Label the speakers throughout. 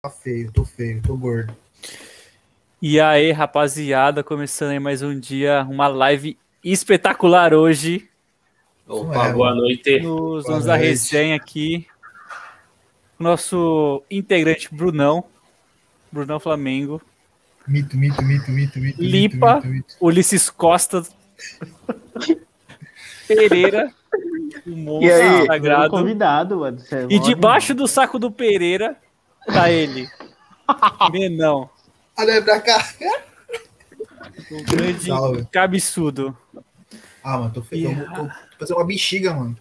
Speaker 1: Tá feio, tô feio, tô gordo.
Speaker 2: E aí, rapaziada, começando aí mais um dia, uma live espetacular hoje.
Speaker 3: Opa, boa noite.
Speaker 2: Nos
Speaker 1: Boa
Speaker 2: vamos da
Speaker 1: noite.
Speaker 2: resenha aqui. Nosso integrante Brunão, Brunão Flamengo,
Speaker 1: Mito, mito, mito, mito, mito.
Speaker 2: Lipa.
Speaker 1: Mito, mito,
Speaker 2: Ulisses Costa, Pereira, o monstro
Speaker 4: E aí?
Speaker 2: sagrado.
Speaker 4: um convidado, mano. Você é
Speaker 2: E
Speaker 4: mó
Speaker 2: debaixo do saco do Pereira tá ele. Menão.
Speaker 1: Olha Ah, é pra cá.
Speaker 2: Um grande
Speaker 1: Salve.
Speaker 2: cabeçudo.
Speaker 1: Ah, mano, tô feio.
Speaker 2: Yeah.
Speaker 1: Tô, tô, tô fazendo uma bexiga, mano.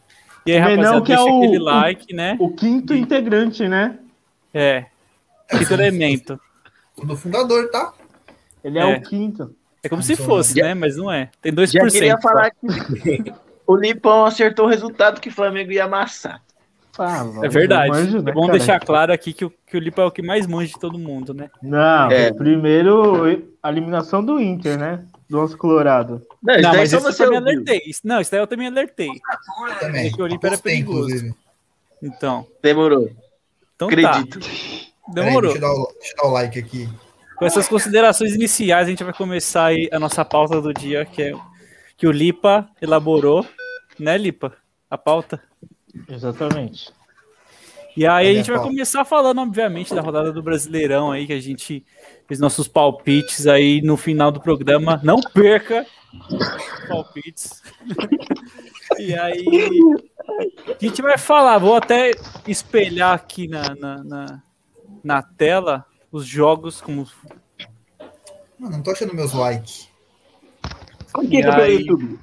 Speaker 2: E aí,
Speaker 4: Menão
Speaker 2: rapaziada,
Speaker 4: que é
Speaker 2: deixa
Speaker 4: o-
Speaker 2: aquele
Speaker 4: o-
Speaker 2: like, né?
Speaker 4: O quinto integrante, né?
Speaker 2: É. Quinto elemento.
Speaker 1: Tô do fundador, tá?
Speaker 4: Ele é,
Speaker 2: É.
Speaker 4: o quinto.
Speaker 2: É como se fosse, né? Mas não é. Tem 2%.
Speaker 5: Já queria
Speaker 2: só.
Speaker 5: falar que o Lipão acertou o resultado que o Flamengo ia amassar.
Speaker 4: Ah,
Speaker 2: É
Speaker 4: lógico,
Speaker 2: verdade.
Speaker 4: eu manjo, né,
Speaker 2: é bom
Speaker 4: cara?
Speaker 2: deixar claro aqui que o, que o Lipa é o que mais manja de todo mundo, né?
Speaker 4: Não,
Speaker 5: É.
Speaker 4: primeiro a eliminação do Inter, né? Do nosso Colorado.
Speaker 5: isso
Speaker 2: não,
Speaker 5: daí
Speaker 2: mas
Speaker 5: só
Speaker 2: isso eu
Speaker 5: você
Speaker 2: também é
Speaker 5: ouviu.
Speaker 2: alertei. Isso- não, isso daí eu também alertei.
Speaker 1: Eu também.
Speaker 2: É que o Olímpio era
Speaker 1: Apostei,
Speaker 2: perigoso.
Speaker 1: inclusive.
Speaker 2: Então,
Speaker 5: Demorou.
Speaker 2: então tá.
Speaker 5: Acredito.
Speaker 1: Peraí,
Speaker 2: Demorou.
Speaker 1: É, Deixa eu, dar o, deixa eu dar o like aqui.
Speaker 2: Com essas considerações iniciais, a gente vai começar aí a nossa pauta do dia, que é que o Lipa elaborou, né, Lipa? A pauta.
Speaker 4: Exatamente.
Speaker 2: E aí
Speaker 1: Olha
Speaker 2: a
Speaker 1: a
Speaker 2: gente vai
Speaker 1: pauta.
Speaker 2: começar falando, obviamente, da rodada do Brasileirão aí, que a gente fez nossos palpites aí no final do programa. Não perca os palpites. e aí a gente vai falar, vou até espelhar aqui na, na, na, na tela os jogos como
Speaker 1: Mano, não tô achando meus likes.
Speaker 5: Por
Speaker 2: E
Speaker 5: que que eu tô no
Speaker 2: aí?
Speaker 5: YouTube?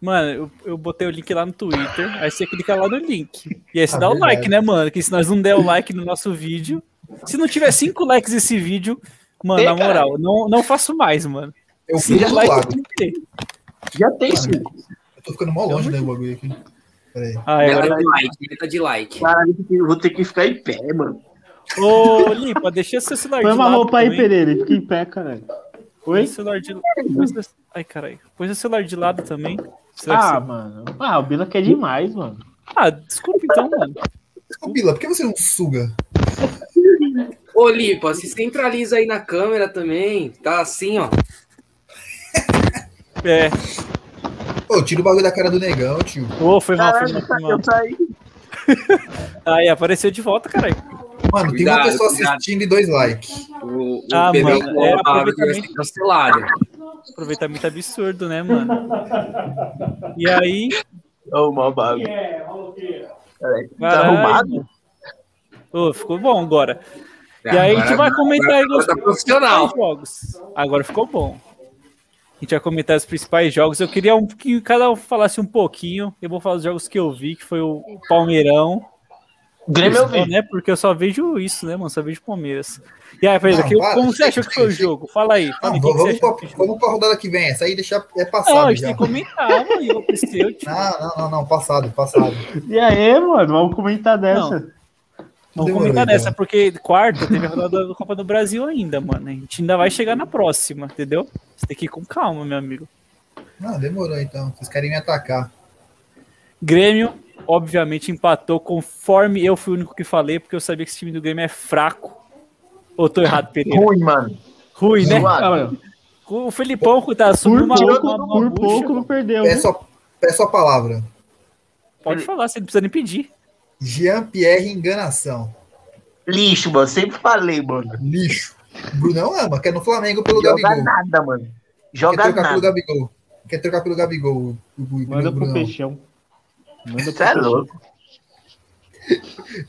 Speaker 2: Mano, eu, eu botei o link lá no Twitter, aí você clica lá no link. E aí você
Speaker 1: Ah,
Speaker 2: dá o
Speaker 1: verdade.
Speaker 2: like, né, mano? Que se nós não der o like no nosso vídeo, se não tiver cinco likes esse vídeo, mano,
Speaker 5: Tem,
Speaker 2: na moral, não, não faço mais, mano.
Speaker 1: Eu fui
Speaker 2: Cinco
Speaker 1: do
Speaker 2: likes
Speaker 1: lado.
Speaker 2: tem que ter.
Speaker 5: Já tem cinco.
Speaker 1: Eu tô ficando mó longe do bagulho aqui. Peraí.
Speaker 2: Ah,
Speaker 6: Meta
Speaker 2: agora
Speaker 6: tá de like, meta de like.
Speaker 5: Caralho, eu vou ter que ficar em pé, mano.
Speaker 2: eu... Ô, Lipa, deixa seu celular
Speaker 4: Põe
Speaker 2: de
Speaker 4: uma
Speaker 2: lado
Speaker 4: roupa aí,
Speaker 2: também.
Speaker 4: Pereira. Fica em pé, caralho.
Speaker 2: Põe o
Speaker 4: Oi?
Speaker 2: celular de... Ai, caralho. Põe o celular de lado também. Será que
Speaker 4: Ah,
Speaker 2: você-
Speaker 4: mano. Ah, o Bila quer demais, mano.
Speaker 2: ah, desculpa então, mano.
Speaker 1: Bila, por que você não suga?
Speaker 6: Ô, Lipa, se centraliza aí na câmera também. Tá assim, ó.
Speaker 2: É.
Speaker 1: Ô, tira o bagulho da cara do negão, tio.
Speaker 2: Ô, foi mal, foi mal, foi
Speaker 5: Caralho,
Speaker 2: mal.
Speaker 5: eu saí.
Speaker 2: Aí, apareceu de volta, caralho.
Speaker 1: Mano, tem uma
Speaker 6: Cuidado,
Speaker 1: pessoa
Speaker 6: cuidado.
Speaker 1: assistindo e dois likes.
Speaker 6: O, o
Speaker 2: Ah,
Speaker 6: Pedrão
Speaker 2: mano, é,
Speaker 6: falou uma palavra que vai
Speaker 2: aproveitamento.
Speaker 6: ser cancelado.
Speaker 2: Aproveitamento absurdo, né, mano? E aí...
Speaker 5: Ô, mó bagulho. Tá
Speaker 2: Caralho.
Speaker 5: arrumado?
Speaker 2: Ô, ficou bom agora. E
Speaker 6: Ah,
Speaker 2: aí a
Speaker 6: agora-
Speaker 2: gente vai comentar aí
Speaker 6: agora
Speaker 2: os
Speaker 6: tá profissional.
Speaker 2: principais jogos. Agora ficou bom. A gente vai comentar os principais jogos. Eu queria um, que cada um falasse um pouquinho. Eu vou falar dos jogos que eu vi, que foi o Palmeirão.
Speaker 5: Grêmio eu vi.
Speaker 2: Né? Porque eu só vejo isso, né, mano? Só vejo Palmeiras. E aí, Pedro,
Speaker 1: Não,
Speaker 2: que-
Speaker 1: para,
Speaker 2: como você
Speaker 1: chega,
Speaker 2: achou que foi o
Speaker 1: chega.
Speaker 2: jogo? Fala aí. Fala
Speaker 1: Não,
Speaker 2: aí, o que que você
Speaker 1: vamos,
Speaker 2: achou
Speaker 1: pra,
Speaker 2: que foi o jogo?
Speaker 1: vamos pra rodada que vem. Essa aí deixa, é
Speaker 2: Não, a
Speaker 1: passado
Speaker 2: gente
Speaker 1: já.
Speaker 2: tem que comentar, mano. E aconteceu, tipo,
Speaker 1: Não, não, não, não, passado, passado.
Speaker 4: E aí, mano? Vamos comentar dessa.
Speaker 2: Vamos
Speaker 1: Demorou,
Speaker 2: comentar
Speaker 1: então.
Speaker 2: nessa, porque quarta teve a rodada da Copa do Brasil ainda, mano. A gente ainda vai chegar na próxima, entendeu? Você tem que ir com calma, meu amigo.
Speaker 1: Não, demorou então. Vocês querem me atacar.
Speaker 2: Grêmio, obviamente, empatou conforme eu fui o único que falei, porque eu sabia que esse time do Grêmio é fraco. Ou tô errado, Pereira?
Speaker 5: Ruim, mano.
Speaker 2: Rui, né?
Speaker 5: Zoado.
Speaker 4: Ah, mano,
Speaker 2: O Felipão, coitado,
Speaker 4: por
Speaker 2: subiu uma
Speaker 4: pouco,
Speaker 2: uma- uma
Speaker 4: por
Speaker 2: bucha.
Speaker 4: pouco não perdeu. né? viu?
Speaker 1: Peço a, peço a palavra.
Speaker 2: Pode falar, você não precisa nem pedir.
Speaker 1: Jean-Pierre Enganação.
Speaker 5: Lixo, mano. Sempre falei, mano.
Speaker 1: Lixo. Brunão ama, quer no Flamengo pelo
Speaker 5: Joga
Speaker 1: Gabigol.
Speaker 5: nada, mano.
Speaker 1: Quer
Speaker 5: Joga
Speaker 1: trocar
Speaker 5: nada.
Speaker 1: pelo Gabigol. Quer trocar pelo Gabigol. O, o, o
Speaker 4: Manda pro
Speaker 1: Brunão.
Speaker 4: peixão. Manda
Speaker 5: Você é
Speaker 4: pro peixão.
Speaker 5: louco.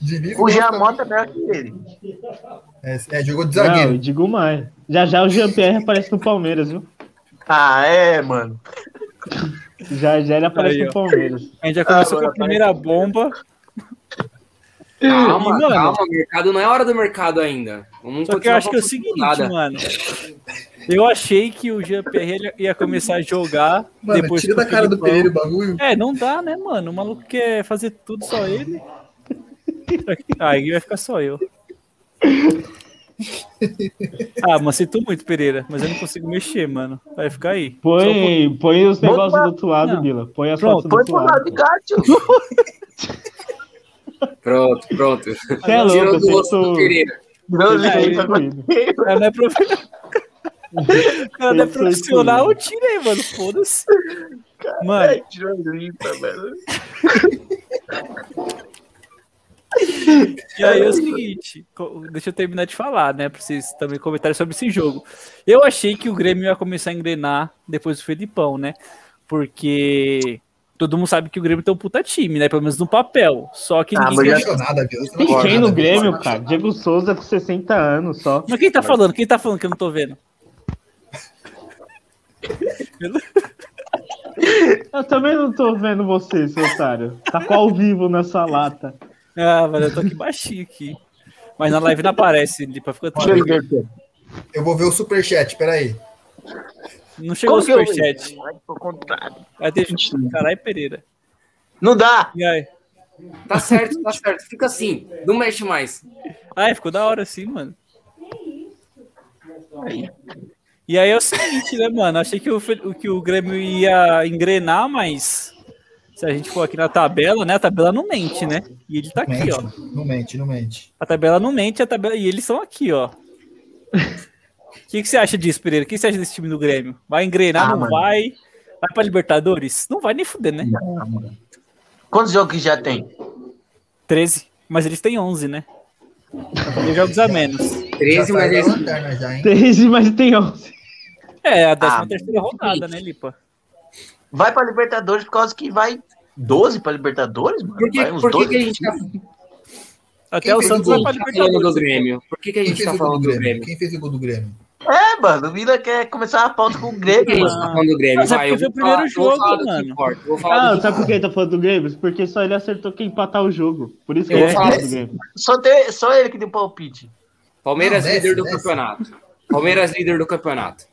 Speaker 1: Diniz
Speaker 5: O
Speaker 1: gosta-
Speaker 5: Jamota é melhor que ele.
Speaker 1: tá É, é, jogou de
Speaker 4: Não, eu
Speaker 1: zagueiro.
Speaker 4: digo mais. Já já o Jean-Pierre aparece no Palmeiras, viu?
Speaker 5: Ah, é, mano.
Speaker 4: Já já ele aparece
Speaker 2: Aí, ó.
Speaker 4: no Palmeiras.
Speaker 2: A gente já começou
Speaker 5: Ah,
Speaker 2: com a
Speaker 5: mano,
Speaker 2: primeira bomba.
Speaker 6: Calma,
Speaker 2: E, mano-
Speaker 6: calma, mercado não é hora do mercado ainda. Vamos
Speaker 2: Só que eu
Speaker 6: continuar
Speaker 2: acho que é o
Speaker 6: com a
Speaker 2: seguinte,
Speaker 6: nada.
Speaker 2: mano. Eu achei que o Jean-Pierre ele ia começar a jogar
Speaker 1: Mano,
Speaker 2: depois
Speaker 1: tira
Speaker 2: que o
Speaker 1: da cara do
Speaker 2: Felipão-
Speaker 1: Pereira o bagulho.
Speaker 2: É, não dá, né, mano? O maluco quer fazer tudo só ele. Aí vai ficar só eu. Ah, mas sinto muito, Pereira, mas eu não consigo mexer, mano. Vai ficar aí. Só um pouco.
Speaker 4: Põe, põe os
Speaker 5: Vamos
Speaker 4: negócios
Speaker 5: lá.
Speaker 4: do outro lado,
Speaker 2: Não.
Speaker 4: Bila. Põe as
Speaker 2: Pronto,
Speaker 4: fotos do
Speaker 5: Põe
Speaker 4: outro
Speaker 5: pro lado
Speaker 4: lado.
Speaker 5: de cá, tio.
Speaker 6: Pronto, pronto.
Speaker 4: Você é louco,
Speaker 6: Tirou
Speaker 4: eu
Speaker 6: do
Speaker 4: sempre
Speaker 6: osso do
Speaker 4: sou...
Speaker 6: Pereira.
Speaker 5: Não,
Speaker 4: sempre
Speaker 5: gente,
Speaker 4: sou incluído.
Speaker 2: Ela não é, prof... Ela não é
Speaker 4: Pensei
Speaker 2: profissional,
Speaker 4: comigo.
Speaker 2: eu tirei, mano. Foda-se. Mano,
Speaker 5: tirou limpa, velho.
Speaker 2: e aí é o seguinte, co- deixa eu terminar de falar, né? Pra vocês também comentarem sobre esse jogo. Eu achei que o Grêmio ia começar a engrenar depois do Felipão, né? Porque todo mundo sabe que o Grêmio tem um puta time, né? Pelo menos no papel. Só que
Speaker 5: Ah,
Speaker 2: ninguém tá
Speaker 5: mas
Speaker 1: Não
Speaker 5: já-
Speaker 1: achou nada, viu? Você não né?
Speaker 4: Tem
Speaker 1: achou
Speaker 4: quem
Speaker 1: nada,
Speaker 4: no
Speaker 1: viu?
Speaker 4: Grêmio, cara? Diego Souza com 60 anos só.
Speaker 2: Mas quem tá falando? Quem tá falando que eu não tô vendo?
Speaker 4: Eu também não tô vendo você, seu otário. Tá com ao vivo nessa lata.
Speaker 2: Ah, mano, eu tô aqui baixinho aqui. Mas na live não aparece, tá Lipa. Fica tranquilo.
Speaker 1: Eu vou ver o superchat, peraí.
Speaker 2: Não chegou é o superchat.
Speaker 5: contrário.
Speaker 2: Aí teve caralho Pereira.
Speaker 5: Não dá!
Speaker 2: E aí?
Speaker 6: Tá certo, tá certo. Fica assim. Não mexe mais.
Speaker 2: Ai, ficou da hora assim, mano. E aí é o seguinte, né, mano? Achei que o, Fel- o- que o Grêmio ia engrenar, mas se a gente for aqui na tabela, né? A tabela não mente, né? E ele tá aqui,
Speaker 1: Mente,
Speaker 2: ó.
Speaker 1: não mente, não mente.
Speaker 2: A tabela não mente, a tabela... e eles são aqui, ó. O que, que você acha disso, Pereira? O que você acha desse time do Grêmio? Vai engrenar,
Speaker 5: Ah,
Speaker 2: não
Speaker 5: mano.
Speaker 2: vai? Vai pra Libertadores? Não vai nem fuder, né?
Speaker 5: Quantos jogos que já tem?
Speaker 2: 13. Mas eles têm 11, né? Dois jogos a menos.
Speaker 6: 13,
Speaker 1: já tá
Speaker 6: mas é
Speaker 1: saiu
Speaker 5: é
Speaker 1: da
Speaker 6: esse-
Speaker 1: lanterna já, hein?
Speaker 4: 13, mas tem 11.
Speaker 2: É, a
Speaker 5: Ah,
Speaker 2: 13 terceira rodada, né, Lipa?
Speaker 5: Vai pra Libertadores por causa que vai 12 pra Libertadores, mano?
Speaker 6: Por que,
Speaker 5: vai uns
Speaker 6: por que,
Speaker 5: 12?
Speaker 6: que a gente tá,
Speaker 2: Até
Speaker 1: Quem
Speaker 2: É o
Speaker 1: fez
Speaker 2: Santos
Speaker 1: o
Speaker 2: vai
Speaker 1: gol?
Speaker 2: pra
Speaker 6: tá falando do
Speaker 2: Libertadores.
Speaker 6: Grêmio? Por que, que a
Speaker 1: Quem
Speaker 6: gente
Speaker 1: fez
Speaker 6: tá
Speaker 1: o gol do
Speaker 6: falando do
Speaker 1: Grêmio?
Speaker 6: Grêmio?
Speaker 1: Quem fez o gol do Grêmio?
Speaker 5: É, mano, o Vila quer começar a pauta com o
Speaker 6: Por que a
Speaker 5: Grêmio,
Speaker 6: gente
Speaker 5: mano.
Speaker 6: tá falando do Grêmio?
Speaker 2: Mas é
Speaker 6: Vai, eu
Speaker 2: porque
Speaker 6: vou
Speaker 2: foi o
Speaker 6: falar,
Speaker 2: primeiro
Speaker 6: eu vou
Speaker 2: jogo,
Speaker 6: falar do que
Speaker 2: mano.
Speaker 6: importa. Vou falar
Speaker 4: Ah,
Speaker 6: do que
Speaker 4: sabe por que ele tá falando do Grêmio? Porque só ele acertou quem empatar o jogo. Por isso que
Speaker 2: É.
Speaker 4: ele tá falando do Grêmio.
Speaker 5: Só, tem, só ele que deu palpite.
Speaker 6: Palmeiras
Speaker 1: Não, desce,
Speaker 6: líder do
Speaker 1: desce.
Speaker 6: campeonato. Palmeiras líder do campeonato.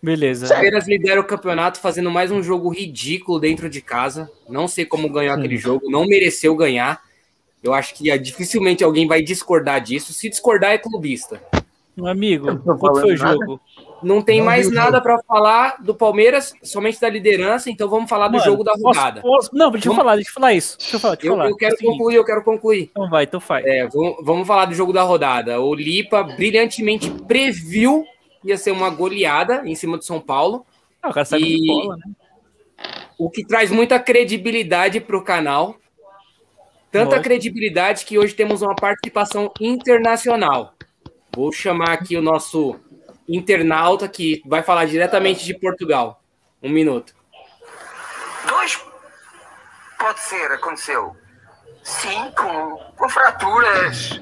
Speaker 2: Beleza.
Speaker 6: Palmeiras lidera o campeonato fazendo mais um jogo ridículo dentro de casa. Não sei como ganhou aquele jogo, não mereceu ganhar. Eu acho que ah, dificilmente alguém vai discordar disso. Se discordar é clubista.
Speaker 2: Meu amigo,
Speaker 5: tô
Speaker 2: quanto foi
Speaker 5: falando
Speaker 2: o
Speaker 5: nada.
Speaker 2: jogo?
Speaker 6: Não tem
Speaker 1: Não
Speaker 6: mais
Speaker 1: viu o
Speaker 6: nada pra falar do Palmeiras, somente da liderança, então vamos falar do
Speaker 2: Mano,
Speaker 6: jogo da
Speaker 2: posso-
Speaker 6: rodada.
Speaker 2: posso- Não, deixa eu
Speaker 6: Vamos-
Speaker 2: falar, deixa eu falar isso. Deixa eu falar, deixa eu
Speaker 6: Eu,
Speaker 2: falar. É
Speaker 6: eu quero
Speaker 2: Seguinte,
Speaker 6: concluir, eu quero concluir.
Speaker 2: Então vai, então faz.
Speaker 6: É, vamos, vamos falar do jogo da rodada. O Lipa brilhantemente previu que ia ser uma goleada em cima do São Paulo,
Speaker 2: Ah, o cara sabe
Speaker 6: E-
Speaker 2: de bola, né?
Speaker 6: o que traz muita credibilidade pro canal. Tanta
Speaker 2: Lógico.
Speaker 6: credibilidade que hoje temos uma participação internacional. Vou chamar aqui o nosso internauta que vai falar diretamente de Portugal. Um minuto.
Speaker 7: Dois. Pode ser, aconteceu. Cinco. Com fraturas.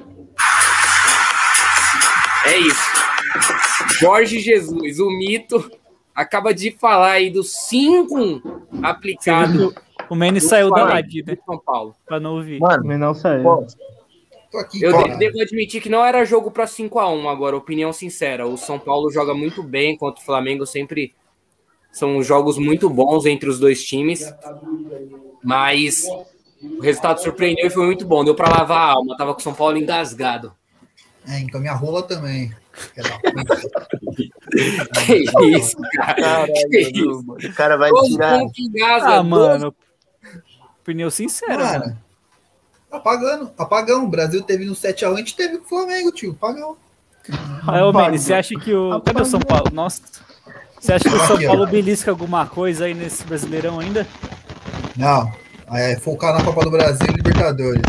Speaker 6: É isso. Jorge Jesus, o mito, acaba de falar aí do um. 5 aplicado
Speaker 2: O Manny saiu da
Speaker 6: Flamengo
Speaker 2: live, né?
Speaker 6: de São Paulo.
Speaker 2: Pra não ouvir.
Speaker 5: Mano,
Speaker 4: Também não saiu.
Speaker 5: Bom,
Speaker 1: Tô aqui,
Speaker 6: Eu
Speaker 1: cara.
Speaker 6: de- devo admitir que não era jogo para 5 a 1 agora, opinião sincera. O São Paulo joga muito bem contra o Flamengo, sempre são jogos muito bons entre os dois times. Mas o resultado surpreendeu e foi muito bom. Deu para lavar a alma, tava com o São Paulo engasgado.
Speaker 1: É, então minha rola também. Quer dar-
Speaker 6: Que isso, cara?
Speaker 5: Caralho,
Speaker 6: Que isso?
Speaker 5: mano, o cara vai
Speaker 6: Dois
Speaker 5: tirar.
Speaker 6: pontos que engasga,
Speaker 2: Ah,
Speaker 6: dois
Speaker 2: mano. Opinião sincera, mano.
Speaker 1: Cara, tá apagando, apagão. O Brasil teve no 7x1, a gente teve com o Flamengo, tio. Apagão.
Speaker 2: Aí, ô, Manny, você acha que o. Cadê o São Paulo? Nossa. Você acha que o São
Speaker 1: Aqui, ó.
Speaker 2: Paulo belisca alguma coisa aí nesse brasileirão ainda?
Speaker 1: Não, é focar na Copa do Brasil e Libertadores.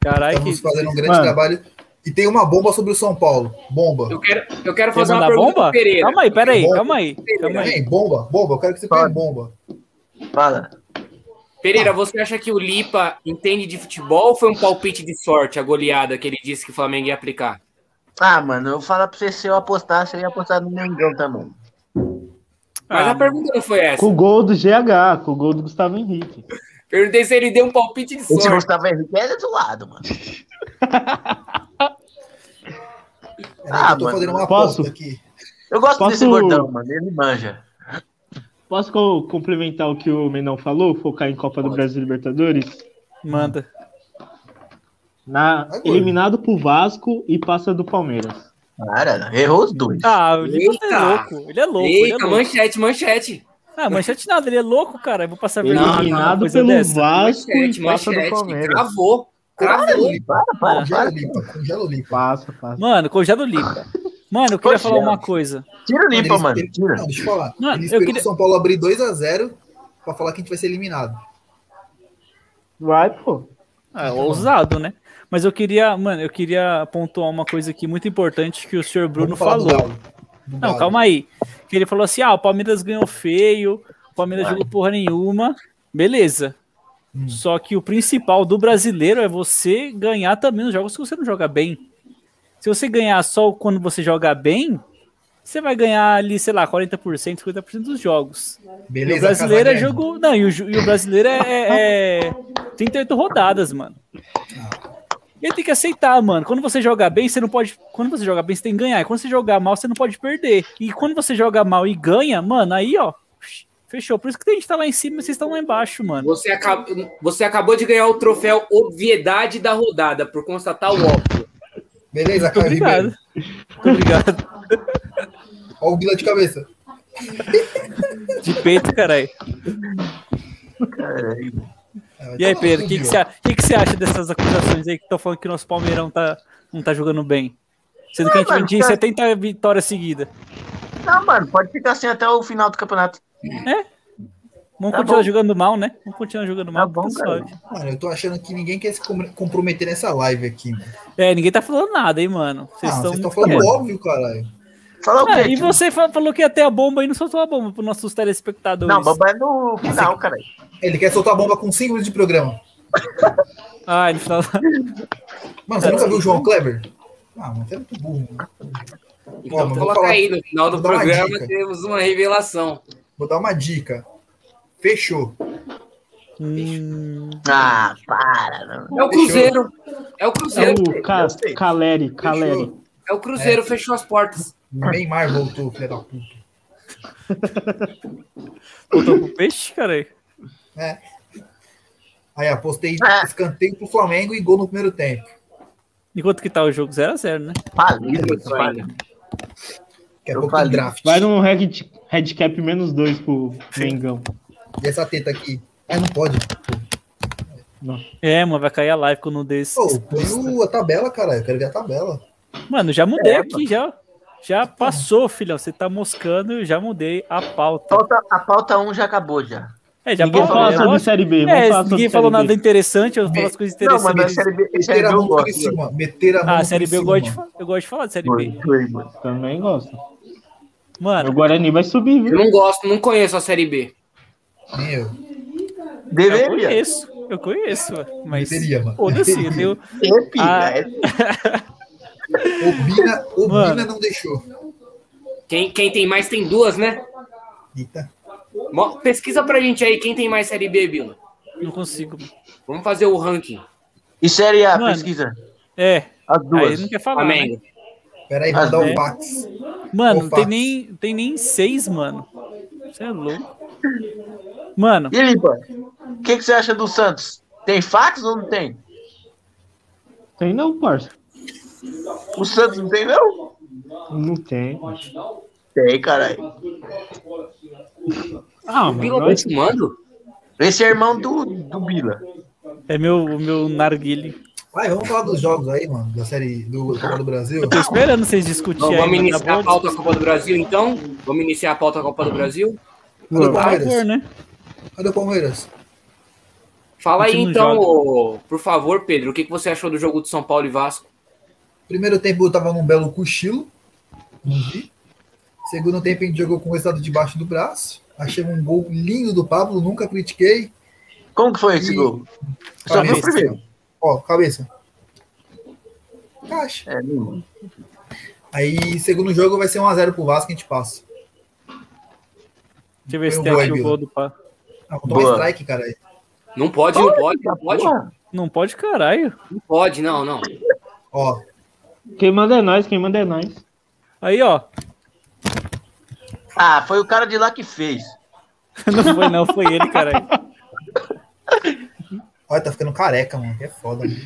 Speaker 2: Caralho, que.
Speaker 1: Estamos fazendo um grande
Speaker 4: Mano.
Speaker 1: trabalho. E tem uma bomba sobre o São Paulo. Bomba.
Speaker 6: Eu quero, eu quero
Speaker 2: Quer
Speaker 6: fazer uma
Speaker 2: mandar
Speaker 6: pergunta
Speaker 2: bomba?
Speaker 6: pro Pereira.
Speaker 2: Calma aí, pera aí,
Speaker 1: Bomba.
Speaker 2: calma aí. Calma aí.
Speaker 1: Vem, bomba, bomba. Eu quero que você pegue
Speaker 5: Fala.
Speaker 1: bomba.
Speaker 5: Fala.
Speaker 6: Pereira, você acha que o Lipa entende de futebol ou foi um palpite de sorte a goleada que ele disse que o Flamengo ia aplicar?
Speaker 5: Ah, mano, eu vou falar pra você se eu apostasse, eu ia apostar no Mengão também.
Speaker 6: Mas
Speaker 2: Ah,
Speaker 6: a pergunta não foi essa.
Speaker 4: Com o gol do GH, com o gol do Gustavo Henrique.
Speaker 6: Perguntei se ele deu um palpite de
Speaker 5: Esse
Speaker 6: sorte.
Speaker 5: Gustavo Henrique é do lado, mano.
Speaker 1: Peraí,
Speaker 5: Ah,
Speaker 1: É, eu tô
Speaker 5: mano,
Speaker 1: fazendo uma
Speaker 4: posso?
Speaker 1: aposta aqui.
Speaker 5: Eu gosto
Speaker 4: Posso-
Speaker 5: desse gordão, mano, ele manja.
Speaker 4: Posso co- complementar o que o Menão falou? Focar em Copa do Brasil e Libertadores?
Speaker 2: Manda.
Speaker 4: Na,
Speaker 1: Agora.
Speaker 4: eliminado pro Vasco e passa do Palmeiras.
Speaker 5: Cara, errou os dois.
Speaker 2: Ah, o Lipa é
Speaker 6: Eita.
Speaker 2: louco. Ele é louco, ele é
Speaker 6: Eita,
Speaker 2: louco.
Speaker 6: manchete, manchete.
Speaker 2: Ah, manchete nada, ele é louco, cara. Eu vou passar vergonha.
Speaker 4: Eliminado
Speaker 2: coisa
Speaker 4: pelo
Speaker 2: dessa.
Speaker 4: Vasco
Speaker 6: Manchete,
Speaker 4: e Ah, passa do
Speaker 6: manchete.
Speaker 4: Palmeiras.
Speaker 6: Cravou.
Speaker 1: Congela o Lipa.
Speaker 5: para,
Speaker 1: Congela o Lipa. Congela o Lipa.
Speaker 4: Passa, passa.
Speaker 2: Mano, congela o Lipa. Mano, eu queria
Speaker 5: Pois
Speaker 2: falar
Speaker 5: é.
Speaker 2: uma coisa.
Speaker 5: Tira o
Speaker 1: Ele
Speaker 5: Lipa,
Speaker 1: esper-
Speaker 5: mano. Tira.
Speaker 1: Não, deixa eu falar.
Speaker 2: Mano,
Speaker 1: ele
Speaker 2: eu
Speaker 1: esperou
Speaker 2: queria-
Speaker 1: o São Paulo abrir 2x0 pra falar que a gente vai ser eliminado.
Speaker 4: Vai, pô.
Speaker 2: Ah, ousado, né? Mas eu queria, mano, eu queria pontuar uma coisa aqui muito importante que o senhor Bruno
Speaker 1: Vamos falar do
Speaker 2: falou.
Speaker 1: Galo. Do
Speaker 2: Não,
Speaker 1: Galo.
Speaker 2: calma aí. Que ele falou assim: ah, o Palmeiras ganhou feio, o Palmeiras jogou porra nenhuma. Beleza. Só que o principal do brasileiro é você ganhar também os jogos que você não joga bem. Se você ganhar só quando você joga bem, você vai ganhar ali, sei lá, 40%, 50% dos jogos. E
Speaker 1: Beleza,
Speaker 2: o brasileiro é
Speaker 1: Casagrande.
Speaker 2: jogo. Não, e o, ju- e o brasileiro é, é, é 38 rodadas, mano. E tem que aceitar, mano. Quando você jogar bem, você não pode. Quando você jogar bem, você tem que ganhar. E quando você jogar mal, você não pode perder. E quando você joga mal e ganha, mano, aí, ó. Fechou. Por isso que a gente tá lá em cima e vocês estão lá embaixo, mano.
Speaker 6: Você, acab- você acabou de ganhar o troféu Obviedade da rodada, por constatar o óbvio.
Speaker 1: Beleza,
Speaker 2: Muito
Speaker 1: Caio Ribeiro.
Speaker 2: obrigado. Muito obrigado.
Speaker 1: Olha o Bila de cabeça.
Speaker 2: De peito, caralho.
Speaker 5: É.
Speaker 2: E
Speaker 1: então,
Speaker 2: aí, Pedro, o que, que, você, a- que que você acha dessas acusações aí que estão falando que o nosso Palmeirão tá, não tá jogando bem? Sendo que a gente
Speaker 5: mano,
Speaker 2: vendia em
Speaker 5: cara.
Speaker 2: 70 vitórias seguidas.
Speaker 5: Não, mano, pode ficar assim até o final do campeonato.
Speaker 2: Vamos
Speaker 5: Tá
Speaker 2: continuar
Speaker 5: bom.
Speaker 2: jogando mal, né? Vamos continuar jogando mal.
Speaker 5: Tá bom,
Speaker 2: porque
Speaker 5: cara.
Speaker 2: suave.
Speaker 1: Mano, eu tô achando que ninguém quer se com- comprometer nessa live aqui, mano.
Speaker 2: É, ninguém tá falando nada, hein, mano. Vocês
Speaker 1: Ah,
Speaker 2: estão.
Speaker 1: vocês estão
Speaker 2: muito
Speaker 1: falando tipo-
Speaker 2: quietos.
Speaker 1: óbvio, caralho.
Speaker 5: Falar o
Speaker 2: Ah,
Speaker 5: quê? Tipo,
Speaker 2: e você fa- falou que ia ter a bomba e não soltou a bomba pros nossos telespectadores.
Speaker 5: Não, babá é no final, cara.
Speaker 1: Ele quer soltar a bomba com 5 minutos de programa.
Speaker 2: Ah, ele falou.
Speaker 1: Mano, você nunca viu o João Kleber? Ah, mano, você é muito burro. mano. Bom,
Speaker 6: Então
Speaker 1: mas vou
Speaker 6: coloca
Speaker 1: falar-
Speaker 6: aí, no final do
Speaker 1: vou dar uma
Speaker 6: programa
Speaker 1: dica.
Speaker 6: temos uma revelação.
Speaker 1: Vou dar uma dica. Fechou.
Speaker 2: Hum,
Speaker 5: Ah, para, não.
Speaker 6: É o Cruzeiro. É o
Speaker 4: É
Speaker 6: Cruzeiro.
Speaker 4: o Ca...
Speaker 5: sei.
Speaker 4: Caleri, Caleri.
Speaker 1: Fechou.
Speaker 6: É o Cruzeiro, fechou as portas.
Speaker 1: Neymar voltou, filha da puta.
Speaker 2: Botou pro peixe, caralho.
Speaker 1: Aí apostei
Speaker 5: Ah.
Speaker 1: escanteio pro Flamengo e gol no primeiro tempo.
Speaker 2: Enquanto que tá o jogo 0x0, né?
Speaker 5: Falido,
Speaker 6: Isso ainda.
Speaker 1: Daqui a
Speaker 5: Eu
Speaker 1: pouco tem
Speaker 5: falei.
Speaker 1: draft.
Speaker 4: Vai num red, red cap menos dois pro Mengão.
Speaker 1: E essa teta aqui? Ah, não pode.
Speaker 2: É, mano, vai cair a live quando desse.
Speaker 1: Pô, põe o- a tabela, cara. Eu quero ver a tabela.
Speaker 2: Mano, já mudei
Speaker 5: É,
Speaker 2: aqui, já. Já passou, filhão. Você tá moscando, eu já mudei a pauta.
Speaker 5: Pauta, a pauta 1 já acabou já.
Speaker 2: É, já
Speaker 5: Vamos
Speaker 4: Ninguém
Speaker 2: passou.
Speaker 4: fala
Speaker 5: falar
Speaker 4: sobre
Speaker 2: negócio.
Speaker 4: Série B. Vamos
Speaker 2: É,
Speaker 4: falar sobre
Speaker 2: ninguém falou
Speaker 4: Série
Speaker 2: nada
Speaker 4: B.
Speaker 2: interessante, eu falo as coisas
Speaker 5: Não, mas a
Speaker 2: interessantes.
Speaker 5: série B, série
Speaker 1: Meter
Speaker 5: B
Speaker 1: a
Speaker 5: eu
Speaker 1: mão no
Speaker 5: gosto.
Speaker 1: Criciúma. Meter a mão
Speaker 2: Ah,
Speaker 1: no
Speaker 2: Série B eu
Speaker 1: Criciúma,
Speaker 2: gosto, de,
Speaker 1: mano.
Speaker 2: fa- eu gosto de falar de Série B.
Speaker 5: Foi, foi, mano.
Speaker 4: Também gosto. O
Speaker 2: Mano,
Speaker 4: Guarani vai subir,
Speaker 6: Eu
Speaker 4: viu?
Speaker 6: não gosto, não conheço a Série B.
Speaker 1: Nem eu.
Speaker 2: eu
Speaker 5: Deveria.
Speaker 2: conheço, eu conheço, mano, mas
Speaker 1: Deveria, mano.
Speaker 2: foda-se, eu tenho-
Speaker 5: É pica,
Speaker 2: Ah.
Speaker 5: é
Speaker 1: O Bina, o
Speaker 2: Mano.
Speaker 1: Bina não deixou.
Speaker 6: Quem, quem tem mais tem duas, né?
Speaker 1: Eita.
Speaker 6: Mo- Pesquisa pra gente aí quem tem mais Série B, Bilo.
Speaker 2: não consigo.
Speaker 6: Vamos fazer o ranking.
Speaker 5: E série A,
Speaker 2: Mano.
Speaker 5: pesquisa.
Speaker 2: É,
Speaker 5: As
Speaker 2: aí
Speaker 5: duas.
Speaker 2: não quer falar, né?
Speaker 6: Flamengo.
Speaker 1: Pera aí, vou
Speaker 5: Ah,
Speaker 1: dar o
Speaker 5: né?
Speaker 1: fax.
Speaker 2: Mano, não
Speaker 1: Opa.
Speaker 2: tem nem, tem nem seis, mano. Você é louco. Mano,
Speaker 5: E Lipa, o que, que você acha do Santos? Tem fax ou não tem?
Speaker 4: Tem não, parça.
Speaker 5: O Santos não tem, não?
Speaker 4: Não tem.
Speaker 5: Tem, caralho.
Speaker 4: Ah,
Speaker 6: Bilo
Speaker 4: mano.
Speaker 6: tá
Speaker 4: nós-
Speaker 6: te mando?
Speaker 5: Esse é irmão do, do Bila.
Speaker 2: é meu, o meu narguile.
Speaker 1: Vai, vamos falar dos jogos aí, mano. Da série do Copa do Brasil.
Speaker 2: Tô esperando vocês discutirem aí,
Speaker 6: Vamos
Speaker 2: mano,
Speaker 6: iniciar
Speaker 2: tá
Speaker 6: a
Speaker 2: bom?
Speaker 6: pauta da Copa do Brasil, então? Vamos iniciar a pauta da Copa do Brasil?
Speaker 1: Cadê o
Speaker 2: Ah, cor,
Speaker 1: Palmeiras?
Speaker 2: né?
Speaker 1: Cadê o Palmeiras?
Speaker 6: Fala
Speaker 2: O
Speaker 6: aí,
Speaker 2: time não
Speaker 6: então,
Speaker 2: joga.
Speaker 6: ô, por favor, Pedro, o que que você achou do jogo de São Paulo e Vasco?
Speaker 1: Primeiro tempo eu tava num belo cochilo. Não vi. Segundo tempo a gente jogou com o resultado debaixo do braço. Achei um gol lindo do Pablo, nunca critiquei.
Speaker 5: Como que foi esse
Speaker 1: Ih.
Speaker 5: gol? Só viu o
Speaker 1: Cabeça,
Speaker 5: primeiro.
Speaker 1: Ó, cabeça. Caixa.
Speaker 5: É, não.
Speaker 1: Aí, segundo jogo, vai ser 1x0 pro Vasco, a gente passa.
Speaker 2: Deixa eu
Speaker 1: Foi
Speaker 2: ver se
Speaker 1: um
Speaker 2: tem
Speaker 1: gol
Speaker 2: aqui
Speaker 1: aí,
Speaker 2: o
Speaker 1: Bila.
Speaker 2: gol do pá.
Speaker 1: Ah, vou tomar
Speaker 5: Boa.
Speaker 1: strike, cara.
Speaker 6: Não pode, não pode,
Speaker 8: tá
Speaker 6: não pode,
Speaker 5: Porra,
Speaker 2: Não pode, caralho.
Speaker 6: não pode, não, não.
Speaker 1: Ó,
Speaker 4: Quem manda é nós, quem manda é nós.
Speaker 2: Aí, ó.
Speaker 5: Ah, foi o cara de lá que fez.
Speaker 2: Não foi, não, foi ele, caralho.
Speaker 1: olha, tá ficando careca, mano. Que é foda. mano.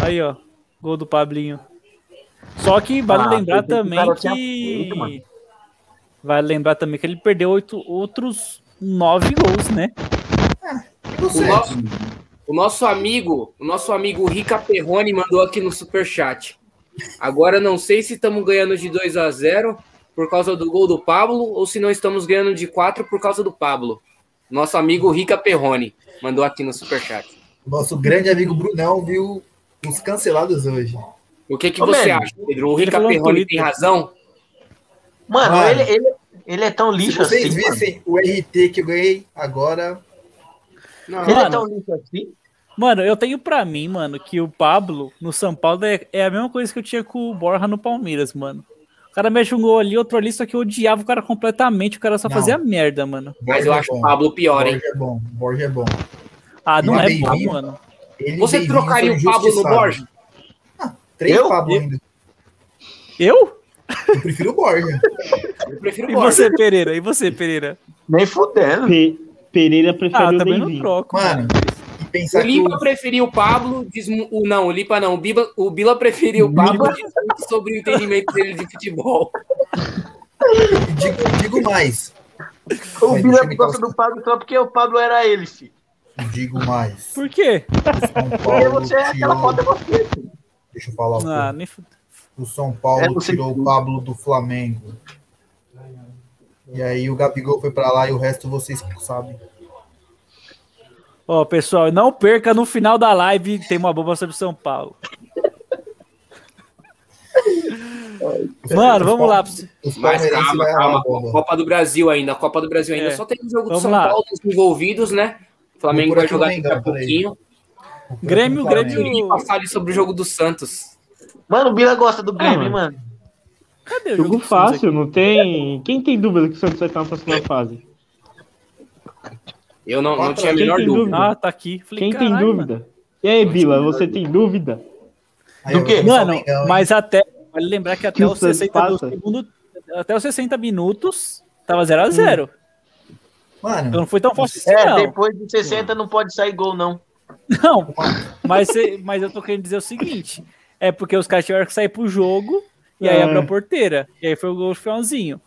Speaker 2: Aí, ó. Gol do Pablinho. Só que vale
Speaker 5: Ah,
Speaker 2: lembrar
Speaker 5: eu vi que o
Speaker 2: também
Speaker 5: cara tinha feito,
Speaker 2: que.
Speaker 5: mano.
Speaker 2: Vale lembrar também que ele perdeu oito, outros nove gols, né?
Speaker 1: E
Speaker 6: O
Speaker 1: você?
Speaker 6: nosso, O nosso amigo, o nosso amigo Rica Perrone mandou aqui no superchat. Agora não sei se estamos ganhando de 2 a 0 por causa do gol do Pablo ou se não estamos ganhando de 4 por causa do Pablo. Nosso amigo Rica Perrone mandou aqui no superchat.
Speaker 1: Nosso grande amigo Brunão viu os cancelados hoje.
Speaker 6: O que, que
Speaker 5: Ô,
Speaker 6: você
Speaker 5: Mano,
Speaker 6: acha, Pedro? O
Speaker 2: ele
Speaker 6: Rica
Speaker 2: falou no
Speaker 6: Perrone
Speaker 2: Twitter.
Speaker 6: tem razão?
Speaker 5: Mano,
Speaker 1: Mano.
Speaker 5: Ele, ele, ele é tão
Speaker 1: Se
Speaker 5: lixo
Speaker 1: vocês
Speaker 5: assim. mano.
Speaker 1: vissem o RT que eu ganhei agora,
Speaker 6: Não.
Speaker 5: Ele é
Speaker 2: Mano.
Speaker 5: tão lixo assim.
Speaker 2: Mano, eu tenho pra mim, mano, que o Pablo no São Paulo é, é a mesma coisa que eu tinha com o Borja no Palmeiras, mano. O cara mexe um gol ali, outro ali, só que eu odiava o cara completamente, o cara só
Speaker 1: Não.
Speaker 2: fazia merda, mano.
Speaker 6: Mas eu
Speaker 1: Borja é
Speaker 6: acho
Speaker 1: bom.
Speaker 6: o Pablo pior, hein?
Speaker 1: Borja é bom. Borja é bom.
Speaker 2: Ah, não
Speaker 1: Uma
Speaker 2: é
Speaker 1: vez
Speaker 2: bom,
Speaker 1: vi.
Speaker 2: mano.
Speaker 1: Ele e
Speaker 6: Você
Speaker 1: Davinho
Speaker 6: trocaria
Speaker 1: são
Speaker 6: o Pablo no
Speaker 1: injustiçados.
Speaker 6: Borja?
Speaker 1: Três
Speaker 5: Eu?
Speaker 1: Pablo ainda.
Speaker 2: Eu?
Speaker 1: Eu prefiro o Borja.
Speaker 6: Eu prefiro
Speaker 2: E
Speaker 6: o Borja.
Speaker 2: você, Pereira? E você, Pereira?
Speaker 5: Nem fudendo.
Speaker 4: Pe- Pereira
Speaker 2: Ah,
Speaker 4: prefere
Speaker 2: eu
Speaker 4: o
Speaker 2: também não
Speaker 4: Davinho.
Speaker 2: troco.
Speaker 1: Mano, e
Speaker 6: O
Speaker 1: pensar que
Speaker 6: Lipa
Speaker 1: o,
Speaker 6: preferiu o Pablo, diz mu- o não, o Lipa não, o, Biba, o Bila preferiu o Pablo diz muito sobre o entendimento dele de futebol.
Speaker 1: e digo, e digo mais.
Speaker 5: O
Speaker 1: Mas deixa eu
Speaker 5: Bila
Speaker 1: me
Speaker 5: gosta do Pablo só porque o Pablo era ele, filho.
Speaker 1: E Digo mais.
Speaker 2: Por quê?
Speaker 1: São
Speaker 5: Porque
Speaker 1: Paulo
Speaker 5: você é aquela
Speaker 1: tirou...
Speaker 5: foto é você.
Speaker 1: Deixa eu falar. uma
Speaker 2: Ah,
Speaker 1: coisa.
Speaker 2: nem fu-
Speaker 1: O São
Speaker 5: É,
Speaker 1: Paulo
Speaker 5: você-
Speaker 1: tirou o Pablo do Flamengo. E aí o Gabigol foi pra lá e o resto vocês sabem.
Speaker 2: Ó, pessoal, não perca no final da live, tem uma bomba sobre São Paulo. Mano, vamos lá.
Speaker 1: Os
Speaker 6: Mas
Speaker 1: palmeirenses
Speaker 6: calma,
Speaker 1: vai
Speaker 6: calma.
Speaker 1: amar a bomba.
Speaker 6: Copa do Brasil ainda, Copa do Brasil ainda.
Speaker 2: É.
Speaker 6: Só tem um jogo
Speaker 2: Vamos
Speaker 6: de São
Speaker 2: lá.
Speaker 6: Paulo envolvidos, né? O Flamengo
Speaker 1: Vou por
Speaker 6: vai
Speaker 1: aqui no
Speaker 6: jogar daqui a
Speaker 1: Mengão, peraí.
Speaker 6: pouquinho.
Speaker 2: Grêmio,
Speaker 1: Flamengo.
Speaker 2: Grêmio.
Speaker 6: E passar ali sobre o jogo do Santos.
Speaker 5: Mano, o Bila gosta
Speaker 2: Ah,
Speaker 5: do Grêmio, hein,
Speaker 4: mano.
Speaker 5: mano.
Speaker 2: Cadê o jogo
Speaker 4: Jogo
Speaker 2: do Santos aqui?
Speaker 4: fácil, não tem. Quem tem dúvida que o Santos vai estar na próxima fase?
Speaker 6: Eu não, não
Speaker 1: Quatro
Speaker 6: tinha a
Speaker 4: Quem
Speaker 6: menor
Speaker 4: tem
Speaker 6: dúvida.
Speaker 4: dúvida?
Speaker 2: Ah, tá aqui. Falei,
Speaker 4: Quem tem
Speaker 2: "Caralho,
Speaker 4: dúvida? E aí, Bila, você tem dúvida?
Speaker 1: Aí,
Speaker 5: Do
Speaker 1: ó,
Speaker 5: quê?
Speaker 1: esse é o
Speaker 2: Mano,
Speaker 1: Mengão, hein?
Speaker 2: mas até. Vale lembrar que até
Speaker 4: Que o
Speaker 2: os
Speaker 4: Santos
Speaker 2: 60 do
Speaker 4: passa.
Speaker 2: segundo. Até os 60 minutos, tava
Speaker 4: Hum.
Speaker 2: 0x0.
Speaker 1: Mano,
Speaker 2: Então não foi tão fácil assim,
Speaker 5: É,
Speaker 2: não.
Speaker 5: depois de 60 não pode sair gol, não.
Speaker 2: Não, mas, cê- mas eu tô querendo dizer o seguinte: é porque os caras tiveram que sair pro jogo e aí
Speaker 4: É.
Speaker 2: abriu a porteira. E aí foi o gol do finalzinho.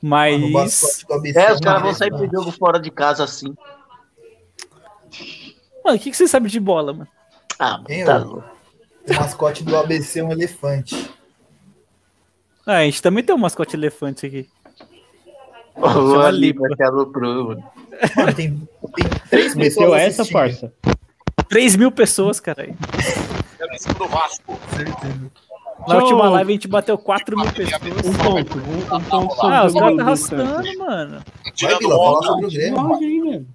Speaker 1: mano, o
Speaker 2: Mas.
Speaker 1: mascote do ABC
Speaker 5: É, os caras
Speaker 1: uma
Speaker 5: vão sair pro
Speaker 1: desgraça.
Speaker 5: jogo fora de casa assim.
Speaker 2: Mano, o que, que você sabe de bola, mano?
Speaker 5: Ah, mano,
Speaker 1: Quem
Speaker 5: tá
Speaker 1: é
Speaker 2: um
Speaker 1: o-
Speaker 5: louco.
Speaker 1: O mascote do ABC é um elefante.
Speaker 2: Ah, a gente também tem um mascote elefante aqui.
Speaker 5: Ô,
Speaker 2: Chama
Speaker 5: ali,
Speaker 2: Lipa.
Speaker 5: que aloprou, mano.
Speaker 1: Mano, tem, tem três
Speaker 4: Meteu
Speaker 1: pessoas
Speaker 4: essa,
Speaker 1: assistindo.
Speaker 4: parça.
Speaker 2: 3 mil pessoas, cara. aí.
Speaker 9: do Vasco.
Speaker 1: Certeza.
Speaker 2: Na última
Speaker 4: Show.
Speaker 2: live a gente bateu 4 mil pessoas.
Speaker 4: Um ponto. Um, um ponto sobre
Speaker 2: Ah,
Speaker 4: o
Speaker 2: os caras
Speaker 4: jogo
Speaker 2: tá
Speaker 4: do Santos.
Speaker 2: arrastando, mano.
Speaker 1: Vai,
Speaker 9: Tirando
Speaker 1: Vila, fala
Speaker 9: onda.
Speaker 1: sobre o Grêmio.
Speaker 4: Olha aí, velho.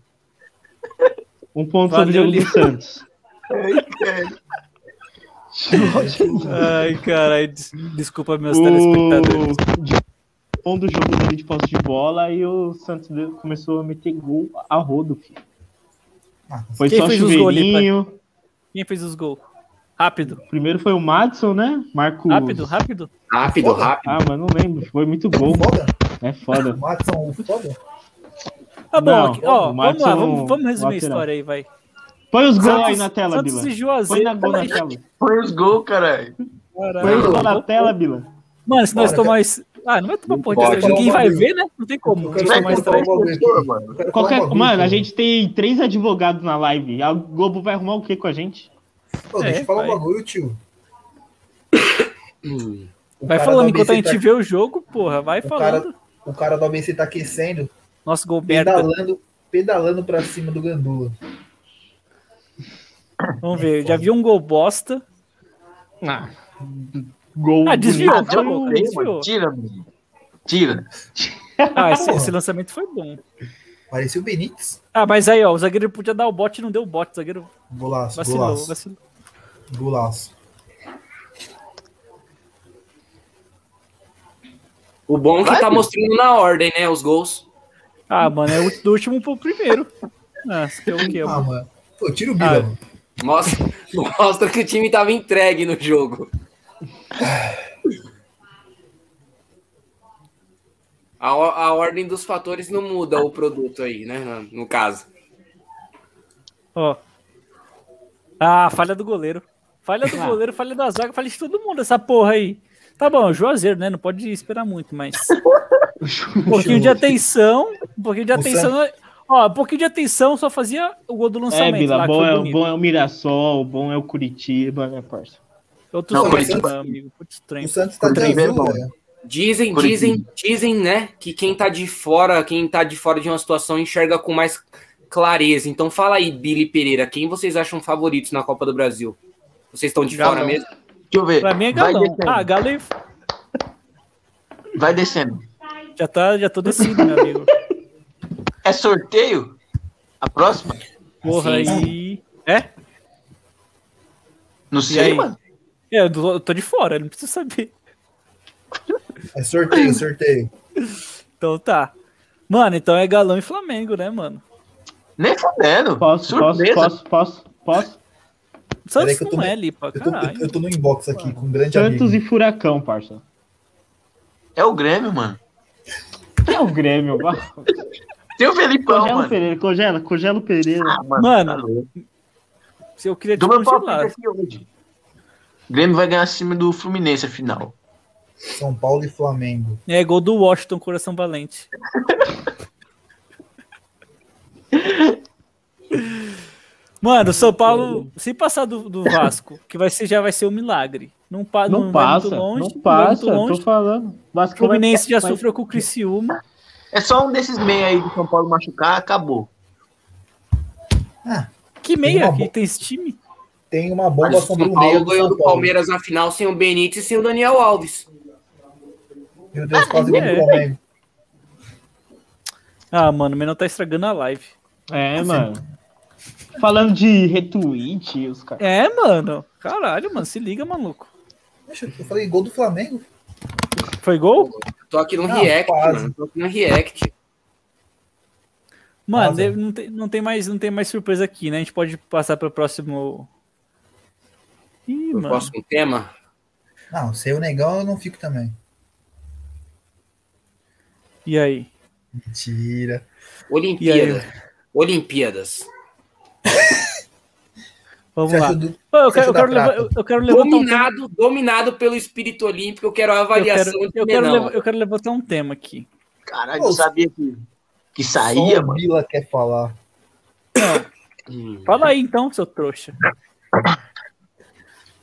Speaker 4: Um ponto sobre
Speaker 2: Valeu,
Speaker 4: o jogo do
Speaker 2: Lipa.
Speaker 4: Santos.
Speaker 2: Ai, caralho. des- Desculpa, meus telespectadores.
Speaker 4: O bom do jogo dele de posse de bola e o Santos deu- começou a meter gol a rodo. filho.
Speaker 1: Ah,
Speaker 4: Foi
Speaker 2: Quem
Speaker 4: só
Speaker 2: fez os gols ali,
Speaker 4: chuveirinho.
Speaker 2: Quem fez os gols? Rápido,
Speaker 4: Primeiro foi o Madison, né? Marco.
Speaker 2: rápido, rápido.
Speaker 6: Rápido, rápido.
Speaker 4: Ah, mas não lembro. Foi muito gol.
Speaker 1: Foda?
Speaker 4: É
Speaker 1: O
Speaker 4: foda.
Speaker 1: Matson, o foda?
Speaker 2: Tá bom,
Speaker 4: Não,
Speaker 2: aqui, ó,
Speaker 4: o
Speaker 2: vamos lá,
Speaker 4: Madison
Speaker 2: vamos, vamos resumir a
Speaker 4: lateral.
Speaker 2: história aí, vai.
Speaker 4: Põe os gols aí
Speaker 2: Santos-
Speaker 4: na tela,
Speaker 2: Santos
Speaker 4: Bila.
Speaker 2: e
Speaker 4: Põe
Speaker 2: Juazeiro. tá
Speaker 4: na gol na tela.
Speaker 5: Põe os gols, caralho.
Speaker 4: Põe os
Speaker 2: Caralho.
Speaker 4: gols na tela, Bila.
Speaker 2: Mano, se nós
Speaker 1: Bora,
Speaker 2: tomarmos. Ah, não vai tomar porra
Speaker 1: pode.
Speaker 2: disso. Ninguém vai
Speaker 1: Vamos,
Speaker 2: ver, né? Não tem como.
Speaker 1: Eu
Speaker 2: Quem
Speaker 1: quero
Speaker 2: tomar
Speaker 1: falar
Speaker 2: esse
Speaker 1: um
Speaker 2: três-
Speaker 1: bagulho aqui.
Speaker 5: Pô, mano.
Speaker 1: Eu quero falar um
Speaker 4: Qualquer...
Speaker 1: bagulho
Speaker 4: Mano, a
Speaker 1: aqui.
Speaker 4: gente tem três advogados na live. A Globo vai arrumar o que com a gente?
Speaker 1: Ô, deixa
Speaker 2: É,
Speaker 1: eu falar um
Speaker 2: vai. Hum.
Speaker 1: bagulho, tio. O
Speaker 2: Vai
Speaker 1: cara
Speaker 2: falando
Speaker 1: do
Speaker 2: enquanto a
Speaker 1: ABC
Speaker 2: gente
Speaker 1: tá-
Speaker 2: vê o jogo, porra. Vai
Speaker 1: O cara-
Speaker 2: falando.
Speaker 1: O cara do ABC tá aquecendo,
Speaker 2: Nosso gol merda.
Speaker 1: pedalando, pedalando pra cima do Gandula.
Speaker 2: Vamos ver, eu já vi um gol bosta.
Speaker 4: Ah, gol.
Speaker 2: Ah, desviou,
Speaker 4: bonito.
Speaker 2: tá bom.
Speaker 5: Ei, mano,
Speaker 2: Desviou.
Speaker 5: Tira, mano. Tira.
Speaker 2: Ah, esse, esse lançamento foi bom.
Speaker 1: Parecia o Benítez.
Speaker 2: Ah, mas aí, ó, o zagueiro podia dar o bote e não deu o bote. O zagueiro
Speaker 1: Golaço,
Speaker 2: vacilou,
Speaker 1: golaço,
Speaker 2: vacilou.
Speaker 1: golaço.
Speaker 6: O bom é que tá mostrando na ordem, né? Os gols.
Speaker 2: Ah, mano, é o- do último pro primeiro. Ah, que é o quê,
Speaker 1: Ah,
Speaker 2: mano?
Speaker 1: mano. Pô, tira o
Speaker 2: Ah,
Speaker 1: Bila, mano.
Speaker 6: Mostra, mostra que o time tava entregue no jogo. A, or- a ordem dos fatores não muda o produto aí, né? no- No caso.
Speaker 2: Ó. Ah, falha do goleiro. Falha
Speaker 4: Ah.
Speaker 2: do goleiro, falha da zaga, falha de todo mundo essa porra aí. Tá bom, Juazeiro, né? Não pode esperar muito, mas. Um pouquinho de atenção. Um pouquinho de
Speaker 1: O
Speaker 2: atenção. Ó, um pouquinho de atenção, só fazia o gol do
Speaker 4: É,
Speaker 2: lançamento. lá,
Speaker 4: Bila,
Speaker 2: que
Speaker 4: bom
Speaker 2: foi
Speaker 4: é, o-
Speaker 2: bonito.
Speaker 4: bom é o Mirassol, bom é o Curitiba, né, parça?
Speaker 2: Eu tô
Speaker 1: Não,
Speaker 2: sabendo,
Speaker 1: mas-
Speaker 2: meu amigo. Putz, estranho.
Speaker 1: O Santos tá de
Speaker 8: Trem
Speaker 1: azul,
Speaker 8: bom.
Speaker 1: velho.
Speaker 6: Dizem,
Speaker 8: Por
Speaker 6: dizem, dizem, né, que quem tá de fora, quem tá de fora de uma situação enxerga com mais clareza. Então fala aí, Billy Pereira, quem vocês acham favoritos na Copa do Brasil? Vocês estão de
Speaker 8: Galão.
Speaker 6: fora mesmo?
Speaker 8: eu ver.
Speaker 2: Pra mim é
Speaker 8: vai
Speaker 2: galão.
Speaker 8: descendo.
Speaker 2: Ah, galo é-
Speaker 8: Vai descendo.
Speaker 2: já, tá, já tô descido, meu amigo.
Speaker 8: É sorteio? A próxima?
Speaker 2: Porra,
Speaker 6: Sim.
Speaker 2: aí. É?
Speaker 8: Não
Speaker 2: E
Speaker 8: sei,
Speaker 2: aí?
Speaker 8: mano.
Speaker 2: É, eu tô- eu tô de fora, não preciso saber.
Speaker 1: É sorteio, sorteio.
Speaker 2: Então tá. Mano, então é galão e Flamengo, né, mano?
Speaker 8: Nem fodendo.
Speaker 4: Posso, posso,
Speaker 8: Surpresa.
Speaker 4: posso, posso, posso.
Speaker 2: O
Speaker 1: Peraí
Speaker 2: Santos
Speaker 1: que eu tô
Speaker 2: não
Speaker 1: me-
Speaker 2: é Lipa,
Speaker 1: Eu tô,
Speaker 2: caralho.
Speaker 1: eu tô no inbox aqui com um grande
Speaker 4: Santos
Speaker 1: amigo.
Speaker 4: e Furacão, parça.
Speaker 8: É o Grêmio, mano.
Speaker 4: É o Grêmio, vai.
Speaker 8: Tem o Felipão,
Speaker 4: Congela o
Speaker 8: mano.
Speaker 4: Pereira, congela, congela o Pereira.
Speaker 8: Ah, mano.
Speaker 2: Mano.
Speaker 8: tá louco.
Speaker 2: Se eu queria te
Speaker 8: do meu
Speaker 2: congelar.
Speaker 8: palpite aqui hoje. O Grêmio vai ganhar acima do Fluminense, afinal.
Speaker 1: São Paulo e Flamengo.
Speaker 2: É gol do Washington, coração valente. Mano, o São Paulo, se passar do, do Vasco, que vai ser, já vai ser um milagre. Não, pa,
Speaker 4: Não,
Speaker 2: não, vai
Speaker 4: passa,
Speaker 2: muito longe,
Speaker 4: não
Speaker 2: vai
Speaker 4: passa,
Speaker 2: muito
Speaker 4: tô
Speaker 2: longe.
Speaker 4: falando.
Speaker 2: O
Speaker 4: Vasco
Speaker 2: Fluminense já
Speaker 4: vai-
Speaker 2: sofreu com o Criciúma.
Speaker 8: É só um desses meia aí do São Paulo machucar, acabou.
Speaker 2: Que
Speaker 1: Tem
Speaker 2: meia
Speaker 1: uma
Speaker 2: que
Speaker 1: bo-
Speaker 2: tem esse time?
Speaker 1: Tem uma bomba
Speaker 6: Mas o
Speaker 1: sobre
Speaker 6: São
Speaker 1: o meio
Speaker 6: Paulo
Speaker 1: do
Speaker 6: ganhou
Speaker 1: São
Speaker 6: do
Speaker 1: Paulo.
Speaker 6: Palmeiras na final sem o Benítez e sem o Daniel Alves.
Speaker 1: Meu Deus, quase gol do
Speaker 2: é.
Speaker 1: Flamengo.
Speaker 2: Ah, mano, o Menor tá estragando a live.
Speaker 4: É, mano. Falando de retweet, os caras.
Speaker 2: É, mano. Caralho, mano, se liga, maluco.
Speaker 1: Poxa, Eu falei gol do Flamengo.
Speaker 2: Foi gol?
Speaker 6: Tô aqui no
Speaker 2: Ah,
Speaker 1: Não,
Speaker 6: React,
Speaker 1: quase.
Speaker 6: mano. Tô aqui no React.
Speaker 2: Mano,
Speaker 1: Nossa.
Speaker 2: não tem, não, tem mais, não tem mais surpresa aqui, né? A gente pode passar pro próximo. Ih,
Speaker 6: Pro
Speaker 2: mano.
Speaker 6: próximo tema.
Speaker 1: Não, sem o negão eu não fico também.
Speaker 2: E aí?
Speaker 1: Mentira.
Speaker 6: Olimpíadas. Olimpíadas.
Speaker 2: Vamos
Speaker 1: Você
Speaker 2: lá.
Speaker 1: achou do-
Speaker 2: Ô, eu,
Speaker 1: você
Speaker 2: quero,
Speaker 1: acha
Speaker 2: eu, quero
Speaker 1: da
Speaker 2: levar-
Speaker 1: prata?
Speaker 2: eu- eu quero levantar um tema.
Speaker 6: Dominado, dominado pelo espírito olímpico, eu quero a
Speaker 2: Eu
Speaker 6: avaliação
Speaker 2: quero,
Speaker 6: de
Speaker 2: eu, quero
Speaker 6: Menão.
Speaker 2: leva- eu quero levantar um tema aqui.
Speaker 8: Caralho,
Speaker 1: Pô,
Speaker 8: eu sabia que, que
Speaker 1: Só um.
Speaker 8: saía,
Speaker 1: o
Speaker 8: mano.
Speaker 1: Bila quer falar.
Speaker 6: Hum.
Speaker 2: Fala aí então, seu trouxa.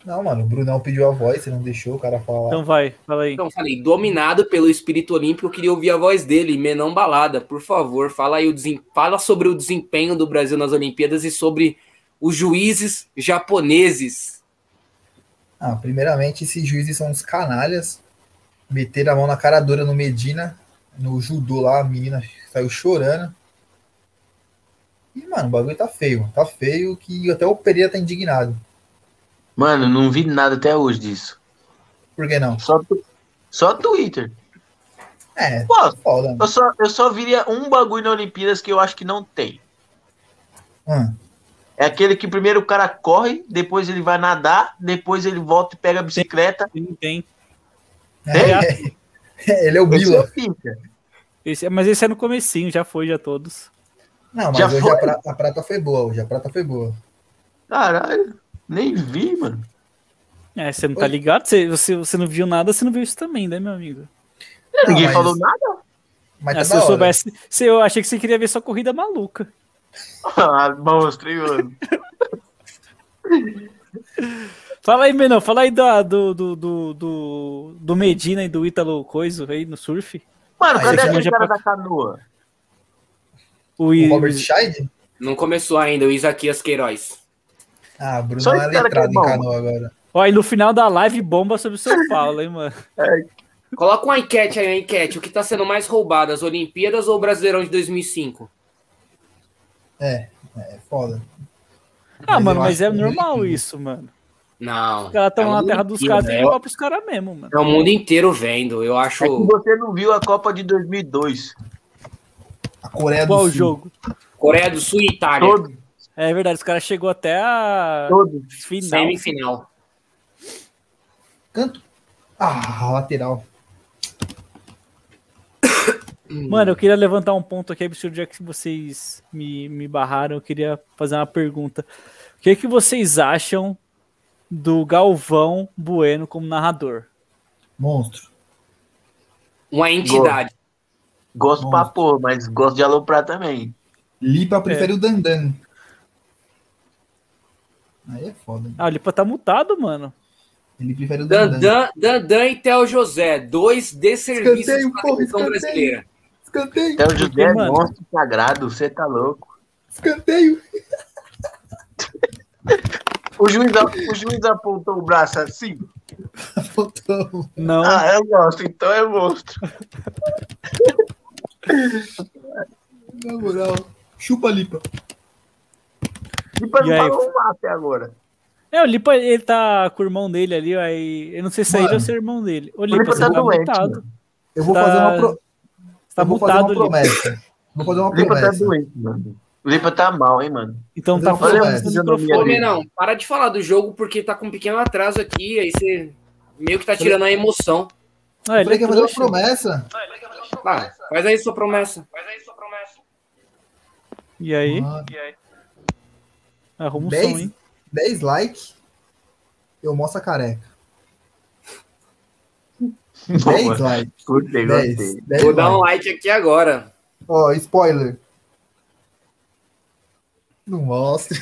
Speaker 1: Não, mano, o Brunão pediu a voz, você não deixou o cara falar.
Speaker 2: Então vai, fala aí.
Speaker 6: Então, falei, dominado pelo espírito olímpico, eu queria ouvir a voz dele, Menão Balada, por favor, fala aí o desem... fala sobre o desempenho do Brasil nas Olimpíadas e sobre os juízes japoneses.
Speaker 1: Ah, primeiramente, esses juízes são uns canalhas. Meteram a mão na cara dura no Medina, no judô lá, a menina saiu chorando. E, mano, o bagulho tá feio, mano. Tá feio que até o Pereira tá indignado.
Speaker 8: Mano, não vi nada até hoje disso.
Speaker 1: Por que não?
Speaker 8: Só, tu- só Twitter.
Speaker 1: É,
Speaker 8: Pô,
Speaker 1: foda, mano.
Speaker 8: eu só, eu só viria um bagulho na Olimpíadas que eu acho que não tem.
Speaker 1: Hum,
Speaker 8: É aquele que primeiro o cara corre, depois ele vai nadar, depois ele volta e pega a bicicleta.
Speaker 2: Não tem.
Speaker 1: é, ele é o
Speaker 8: Esse é
Speaker 1: Bila.
Speaker 8: o Fica.
Speaker 2: Esse- mas esse é no comecinho, já foi, já todos.
Speaker 1: Não, mas
Speaker 8: Já
Speaker 1: hoje
Speaker 8: foi?
Speaker 1: a, pra- a prata foi boa, hoje a prata foi boa.
Speaker 8: Caralho, nem vi, mano.
Speaker 2: É, você não tá ligado? Você, você, você não viu nada, você não viu isso também, né, meu amigo?
Speaker 1: Não,
Speaker 8: Ninguém
Speaker 1: mas-
Speaker 8: falou nada.
Speaker 1: Mas
Speaker 2: É,
Speaker 1: tá
Speaker 2: se eu
Speaker 1: da hora.
Speaker 2: soubesse. Se eu achei que você queria ver sua corrida maluca.
Speaker 8: Ah, monstro, hein, mano.
Speaker 2: Fala aí, Menão, fala aí da- do, do, do, do, do Medina e do Ítalo Coiso aí no surf.
Speaker 8: Mano,
Speaker 1: Ah,
Speaker 8: cadê
Speaker 1: esse
Speaker 8: aquele
Speaker 2: manja
Speaker 8: cara
Speaker 2: pra-
Speaker 8: da canoa?
Speaker 2: O,
Speaker 1: O
Speaker 2: I-
Speaker 1: Robert Scheid?
Speaker 6: Não começou ainda, o Isaquias Queiroz.
Speaker 1: Ah, o Brunão
Speaker 8: Só
Speaker 1: é
Speaker 8: esse cara que é
Speaker 1: letrado em
Speaker 8: bom,
Speaker 1: canoa agora.
Speaker 2: Ó, e no final da live bomba sobre o São Paulo, hein, mano?
Speaker 6: Coloca uma enquete aí, uma enquete. O que tá sendo mais roubado, as Olimpíadas ou o Brasileirão de 2005?
Speaker 1: É, é foda.
Speaker 2: Ah,
Speaker 1: Mas
Speaker 2: mano,
Speaker 1: eu
Speaker 2: mas
Speaker 1: acho
Speaker 2: é
Speaker 1: que-
Speaker 2: normal isso, mano.
Speaker 6: Não.
Speaker 2: Os caras
Speaker 6: É
Speaker 2: estão
Speaker 6: o
Speaker 2: na
Speaker 6: mundo
Speaker 2: terra dos
Speaker 6: inteiro,
Speaker 2: caras, tem
Speaker 6: né?
Speaker 2: que falar pros caras mesmo, mano.
Speaker 6: É o mundo inteiro vendo. Eu acho.
Speaker 8: É que você não viu a Copa de 2002.
Speaker 1: A Coreia
Speaker 2: Qual
Speaker 1: do
Speaker 2: o
Speaker 1: Sul.
Speaker 2: jogo?
Speaker 6: Coreia do Sul e Itália.
Speaker 8: Todo,
Speaker 2: É verdade, os caras chegou até a
Speaker 8: todo.
Speaker 2: final.
Speaker 6: Semifinal.
Speaker 1: Canto. Ah, lateral.
Speaker 2: Mano, eu queria levantar um ponto aqui absurdo, já que vocês me, me barraram. Eu queria fazer uma pergunta. O que, que vocês acham do Galvão Bueno como narrador?
Speaker 1: Monstro.
Speaker 6: Uma entidade.
Speaker 8: Gosto
Speaker 1: Bom.
Speaker 8: pra porra, mas gosto de aloprar também.
Speaker 1: Lipa prefere
Speaker 2: É.
Speaker 1: o Dandan. Aí é foda. né?
Speaker 2: Ah, o Lipa tá mutado, mano.
Speaker 1: Ele prefere o Dandan.
Speaker 6: Dandan, Dandan e Theo José, dois desserviços
Speaker 1: Escanteio,
Speaker 6: para a
Speaker 1: porra,
Speaker 6: seleção
Speaker 1: escanteio.
Speaker 6: brasileira.
Speaker 1: Escanteio,
Speaker 8: Até o José é
Speaker 2: mano.
Speaker 8: monstro sagrado, você tá louco.
Speaker 1: escanteio.
Speaker 8: O juiz, o juiz apontou o braço assim.
Speaker 1: Tá Faltou.
Speaker 2: Não,
Speaker 8: Ah, é monstro, então é monstro.
Speaker 1: Na moral. Chupa Lipa.
Speaker 8: Tipo,
Speaker 2: E
Speaker 8: não
Speaker 2: aí?
Speaker 8: falou um até agora.
Speaker 2: É, o Lipa, ele tá com o irmão dele ali, aí. Eu não sei se é
Speaker 1: Mano.
Speaker 2: ele ou se é o irmão dele. Ô,
Speaker 8: Lipa
Speaker 2: Lipa, você
Speaker 8: tá
Speaker 2: tá,
Speaker 8: doente,
Speaker 2: mutado.
Speaker 1: Eu vou
Speaker 2: Tá-
Speaker 1: fazer uma, pro...
Speaker 2: Você tá
Speaker 1: eu vou fazer um
Speaker 2: mutado,
Speaker 1: uma
Speaker 2: Lipa.
Speaker 1: promessa. Vou fazer uma
Speaker 8: O Lipa tá
Speaker 1: promessa.
Speaker 8: doente, mano. O Lipa tá mal, hein, mano.
Speaker 2: Então
Speaker 1: Mas
Speaker 2: tá
Speaker 1: eu vou fazer um
Speaker 2: falando
Speaker 1: uma
Speaker 2: no
Speaker 8: fisionomia
Speaker 6: Ô,
Speaker 8: dele.
Speaker 2: microfone.
Speaker 6: Menão, para de falar do jogo porque tá com um pequeno atraso aqui, aí você meio que tá tirando a emoção.
Speaker 2: Ah,
Speaker 1: Eu
Speaker 2: ele
Speaker 1: falei
Speaker 2: é
Speaker 1: que ia fazer um uma
Speaker 2: trouxa.
Speaker 1: promessa.
Speaker 6: Ah, faz aí sua promessa.
Speaker 2: E aí?
Speaker 1: Ah,
Speaker 2: Arruma um som,
Speaker 1: 10,
Speaker 2: hein?
Speaker 1: 10 likes, eu mostro a careca. 10
Speaker 8: então.
Speaker 1: likes.
Speaker 8: Gostei,
Speaker 1: 10.
Speaker 8: gostei.
Speaker 1: 10
Speaker 6: Vou dar um
Speaker 1: likes.
Speaker 6: like aqui agora.
Speaker 1: Ó, spoiler. Não mostre.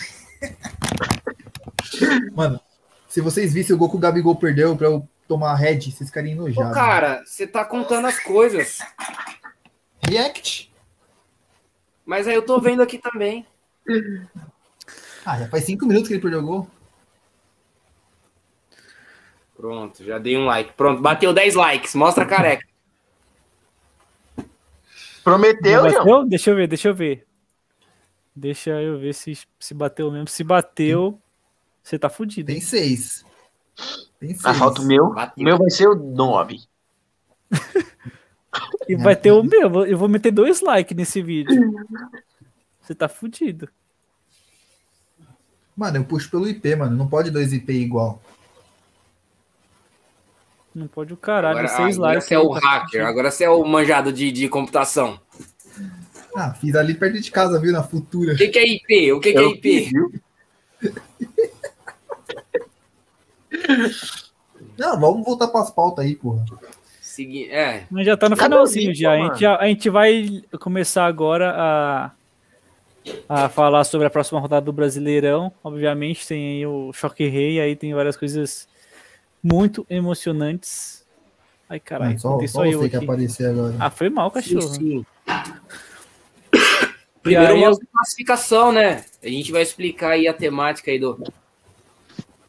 Speaker 1: Mano, se vocês vissem o Goku Gabigol perdeu pra eu tomar red, vocês ficariam
Speaker 6: Ô,
Speaker 1: enojados.
Speaker 6: cara, você tá contando as coisas.
Speaker 1: React.
Speaker 6: Mas aí eu tô vendo aqui também.
Speaker 1: Ah, já faz 5 minutos que ele perdeu o gol.
Speaker 6: Pronto, já dei um like. Pronto, bateu 10 likes. Mostra a careca.
Speaker 8: Prometeu,
Speaker 2: Não
Speaker 8: João.
Speaker 2: bateu? Deixa eu ver, deixa eu ver. Deixa eu ver se, se bateu mesmo. Se bateu, você tá fudido.
Speaker 1: Tem
Speaker 2: hein?
Speaker 1: 6. Tem 6.
Speaker 8: Ah, falta o meu. O
Speaker 6: Bateu.
Speaker 8: meu vai ser o 9.
Speaker 2: E vai ter o meu. Eu vou meter dois likes nesse vídeo. Você tá fudido.
Speaker 1: Mano, eu puxo pelo IP, mano. Não pode dois IP igual.
Speaker 2: Não pode o caralho.
Speaker 6: Agora,
Speaker 2: seis
Speaker 6: agora
Speaker 2: likes.
Speaker 6: você é
Speaker 2: aí,
Speaker 6: o
Speaker 2: tá
Speaker 6: hacker, agora você é o manjado de, de computação.
Speaker 1: Ah, fiz ali perto de casa, viu? Na futura.
Speaker 6: O que, que é IP? O que, que é
Speaker 8: Eu
Speaker 6: IP?
Speaker 1: Não, vamos voltar pras pautas aí, porra.
Speaker 6: Segui... É,
Speaker 2: Mas já tá no
Speaker 8: Cadê o
Speaker 2: finalzinho
Speaker 8: Vitor,
Speaker 2: já. A
Speaker 8: mano?
Speaker 2: gente, já- a gente vai começar agora a, a falar sobre a próxima rodada do Brasileirão. Obviamente tem aí o Choque Rei, aí tem várias coisas muito emocionantes. Ai, caralho,
Speaker 1: Mano, só
Speaker 2: tem
Speaker 1: só
Speaker 2: só eu
Speaker 1: você que
Speaker 2: aqui.
Speaker 1: aparecer agora.
Speaker 2: Ah, foi mal, cachorro.
Speaker 6: Primeiro
Speaker 2: aí
Speaker 6: mostra a classificação, né? A gente vai explicar aí a temática aí do,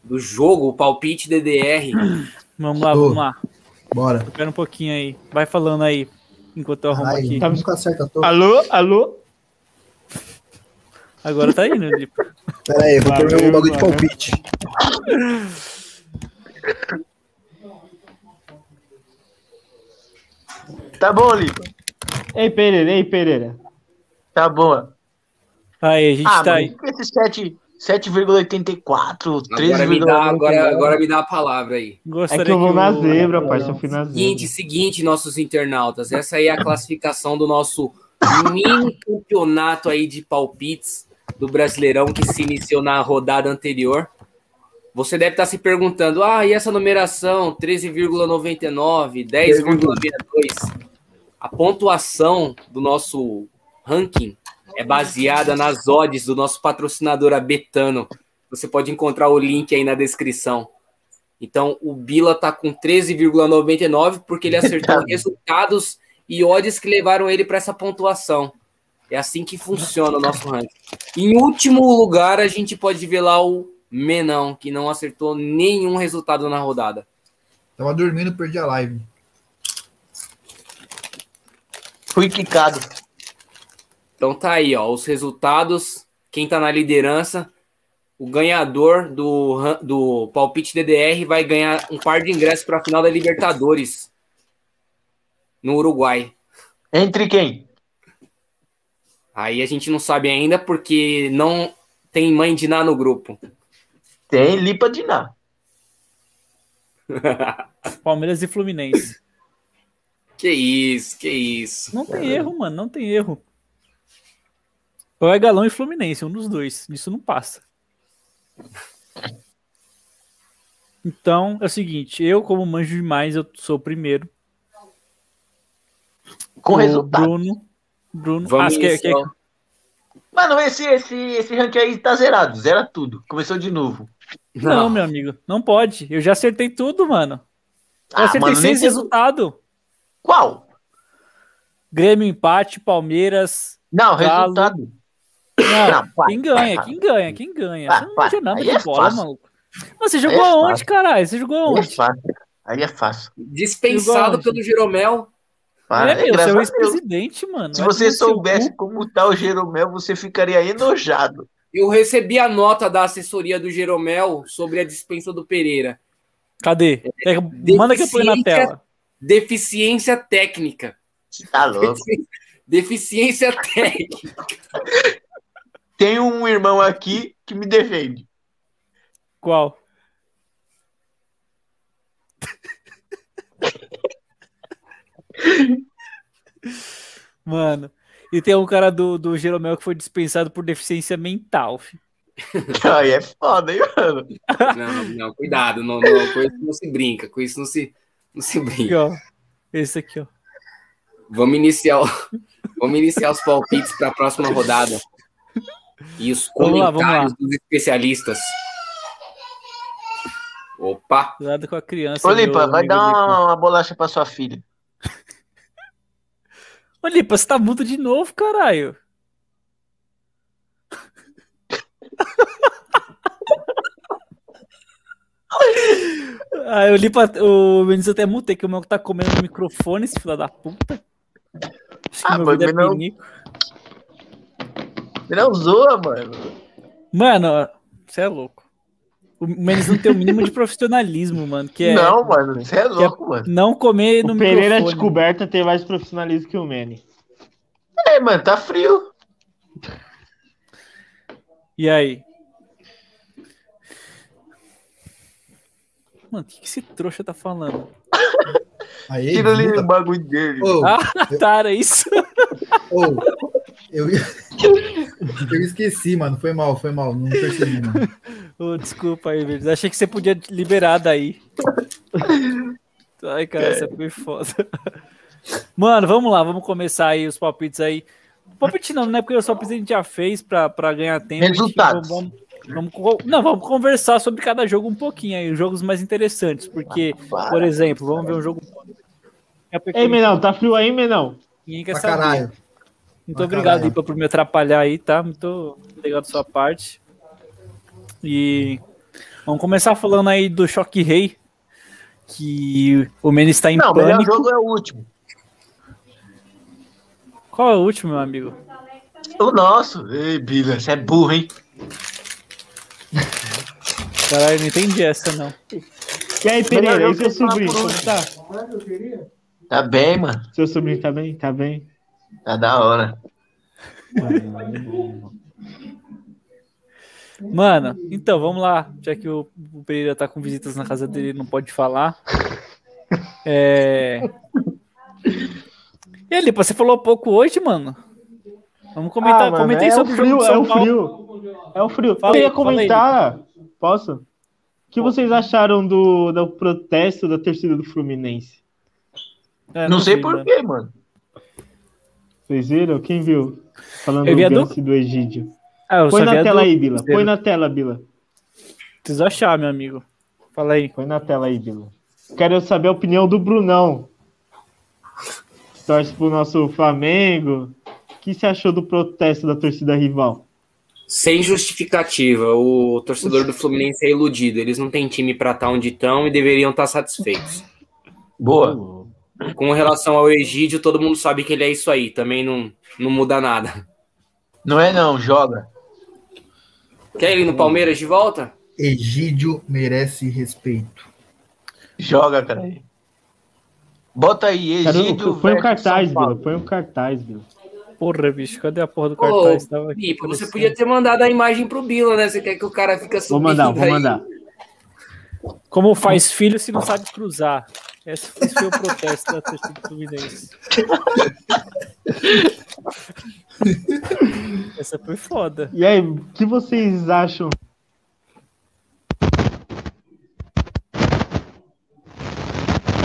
Speaker 6: do jogo, o palpite DDR.
Speaker 2: Vamos lá,
Speaker 1: Tô.
Speaker 2: vamos lá.
Speaker 1: Bora.
Speaker 2: Espera um pouquinho aí. Vai falando aí, enquanto eu arrumo
Speaker 1: Ai,
Speaker 2: aqui.
Speaker 1: nunca acerta todo.
Speaker 4: Alô, alô?
Speaker 2: Agora tá indo, Lipa.
Speaker 1: Pera aí, vou pôr
Speaker 4: Valeu,
Speaker 1: meu bagulho de
Speaker 4: valeu.
Speaker 1: palpite.
Speaker 8: Tá bom, Lipa.
Speaker 4: Ei, Pereira, ei, Pereira. É
Speaker 8: Tá bom.
Speaker 2: Aí, a gente
Speaker 8: Ah,
Speaker 2: tá
Speaker 8: mas
Speaker 2: aí.
Speaker 8: por que esse 7, 7,84,
Speaker 6: Agora me,
Speaker 8: 13,9.
Speaker 6: dá, agora, agora me dá a palavra aí.
Speaker 4: É
Speaker 2: Gostaria
Speaker 4: que eu vou
Speaker 2: que
Speaker 4: na
Speaker 2: o-
Speaker 4: zebra, parceiro. Eu fui na
Speaker 6: Seguinte,
Speaker 4: zebra.
Speaker 6: seguinte, nossos internautas. Essa aí é a classificação do nosso mini campeonato aí de palpites do Brasileirão que se iniciou na rodada anterior. Você deve estar se perguntando: ah, e essa numeração 13,99, 10,62? A pontuação do nosso ranking é baseada nas odds do nosso patrocinador, a Betano. Você pode encontrar o link aí na descrição. Então, o Bila tá com 13,99 porque ele acertou resultados e odds que levaram ele para essa pontuação. É assim que funciona o nosso ranking. Em último lugar, a gente pode ver lá o Menão, que não acertou nenhum resultado na rodada.
Speaker 1: Tava dormindo, perdi a live.
Speaker 8: Fui quicado.
Speaker 6: Então tá aí, ó, os resultados, quem tá na liderança, o ganhador do, ran- do palpite DDR vai ganhar um par de ingressos para a final da Libertadores no Uruguai.
Speaker 8: Entre quem?
Speaker 6: Aí a gente não sabe ainda porque não tem mãe de Ná no grupo.
Speaker 8: Tem Lipa de Ná.
Speaker 2: Palmeiras e Fluminense.
Speaker 6: Que isso, que isso.
Speaker 2: Não tem erro, mano, não tem erro. Ou é Galão e Fluminense, um dos dois. Isso não passa. Então, é o seguinte, eu como manjo demais, eu sou o primeiro.
Speaker 8: Com
Speaker 2: O
Speaker 8: resultado.
Speaker 2: Bruno, Bruno, ah,
Speaker 6: Vamos
Speaker 2: você quer- quer-
Speaker 6: então.
Speaker 8: Mano, esse, esse, esse ranking aí tá zerado, zera tudo. Começou de novo.
Speaker 2: Não, meu amigo, não pode. Eu já acertei tudo, mano. Eu
Speaker 8: Ah,
Speaker 2: acertei
Speaker 8: mano, nem
Speaker 2: seis
Speaker 8: tem-
Speaker 2: resultados.
Speaker 8: Qual?
Speaker 2: Grêmio empate, Palmeiras.
Speaker 8: Não,
Speaker 2: Galo.
Speaker 8: resultado.
Speaker 2: Não,
Speaker 8: Não, pá, é
Speaker 2: quem ganha,
Speaker 8: pá,
Speaker 2: quem ganha, quem ganha.
Speaker 8: pá,
Speaker 2: Você não
Speaker 8: pá.
Speaker 2: manja nada
Speaker 8: Aí
Speaker 2: de
Speaker 8: é
Speaker 2: bola,
Speaker 8: fácil.
Speaker 2: maluco. Mas você
Speaker 8: Aí
Speaker 2: jogou
Speaker 8: é
Speaker 2: aonde,
Speaker 8: fácil.
Speaker 2: caralho? Você jogou
Speaker 8: Aí é
Speaker 2: aonde?
Speaker 8: fácil. Aí é fácil.
Speaker 6: Dispensado
Speaker 2: Igual,
Speaker 6: pelo Jeromel.
Speaker 8: Fala,
Speaker 2: é, meu,
Speaker 8: graças
Speaker 2: você é o
Speaker 8: a Deus.
Speaker 2: ex-presidente, mano.
Speaker 8: Se
Speaker 2: Vai
Speaker 8: você
Speaker 2: tomar seu
Speaker 8: soubesse
Speaker 2: cu.
Speaker 8: como tá o Jeromel, você ficaria enojado.
Speaker 6: Eu recebi a nota da assessoria do Jeromel sobre a dispensa do Pereira.
Speaker 2: Cadê? É, manda que eu ponho na
Speaker 6: deficiência-
Speaker 2: tela.
Speaker 6: Deficiência técnica.
Speaker 8: Você tá louco.
Speaker 6: Deficiência técnica.
Speaker 8: Tem um irmão aqui que me defende.
Speaker 2: Qual? Mano, e tem um cara do, do Jeromel que foi dispensado por deficiência mental. fi.
Speaker 8: Aí é foda, hein, mano?
Speaker 6: Não, não, cuidado. Não, não, com isso não se brinca. Com isso não se, não se
Speaker 2: Aqui,
Speaker 6: brinca.
Speaker 2: ó. Esse aqui, ó.
Speaker 6: Vamos iniciar, o- vamos iniciar os palpites para a próxima rodada. E os
Speaker 2: Vamos lá,
Speaker 6: comentários
Speaker 2: vamos lá.
Speaker 6: dos especialistas. Opa!
Speaker 2: Do lado com a criança.
Speaker 8: Ô,
Speaker 2: meu
Speaker 8: Lipa, vai
Speaker 2: amigo
Speaker 8: dar
Speaker 2: Lipa.
Speaker 8: uma, uma bolacha pra sua filha.
Speaker 2: Ô, Lipa, você tá mudo de novo, caralho. Ah, o Lipa, o Vinícius até mutei que o meu tá comendo no microfone, esse filho da puta. Acho que
Speaker 8: Ah,
Speaker 2: meu
Speaker 8: mas
Speaker 2: ouvido é
Speaker 8: não-
Speaker 2: pinico.
Speaker 8: Não zoa, mano.
Speaker 2: Mano, ó, você é louco. O Mendes não tem o mínimo de profissionalismo, mano, que é
Speaker 8: Não, mano. Você é louco, mano.
Speaker 2: não comer no
Speaker 4: O Pereira
Speaker 2: microfone.
Speaker 4: descoberta tem mais profissionalismo que o Manny.
Speaker 8: É, mano, tá frio.
Speaker 2: E aí? Mano, o que, que esse trouxa tá falando?
Speaker 1: Aí,
Speaker 8: Tira ali
Speaker 1: puta.
Speaker 8: o bagulho dele.
Speaker 1: Ô,
Speaker 2: Ah, tá, é isso.
Speaker 1: ô, eu... eu esqueci, mano. Foi mal, foi mal. Não percebi, mano.
Speaker 2: Ô, desculpa aí, Verdes. Achei que você podia liberar daí. Ai, cara, você foi foda. Mano, vamos lá, vamos começar aí os palpites aí. Palpite não, né? Porque os palpites a gente já fez pra, pra ganhar tempo.
Speaker 8: Resultados.
Speaker 2: Então Vamos, vamos, co- não, vamos conversar sobre cada jogo um pouquinho aí, os jogos mais interessantes. Porque, por exemplo, vamos ver um jogo.
Speaker 4: Ei, Menão, tá frio aí, Menão?
Speaker 2: Ninguém quer
Speaker 1: Pra
Speaker 2: saber.
Speaker 1: caralho.
Speaker 2: Muito
Speaker 1: Pra
Speaker 2: obrigado,
Speaker 1: caralho.
Speaker 2: Ipa, por me atrapalhar aí, tá? Muito legal da sua parte. E vamos começar falando aí do Choque Rei, que o Menes está em
Speaker 8: Não, o melhor
Speaker 2: pânico.
Speaker 8: jogo é o último.
Speaker 2: Qual é o último, meu amigo?
Speaker 8: O nosso. Ei, Bila, você é burro, hein?
Speaker 2: Caralho, não entendi essa, não.
Speaker 4: E aí, Pereira,
Speaker 8: Melhor
Speaker 4: e seu
Speaker 8: jogo que
Speaker 4: sobrinho?
Speaker 8: eu
Speaker 4: Como tá?
Speaker 8: Tá bem, mano.
Speaker 4: Seu sobrinho tá bem? Tá bem.
Speaker 8: Tá da hora.
Speaker 2: Mano, então, vamos lá. Já que o, o Pereira tá com visitas na casa dele, não pode falar. É... E aí, Lipa, você falou pouco hoje, mano? Vamos comentar.
Speaker 4: Ah, mano,
Speaker 2: comentei
Speaker 4: é
Speaker 2: sobre
Speaker 4: o frio,
Speaker 2: o jogo de
Speaker 4: é
Speaker 2: São
Speaker 4: o
Speaker 2: Paulo.
Speaker 4: frio. É o frio.
Speaker 2: Fala
Speaker 4: eu
Speaker 2: aí,
Speaker 4: ia
Speaker 2: fala aí,
Speaker 4: comentar, posso? O que vocês acharam do, do protesto da torcida do Fluminense?
Speaker 2: É,
Speaker 8: Não sei
Speaker 2: vi, mano.
Speaker 8: porquê, mano.
Speaker 4: Vocês viram? Quem viu? Falando
Speaker 2: Eu vi a
Speaker 4: do
Speaker 2: do-
Speaker 4: Ganso e do Egídio.
Speaker 2: Ah, eu
Speaker 4: Põe
Speaker 2: só vi
Speaker 4: na
Speaker 2: a
Speaker 4: tela
Speaker 2: do-
Speaker 4: aí, Bila. Põe
Speaker 2: Cruzeiro.
Speaker 4: na tela, Bila.
Speaker 2: Preciso achar, meu amigo. Fala aí.
Speaker 4: Põe na tela aí, Bila. Quero saber a opinião do Brunão. Torce pro nosso Flamengo. O que você achou do protesto da torcida rival?
Speaker 6: Sem justificativa, o torcedor do Fluminense é iludido. Eles não têm time para estar onde estão e deveriam estar satisfeitos.
Speaker 8: Boa.
Speaker 6: Com relação ao Egídio, todo mundo sabe que ele é isso aí. Também não, não muda nada.
Speaker 8: Não é não, joga.
Speaker 6: Quer ele no Palmeiras de volta?
Speaker 1: Egídio merece respeito.
Speaker 8: Joga, cara. Bota aí,
Speaker 4: Quero-
Speaker 8: Egídio
Speaker 4: põe um
Speaker 8: versus
Speaker 4: cartaz,
Speaker 8: São Paulo.
Speaker 4: Bila. Põe um cartaz, Bila.
Speaker 2: Porra, bicho, cadê a porra do
Speaker 6: Ô,
Speaker 2: cartaz? Tava aqui
Speaker 6: Pipa, você
Speaker 2: aparecendo.
Speaker 6: podia ter mandado a imagem pro Bila, né? Você quer que o cara fica
Speaker 4: Vou
Speaker 6: subindo
Speaker 4: mandar, vou
Speaker 6: aí?
Speaker 4: mandar.
Speaker 2: Como faz filho se não sabe cruzar? Esse foi esse foi o protesto da torcida fluminense. Essa foi foda.
Speaker 4: E aí, o que vocês acham?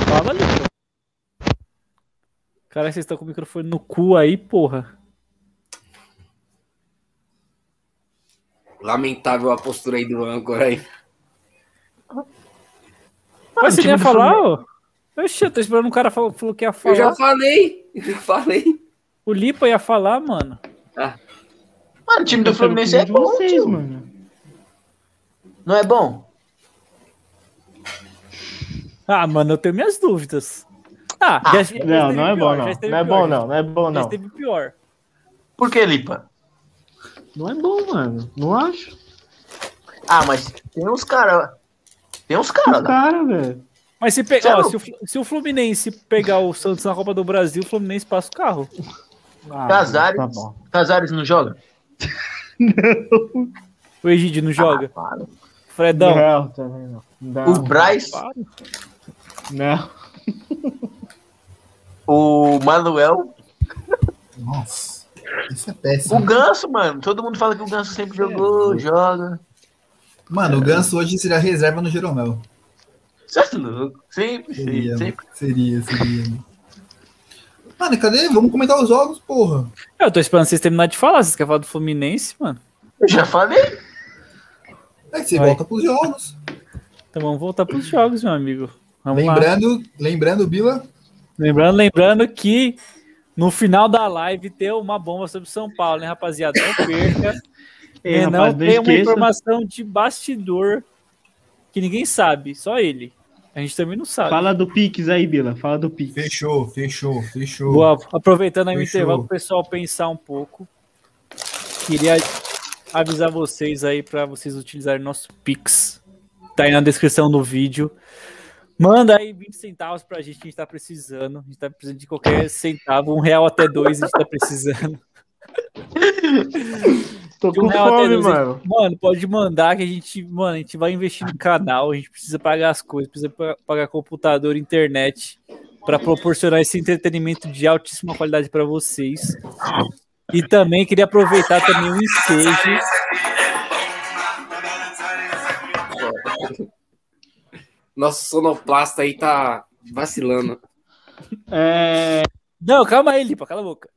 Speaker 2: Fala ali. pô. Cara, vocês estão com o microfone no cu aí, porra.
Speaker 6: Lamentável a postura aí do âncora aí. Ah,
Speaker 2: Mas você ia falar, ô? Oxi, eu tô esperando um cara falou, falou que ia
Speaker 6: Eu já
Speaker 2: falar.
Speaker 6: falei, eu já falei.
Speaker 2: O Lipa ia falar, mano.
Speaker 8: Mano, o time do Fluminense é
Speaker 4: de
Speaker 8: bom,
Speaker 4: vocês,
Speaker 8: tio.
Speaker 4: mano.
Speaker 8: Não é bom?
Speaker 2: Ah, mano, eu tenho minhas dúvidas. Ah, já- já
Speaker 4: Não,
Speaker 2: esteve
Speaker 4: não é
Speaker 2: pior,
Speaker 4: bom, não.
Speaker 2: já esteve
Speaker 4: Não é
Speaker 2: pior,
Speaker 4: bom, não. Não é bom,
Speaker 2: Já
Speaker 4: não.
Speaker 2: esteve pior.
Speaker 8: Por que, Lipa?
Speaker 4: Não é bom, mano. Não acho.
Speaker 8: Ah, mas tem uns caras. Tem uns caras. lá.
Speaker 4: Cara, velho.
Speaker 2: Mas se, pe...
Speaker 4: é
Speaker 8: Você
Speaker 2: ó,
Speaker 8: não-
Speaker 2: se, o, Flu- se o Fluminense pegar o Santos na Copa do Brasil, o Fluminense passa o carro.
Speaker 4: Ah,
Speaker 8: Casares.
Speaker 4: Tá bom.
Speaker 8: Casares não joga?
Speaker 2: O Egídio não joga.
Speaker 8: para.
Speaker 2: Fredão. Ah,
Speaker 4: Não, também não. Não,
Speaker 8: o Braz,
Speaker 2: para.
Speaker 4: não.
Speaker 8: o Manuel,
Speaker 1: Nossa, isso é
Speaker 8: o
Speaker 1: péssimo.
Speaker 8: Ganso, mano. Todo mundo fala que o Ganso sempre
Speaker 4: é
Speaker 8: jogou, joga.
Speaker 1: Mano, o Ganso hoje seria reserva no Jeromel.
Speaker 8: Você é louco? Sempre,
Speaker 4: é
Speaker 1: Seria,
Speaker 8: sempre. sempre.
Speaker 1: seria, seria. Mano, cadê? Vamos comentar os jogos, porra.
Speaker 2: Eu tô esperando vocês terminar de falar. Vocês querem falar do Fluminense, mano?
Speaker 8: Eu já falei.
Speaker 1: É que você
Speaker 2: Vai.
Speaker 1: volta pros jogos.
Speaker 2: Então vamos voltar pros jogos, meu amigo. Vamos lá.
Speaker 1: Lembrando, lembrando, Bila,
Speaker 2: Lembrando, lembrando que no final da live tem uma bomba sobre São Paulo, né, rapaziada? Não perca.
Speaker 4: Ei,
Speaker 2: Renan
Speaker 4: rapaz, não
Speaker 2: É, tem uma
Speaker 4: esqueça.
Speaker 2: informação de bastidor que ninguém sabe, só ele. A gente também não sabe.
Speaker 4: Fala do Pix aí, Bila. Fala do Pix.
Speaker 1: fechou, fechou, fechou.
Speaker 2: Boa, aproveitando aí o
Speaker 1: Fechou.
Speaker 2: intervalo para o pessoal pensar um pouco. Queria avisar vocês aí para vocês utilizarem nosso Pix. Tá aí na descrição do vídeo. Manda aí 20 centavos pra gente, que a gente tá precisando. A gente tá precisando de qualquer centavo, um real até dois, a gente tá precisando.
Speaker 4: Tô
Speaker 2: De um
Speaker 4: com
Speaker 2: real até
Speaker 4: fome,
Speaker 2: dois, a gente-
Speaker 4: mano.
Speaker 2: Mano, pode mandar que a gente, mano, a gente vai investir no canal, a gente precisa pagar as coisas, precisa pa- pagar computador, internet, para proporcionar esse entretenimento de altíssima qualidade para vocês. E também queria aproveitar também o ensejo.
Speaker 6: Nosso sonoplasta aí tá vacilando.
Speaker 4: É...
Speaker 2: Não, calma aí, Lipa, cala a boca.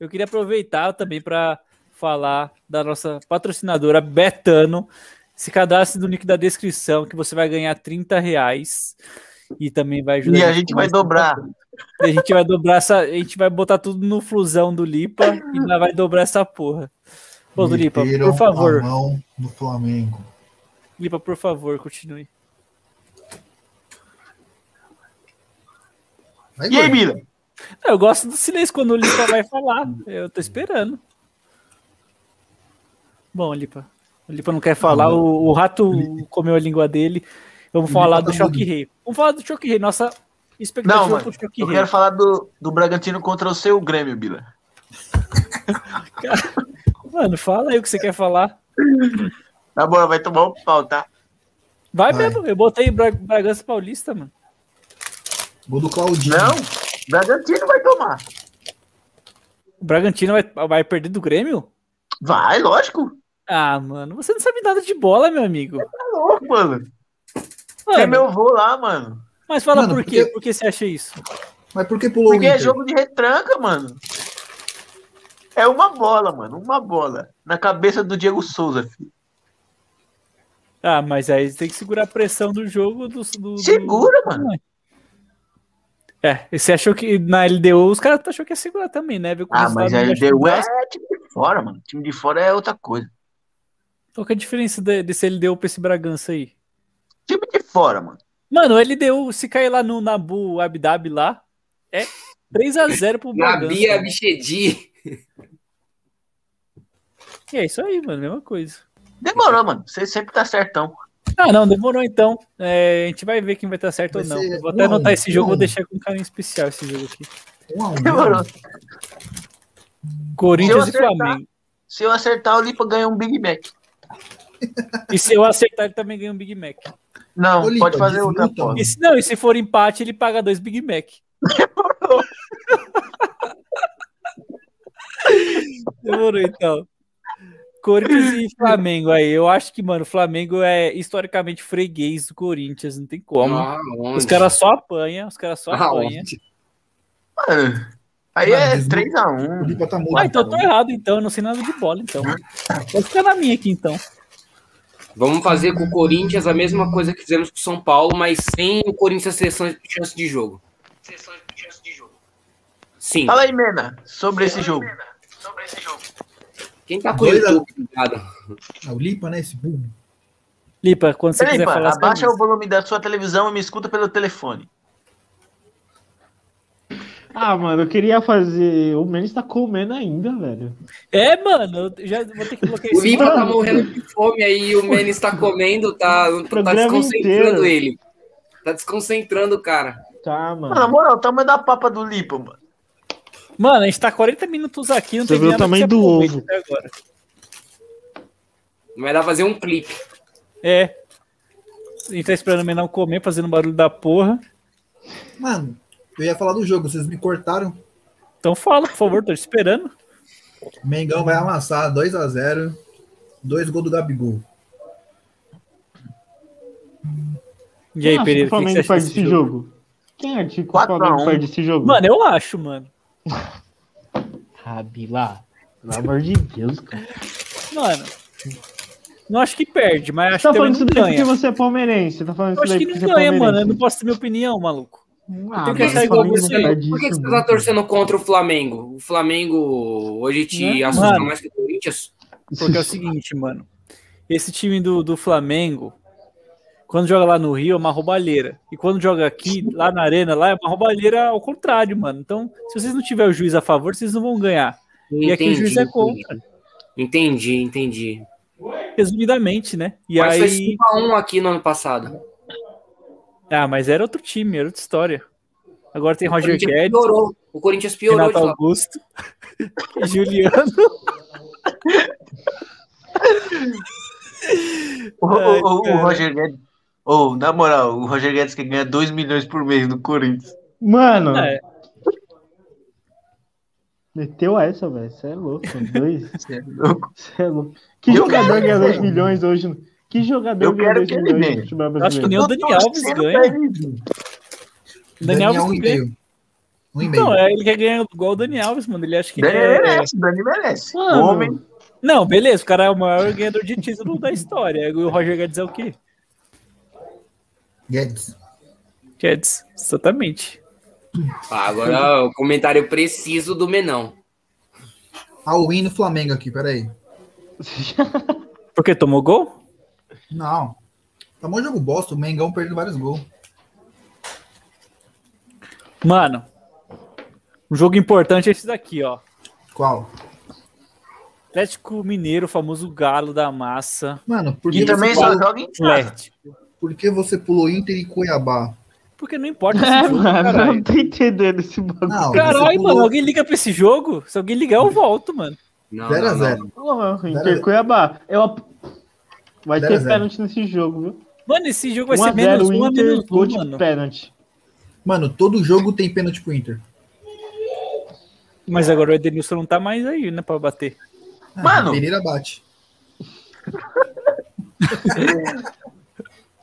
Speaker 2: Eu queria aproveitar também para falar da nossa patrocinadora Betano. Se cadastre no link da descrição que você vai ganhar 30 reais e também vai
Speaker 4: é
Speaker 2: ajudar
Speaker 8: E a
Speaker 2: com
Speaker 8: gente vai
Speaker 2: mais
Speaker 8: dobrar.
Speaker 2: E a gente vai dobrar essa. A gente vai botar tudo no flusão do Lipa e nós vai dobrar essa porra. Ô, do Lipa,
Speaker 1: Meteram
Speaker 2: por favor.
Speaker 1: A mão do Flamengo.
Speaker 2: Lipa, por favor, continue.
Speaker 1: Vai,
Speaker 4: é
Speaker 8: E aí,
Speaker 1: Gordo.
Speaker 8: Mila?
Speaker 2: Ah, Eu gosto do silêncio quando o Lipa vai falar. Eu tô esperando. Bom, Lipa. O Lipa não quer falar, o, o rato comeu a língua dele. Vamos
Speaker 1: Lipa
Speaker 2: falar
Speaker 1: tá
Speaker 2: do Choque
Speaker 1: mudo.
Speaker 2: Rei. Vamos falar do Choque Rei, nossa
Speaker 8: Não,
Speaker 2: expectativa
Speaker 8: mano.
Speaker 2: pro Choque
Speaker 8: Eu
Speaker 2: Rei.
Speaker 8: quero falar do, do Bragantino contra o seu Grêmio, Bila.
Speaker 2: Mano, fala aí o que você quer falar.
Speaker 8: Na boa, vai tomar um pau, tá?
Speaker 2: Vai,
Speaker 1: Vai.
Speaker 2: mesmo, eu botei Bra- Bragança Paulista, mano.
Speaker 1: Gol do Claudinho.
Speaker 8: Não. Bragantino vai tomar.
Speaker 2: O Bragantino vai, vai perder do Grêmio?
Speaker 8: Vai, lógico.
Speaker 2: Ah, mano, você não sabe nada de bola, meu amigo.
Speaker 8: Tá louco, mano. É
Speaker 2: Mano,
Speaker 8: meu vô lá, mano.
Speaker 2: Mas fala
Speaker 1: Mano,
Speaker 2: por quê?
Speaker 1: porque-
Speaker 2: Por que você acha isso?
Speaker 1: Mas por que pulou
Speaker 8: Porque
Speaker 1: o
Speaker 8: é
Speaker 1: Inter?
Speaker 8: jogo de retranca, mano. É uma bola, mano. Uma bola. Na cabeça do Diego Souza. filho.
Speaker 2: Ah, mas aí você tem que segurar a pressão do jogo do. do- do-
Speaker 8: Segura, mano.
Speaker 2: É, e você achou que na LDU os caras achou que ia segurar também, né? Viu que tá. o
Speaker 8: Ah,
Speaker 2: resultado
Speaker 8: mas
Speaker 2: não
Speaker 8: aí
Speaker 2: ia
Speaker 8: deu
Speaker 2: ajudar.
Speaker 8: é time de fora, mano. Time de fora é outra coisa.
Speaker 2: Qual que é a diferença de- desse LDU pra esse Bragança aí?
Speaker 8: Time de fora, mano.
Speaker 2: Mano, o LDU, se cair lá no Nabu Abdab lá, é 3x0 pro
Speaker 6: Na
Speaker 2: Bragança.
Speaker 6: Bia
Speaker 2: né?
Speaker 6: Bichedi.
Speaker 2: É isso aí, mano, mesma coisa.
Speaker 8: Demorou, mano. Você sempre tá certão.
Speaker 2: Ah, não, demorou então. É, a gente vai ver quem vai estar certo ou
Speaker 1: Vai
Speaker 2: não.
Speaker 1: ser
Speaker 2: Vou até
Speaker 1: um a um,
Speaker 2: anotar esse
Speaker 1: um
Speaker 2: jogo,
Speaker 1: a
Speaker 2: vou
Speaker 1: um.
Speaker 2: deixar com um carinho especial esse jogo aqui.
Speaker 1: Um a um,
Speaker 8: Demorou.
Speaker 2: Corinthians
Speaker 8: Se
Speaker 2: e
Speaker 8: eu acertar-
Speaker 2: Flamengo.
Speaker 8: Se eu acertar, o Lipa ganha um Big Mac.
Speaker 2: E se eu acertar, ele também ganha um Big Mac.
Speaker 8: Não,
Speaker 1: Ô, Lipa,
Speaker 8: pode fazer outra
Speaker 1: desmuta,
Speaker 8: porra.
Speaker 2: E se, não, e se for empate, ele paga dois Big Mac. Demorou, então. Corinthians e Flamengo aí. Eu acho que, mano, o Flamengo é historicamente freguês do Corinthians, não tem como.
Speaker 6: Ah,
Speaker 2: os caras só apanham, os caras
Speaker 8: Ah,
Speaker 2: só apanham.
Speaker 8: Mano, aí
Speaker 1: Mano,
Speaker 8: é
Speaker 1: desmuta.
Speaker 8: três a um.
Speaker 1: O Lipa tá muito.
Speaker 2: Ah, então eu tô errado, então. Eu não sei nada de bola, então. Vou ficar na minha aqui, então.
Speaker 6: Vamos fazer com o Corinthians a mesma coisa que fizemos com o São Paulo, mas sem o Corinthians ter chance- chance de jogo. Sim.
Speaker 8: Fala aí, Mena, sobre esse jogo.
Speaker 6: Quem tá com o
Speaker 1: Dois a-
Speaker 6: YouTube ligado?
Speaker 1: Ah, o Lipa, né? Esse burro.
Speaker 2: Lipa, quando você quiser
Speaker 8: Felipe,
Speaker 2: falar. você
Speaker 8: abaixa
Speaker 2: avisa.
Speaker 8: o volume da sua televisão e me escuta pelo telefone.
Speaker 4: Ah, mano, eu queria fazer. O Menes tá comendo ainda, velho.
Speaker 2: É, mano, eu já vou ter que bloquear
Speaker 6: O
Speaker 2: isso.
Speaker 6: Lipa tá morrendo de fome aí, o Menes tá comendo, tá, tá
Speaker 4: programa
Speaker 6: desconcentrando
Speaker 4: inteiro.
Speaker 6: ele. Tá desconcentrando o cara.
Speaker 4: Tá,
Speaker 8: Mano, na
Speaker 4: mano.
Speaker 8: moral, o tamanho da papa do Lipa, mano.
Speaker 2: Mano, a gente tá 40 minutos aqui, não
Speaker 4: Você
Speaker 2: tem
Speaker 4: viu o
Speaker 2: nada que
Speaker 4: tamanho
Speaker 2: se
Speaker 4: do
Speaker 2: aproveite
Speaker 4: ovo.
Speaker 2: até agora.
Speaker 6: Vai dar pra fazer um clipe.
Speaker 2: É. A gente tá esperando o Menão comer, fazendo barulho da porra.
Speaker 1: Mano, eu ia falar do jogo, vocês me cortaram.
Speaker 2: Então fala, por favor, tô te esperando.
Speaker 1: Mengão vai amassar 2x0. Dois gols do Gabigol.
Speaker 2: E
Speaker 4: Quem
Speaker 2: aí,
Speaker 4: acha
Speaker 2: Pereira, o
Speaker 4: que o
Speaker 2: que, que você
Speaker 4: Flamengo
Speaker 2: acha
Speaker 4: perde
Speaker 2: desse
Speaker 4: Ah, esse
Speaker 2: jogo? um.
Speaker 4: jogo? Quem acha que o
Speaker 8: 4 a
Speaker 4: Flamengo
Speaker 8: 1.
Speaker 4: perde esse jogo?
Speaker 2: Mano, eu acho, mano.
Speaker 4: Ah, Bila, pelo amor de Deus, cara.
Speaker 2: Mano. Não acho que perde, mas acho
Speaker 4: Você tá
Speaker 2: que também
Speaker 4: falando isso
Speaker 2: não
Speaker 4: daí porque
Speaker 2: ganha.
Speaker 4: você é palmeirense. Você tá falando
Speaker 2: Eu
Speaker 4: isso
Speaker 2: acho
Speaker 4: daí
Speaker 2: que
Speaker 4: porque
Speaker 2: não
Speaker 4: você é
Speaker 2: ganha, mano. Eu
Speaker 4: palmeirense.
Speaker 2: não posso ter minha opinião, maluco.
Speaker 4: Ah,
Speaker 2: Eu
Speaker 6: Por que,
Speaker 2: quero
Speaker 4: mas
Speaker 6: você,
Speaker 2: sair
Speaker 4: o
Speaker 2: igual
Speaker 4: Flamengo
Speaker 2: você.
Speaker 4: não perde
Speaker 6: por que
Speaker 4: isso,
Speaker 6: você tá
Speaker 2: né?
Speaker 4: mano.
Speaker 6: torcendo contra o Flamengo? O Flamengo hoje te
Speaker 2: Não,
Speaker 6: assusta
Speaker 2: Né? mano.
Speaker 6: mais que o Corinthians?
Speaker 2: Porque é o seguinte, mano. Esse time do, do Flamengo, quando joga lá no Rio, é uma roubalheira. E quando joga aqui, lá na arena, lá é uma roubalheira ao contrário, mano. Então, se vocês não tiverem o juiz a favor, vocês não vão ganhar. E aqui o juiz é contra.
Speaker 6: Entendi, entendi.
Speaker 2: Resumidamente, né? E
Speaker 6: Mas foi
Speaker 2: aí.
Speaker 6: 5x1 aqui no ano passado.
Speaker 2: Ah, mas era outro time, era outra história. Agora tem Roger
Speaker 6: Corinthians
Speaker 2: Guedes,
Speaker 6: piorou. O Corinthians piorou
Speaker 2: Renato
Speaker 6: de lá.
Speaker 2: Augusto, Juliano.
Speaker 8: O,
Speaker 2: Ai,
Speaker 8: o- o- o
Speaker 2: cara.
Speaker 8: Roger Guedes. Ô, na moral, o Roger Guedes que ganha 2 milhões por mês no Corinthians.
Speaker 4: Mano,
Speaker 2: Ah, é.
Speaker 4: meteu essa, velho. Você é louco. mano. Dois.
Speaker 1: Cê é
Speaker 4: Você é louco. Que
Speaker 8: Eu
Speaker 4: jogador
Speaker 8: quero,
Speaker 4: ganha 2
Speaker 8: mano.
Speaker 4: milhões hoje? no- Que jogador
Speaker 8: Eu
Speaker 4: ganha
Speaker 8: quero
Speaker 4: 2
Speaker 8: que ele
Speaker 4: milhões
Speaker 8: ganhe.
Speaker 4: no futebol
Speaker 2: Acho que nem
Speaker 4: brasileiro?
Speaker 2: o
Speaker 8: Eu tô
Speaker 2: Dani Alves
Speaker 8: torcendo
Speaker 2: ganha.
Speaker 8: pra ele vir.
Speaker 2: Daniel Alves
Speaker 1: um e
Speaker 2: que ganha.
Speaker 1: meio. Um e meio.
Speaker 8: Então
Speaker 2: Não, é, ele quer ganhar igual o Dani Alves, mano. Ele acha que.
Speaker 8: Dani
Speaker 2: ele é-
Speaker 8: merece, Dani merece.
Speaker 4: Mano.
Speaker 8: Homem.
Speaker 2: Não, beleza, o cara é o maior ganhador de título da história. E o Roger Guedes é o quê?
Speaker 1: Guedes.
Speaker 2: Guedes, exatamente.
Speaker 6: Ah, agora o comentário preciso do Menão.
Speaker 1: Alwin Ah, no Flamengo aqui, peraí.
Speaker 2: Porque tomou gol?
Speaker 1: Não. Tá bom jogo bosta, o Mengão perdendo vários gols.
Speaker 2: Mano, um jogo importante é esse daqui, ó.
Speaker 1: Qual?
Speaker 2: Atlético Mineiro, o famoso galo da massa.
Speaker 1: Mano, por que,
Speaker 8: E
Speaker 1: você
Speaker 8: também só
Speaker 1: pulou,
Speaker 8: joga em casa.
Speaker 2: Atlético.
Speaker 1: por que você pulou Inter e Cuiabá?
Speaker 2: Porque não importa
Speaker 4: É,
Speaker 2: esse jogo,
Speaker 4: mano, eu
Speaker 2: caralho.
Speaker 4: não tô entendendo esse bagulho.
Speaker 1: Não, você
Speaker 2: Caralho, mano,
Speaker 1: pulou
Speaker 2: alguém liga pra esse jogo? Se alguém ligar, eu volto, mano.
Speaker 6: Não, não,
Speaker 1: 0x0.
Speaker 6: não.
Speaker 4: Porra,
Speaker 1: Zero a
Speaker 4: Inter
Speaker 1: zero.
Speaker 4: Cuiabá. Eu ap- Vai
Speaker 1: Zero a
Speaker 4: ter
Speaker 1: zero.
Speaker 4: pênalti nesse jogo, viu?
Speaker 2: Mano, esse jogo vai
Speaker 4: 1 a
Speaker 2: ser
Speaker 4: 0
Speaker 2: menos
Speaker 4: o
Speaker 2: um a
Speaker 4: Inter,
Speaker 2: menos
Speaker 4: gol
Speaker 2: um,
Speaker 4: de
Speaker 2: mano.
Speaker 4: pênalti.
Speaker 1: Mano, todo jogo tem pênalti pro Inter.
Speaker 2: Mas agora o Edenilson não tá mais aí, né, pra bater.
Speaker 1: Ah,
Speaker 8: Mano.
Speaker 1: Pereira bate.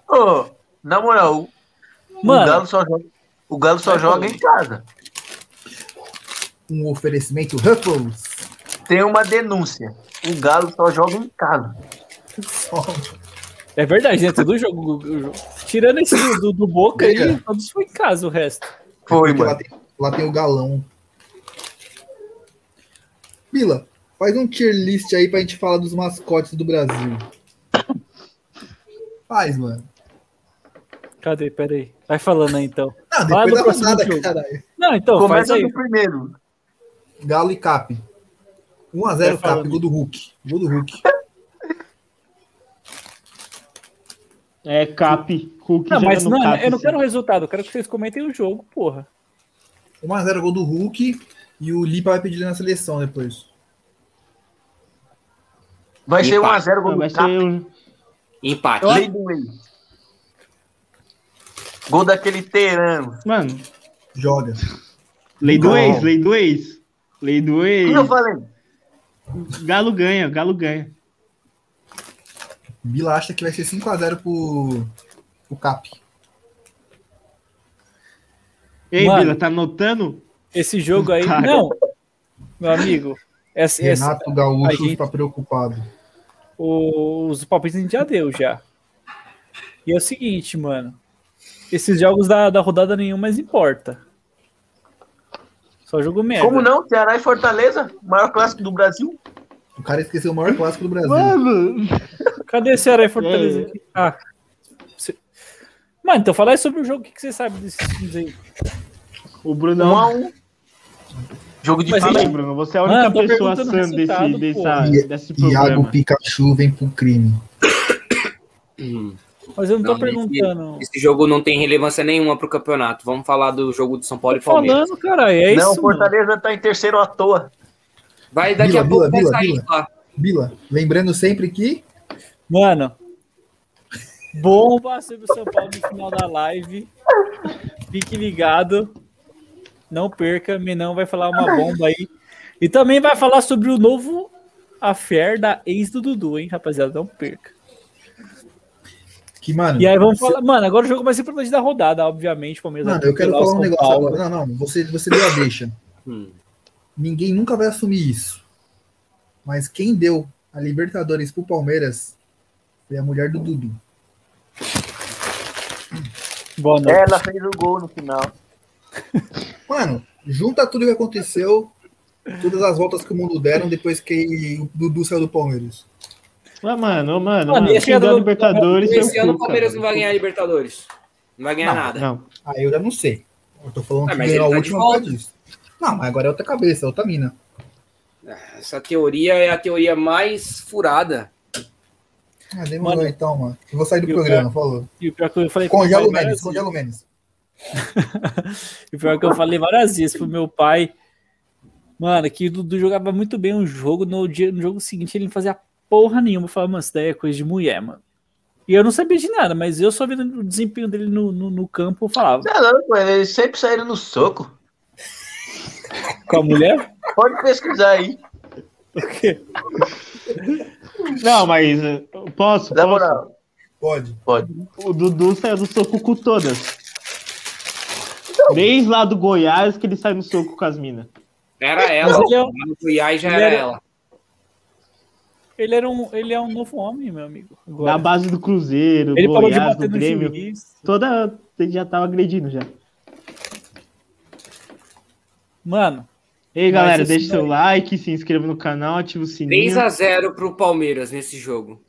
Speaker 8: Ô, na moral, o- o
Speaker 2: Mano,
Speaker 8: Galo só joga, o Galo só joga em casa.
Speaker 1: Um oferecimento Ruffles.
Speaker 8: Tem uma denúncia. O Galo só joga em casa.
Speaker 1: Só.
Speaker 2: é verdade, né? Todo jogo. o jogo- Tirando esse do, do, do Boca aí, todos foi em casa o resto.
Speaker 8: Foi,
Speaker 1: Porque lá
Speaker 8: mano.
Speaker 1: tem, lá tem o galão. Bila, faz um tier list aí pra gente falar dos mascotes do Brasil. Faz, mano.
Speaker 2: Cadê? Pera aí. Vai falando aí então.
Speaker 1: Ah,
Speaker 2: Vai
Speaker 1: depois
Speaker 2: no
Speaker 1: da
Speaker 2: próximo
Speaker 1: rodada,
Speaker 2: jogo.
Speaker 1: caralho.
Speaker 2: Não, então, faz
Speaker 8: Começa
Speaker 2: aí.
Speaker 8: do primeiro.
Speaker 1: Galo e Cap.
Speaker 2: Vai
Speaker 1: 1x0 Cap,
Speaker 2: falando.
Speaker 1: gol do Hulk. Gol do Hulk.
Speaker 4: É, Cap, Hulk
Speaker 2: Não,
Speaker 4: joga
Speaker 2: mas
Speaker 4: no
Speaker 2: não,
Speaker 4: Cap,
Speaker 2: eu não
Speaker 4: sim.
Speaker 2: quero o resultado, eu quero que vocês comentem o jogo, porra.
Speaker 1: 1x0 gol do Hulk. E o Lipa vai pedir ele na seleção depois.
Speaker 8: Vai ser
Speaker 6: Epa.
Speaker 8: 1x0
Speaker 4: Ah,
Speaker 8: gol
Speaker 4: vai
Speaker 8: do Cap.
Speaker 4: ser um...
Speaker 6: Empate.
Speaker 8: Lei do Whey. Gol daquele Terano.
Speaker 4: Mano,
Speaker 1: Joga.
Speaker 4: lei do
Speaker 8: Não.
Speaker 4: ex, lei do ex. Lei do
Speaker 8: O
Speaker 4: ex.
Speaker 8: que eu falei?
Speaker 4: Galo ganha, Galo ganha.
Speaker 1: Bila acha que vai ser 5x0 pro, pro Cap.
Speaker 4: Ei,
Speaker 2: Mano.
Speaker 4: Vila, tá anotando?
Speaker 2: Esse jogo aí.
Speaker 4: Cara.
Speaker 2: Não, meu amigo. Essa, essa-
Speaker 1: Renato Gaúcho
Speaker 2: gente-
Speaker 1: tá preocupado.
Speaker 2: os palpites a gente já deu já. E é o seguinte, mano. Esses jogos da, da rodada nenhuma mais importa. Só jogo merda.
Speaker 8: Como não? Ceará e Fortaleza, maior clássico do Brasil.
Speaker 1: O cara esqueceu o maior clássico do Brasil.
Speaker 4: Mano,
Speaker 2: Cadê Ceará e Fortaleza?
Speaker 4: É.
Speaker 2: aqui? Ah. cê- Mano, então fala aí sobre o jogo. O que, que você sabe desses times aí?
Speaker 4: o
Speaker 8: Um a
Speaker 4: Brunão.
Speaker 8: um. Jogo de
Speaker 2: Mas
Speaker 4: Fala
Speaker 8: pênalti.
Speaker 4: aí, Bruno. Você é a
Speaker 2: Ah,
Speaker 4: única
Speaker 2: eu tô
Speaker 4: pessoa
Speaker 2: perguntando o
Speaker 4: sã desse,
Speaker 2: resultado,
Speaker 4: dessa,
Speaker 1: pô.
Speaker 4: desse
Speaker 1: Iago
Speaker 4: programa.
Speaker 1: Pikachu vem pro crime.
Speaker 2: Mas eu não tô
Speaker 6: Não, é mas
Speaker 2: perguntando.
Speaker 6: Esse jogo não tem relevância nenhuma pro campeonato. Vamos falar do jogo de São Paulo
Speaker 2: Tô
Speaker 6: e Palmeiras.
Speaker 2: falando, cara. É
Speaker 8: não,
Speaker 2: isso. mano.
Speaker 8: Fortaleza tá em terceiro à toa.
Speaker 6: Vai, daqui
Speaker 1: Vila,
Speaker 6: a pouco
Speaker 1: Vila,
Speaker 6: vai
Speaker 1: Vila,
Speaker 6: sair
Speaker 1: Vila.
Speaker 6: lá.
Speaker 1: Bila, lembrando sempre que
Speaker 2: Mano, bomba sobre o São Paulo no final da live. Fique ligado. Não perca. Menão vai falar uma bomba aí. E também vai falar sobre o novo affair da ex do Dudu, hein, rapaziada? Não perca.
Speaker 1: que mano,
Speaker 2: E aí vamos falar. Mano, agora o jogo mais importante da rodada, obviamente. Palmeiras
Speaker 1: mano,
Speaker 2: vai
Speaker 1: eu quero
Speaker 2: pegar o
Speaker 1: falar um
Speaker 2: São
Speaker 1: negócio
Speaker 2: Paulo.
Speaker 1: agora. Não, não, você você deu a deixa.
Speaker 6: Hum.
Speaker 1: Ninguém nunca vai assumir isso. Mas quem deu a Libertadores pro Palmeiras foi a mulher do Dudu.
Speaker 2: Boa
Speaker 1: É,
Speaker 2: noite.
Speaker 8: É, Ela fez o gol no final.
Speaker 1: Mano, junta tudo que aconteceu, todas as voltas que o mundo deram depois que o Dudu saiu do Palmeiras.
Speaker 4: Mas, mano, ô, mano,
Speaker 2: Mano,
Speaker 4: mano,
Speaker 2: esse
Speaker 4: quem
Speaker 2: ano-
Speaker 4: dá Libertadores
Speaker 6: Esse
Speaker 4: é o
Speaker 6: ano
Speaker 4: cu,
Speaker 6: o Palmeiras
Speaker 4: cara.
Speaker 6: não vai ganhar a Libertadores. Não vai ganhar nada.
Speaker 4: Não,
Speaker 1: Aí Ah, eu já não sei. Eu tô falando
Speaker 6: Ah,
Speaker 1: que
Speaker 6: mas
Speaker 1: ganhou a
Speaker 6: ele tá de
Speaker 1: última por causa
Speaker 6: volta.
Speaker 1: disso. Não, mas agora é outra cabeça, outra mina.
Speaker 6: Essa teoria é a teoria mais furada.
Speaker 1: Ah, demorou
Speaker 2: Mano.
Speaker 1: então, mano. Eu vou sair do
Speaker 2: E o
Speaker 1: programa, falou.
Speaker 2: E o pior que eu falei pro
Speaker 1: Congela o
Speaker 2: Palmeiras-
Speaker 1: Menes, congela o Menes.
Speaker 2: E pior que eu falei várias vezes pro meu pai, mano, que o Dudu jogava muito bem um jogo, no, dia, no jogo seguinte ele não fazia porra nenhuma. Eu falava, mano, isso daí é coisa de mulher, mano. E eu não sabia de nada, mas eu só vendo o desempenho dele no, no, no campo, eu falava,
Speaker 8: Tá louco, velho, eles sempre saíram no soco.
Speaker 2: com a mulher?
Speaker 8: Pode pesquisar aí.
Speaker 4: não mas eh, posso,
Speaker 8: Na
Speaker 4: posso.
Speaker 8: moral,
Speaker 1: Pode.
Speaker 8: pode.
Speaker 4: O Dudu saiu do soco com todas. Desde lá do Goiás que ele sai no soco com as minas.
Speaker 6: Era
Speaker 2: Mas
Speaker 6: ela.
Speaker 2: ele é, um-
Speaker 6: Lá no Goiás já
Speaker 2: Ele
Speaker 6: era
Speaker 2: era-
Speaker 6: ela.
Speaker 2: ele, era um, ele é um novo homem, meu amigo. agora.
Speaker 4: Na base do Cruzeiro,
Speaker 2: ele parou de
Speaker 4: Goiás,
Speaker 2: bater
Speaker 4: do
Speaker 2: no
Speaker 4: Grêmio.
Speaker 2: juiz.
Speaker 4: Toda. Ele já tava agredindo já.
Speaker 2: Mano,
Speaker 4: Ei,
Speaker 2: Mas
Speaker 4: galera,
Speaker 2: isso
Speaker 4: deixa o seu
Speaker 2: daí-
Speaker 4: like, se inscreva no canal, ativa o sininho.
Speaker 6: 3x0 pro Palmeiras nesse jogo.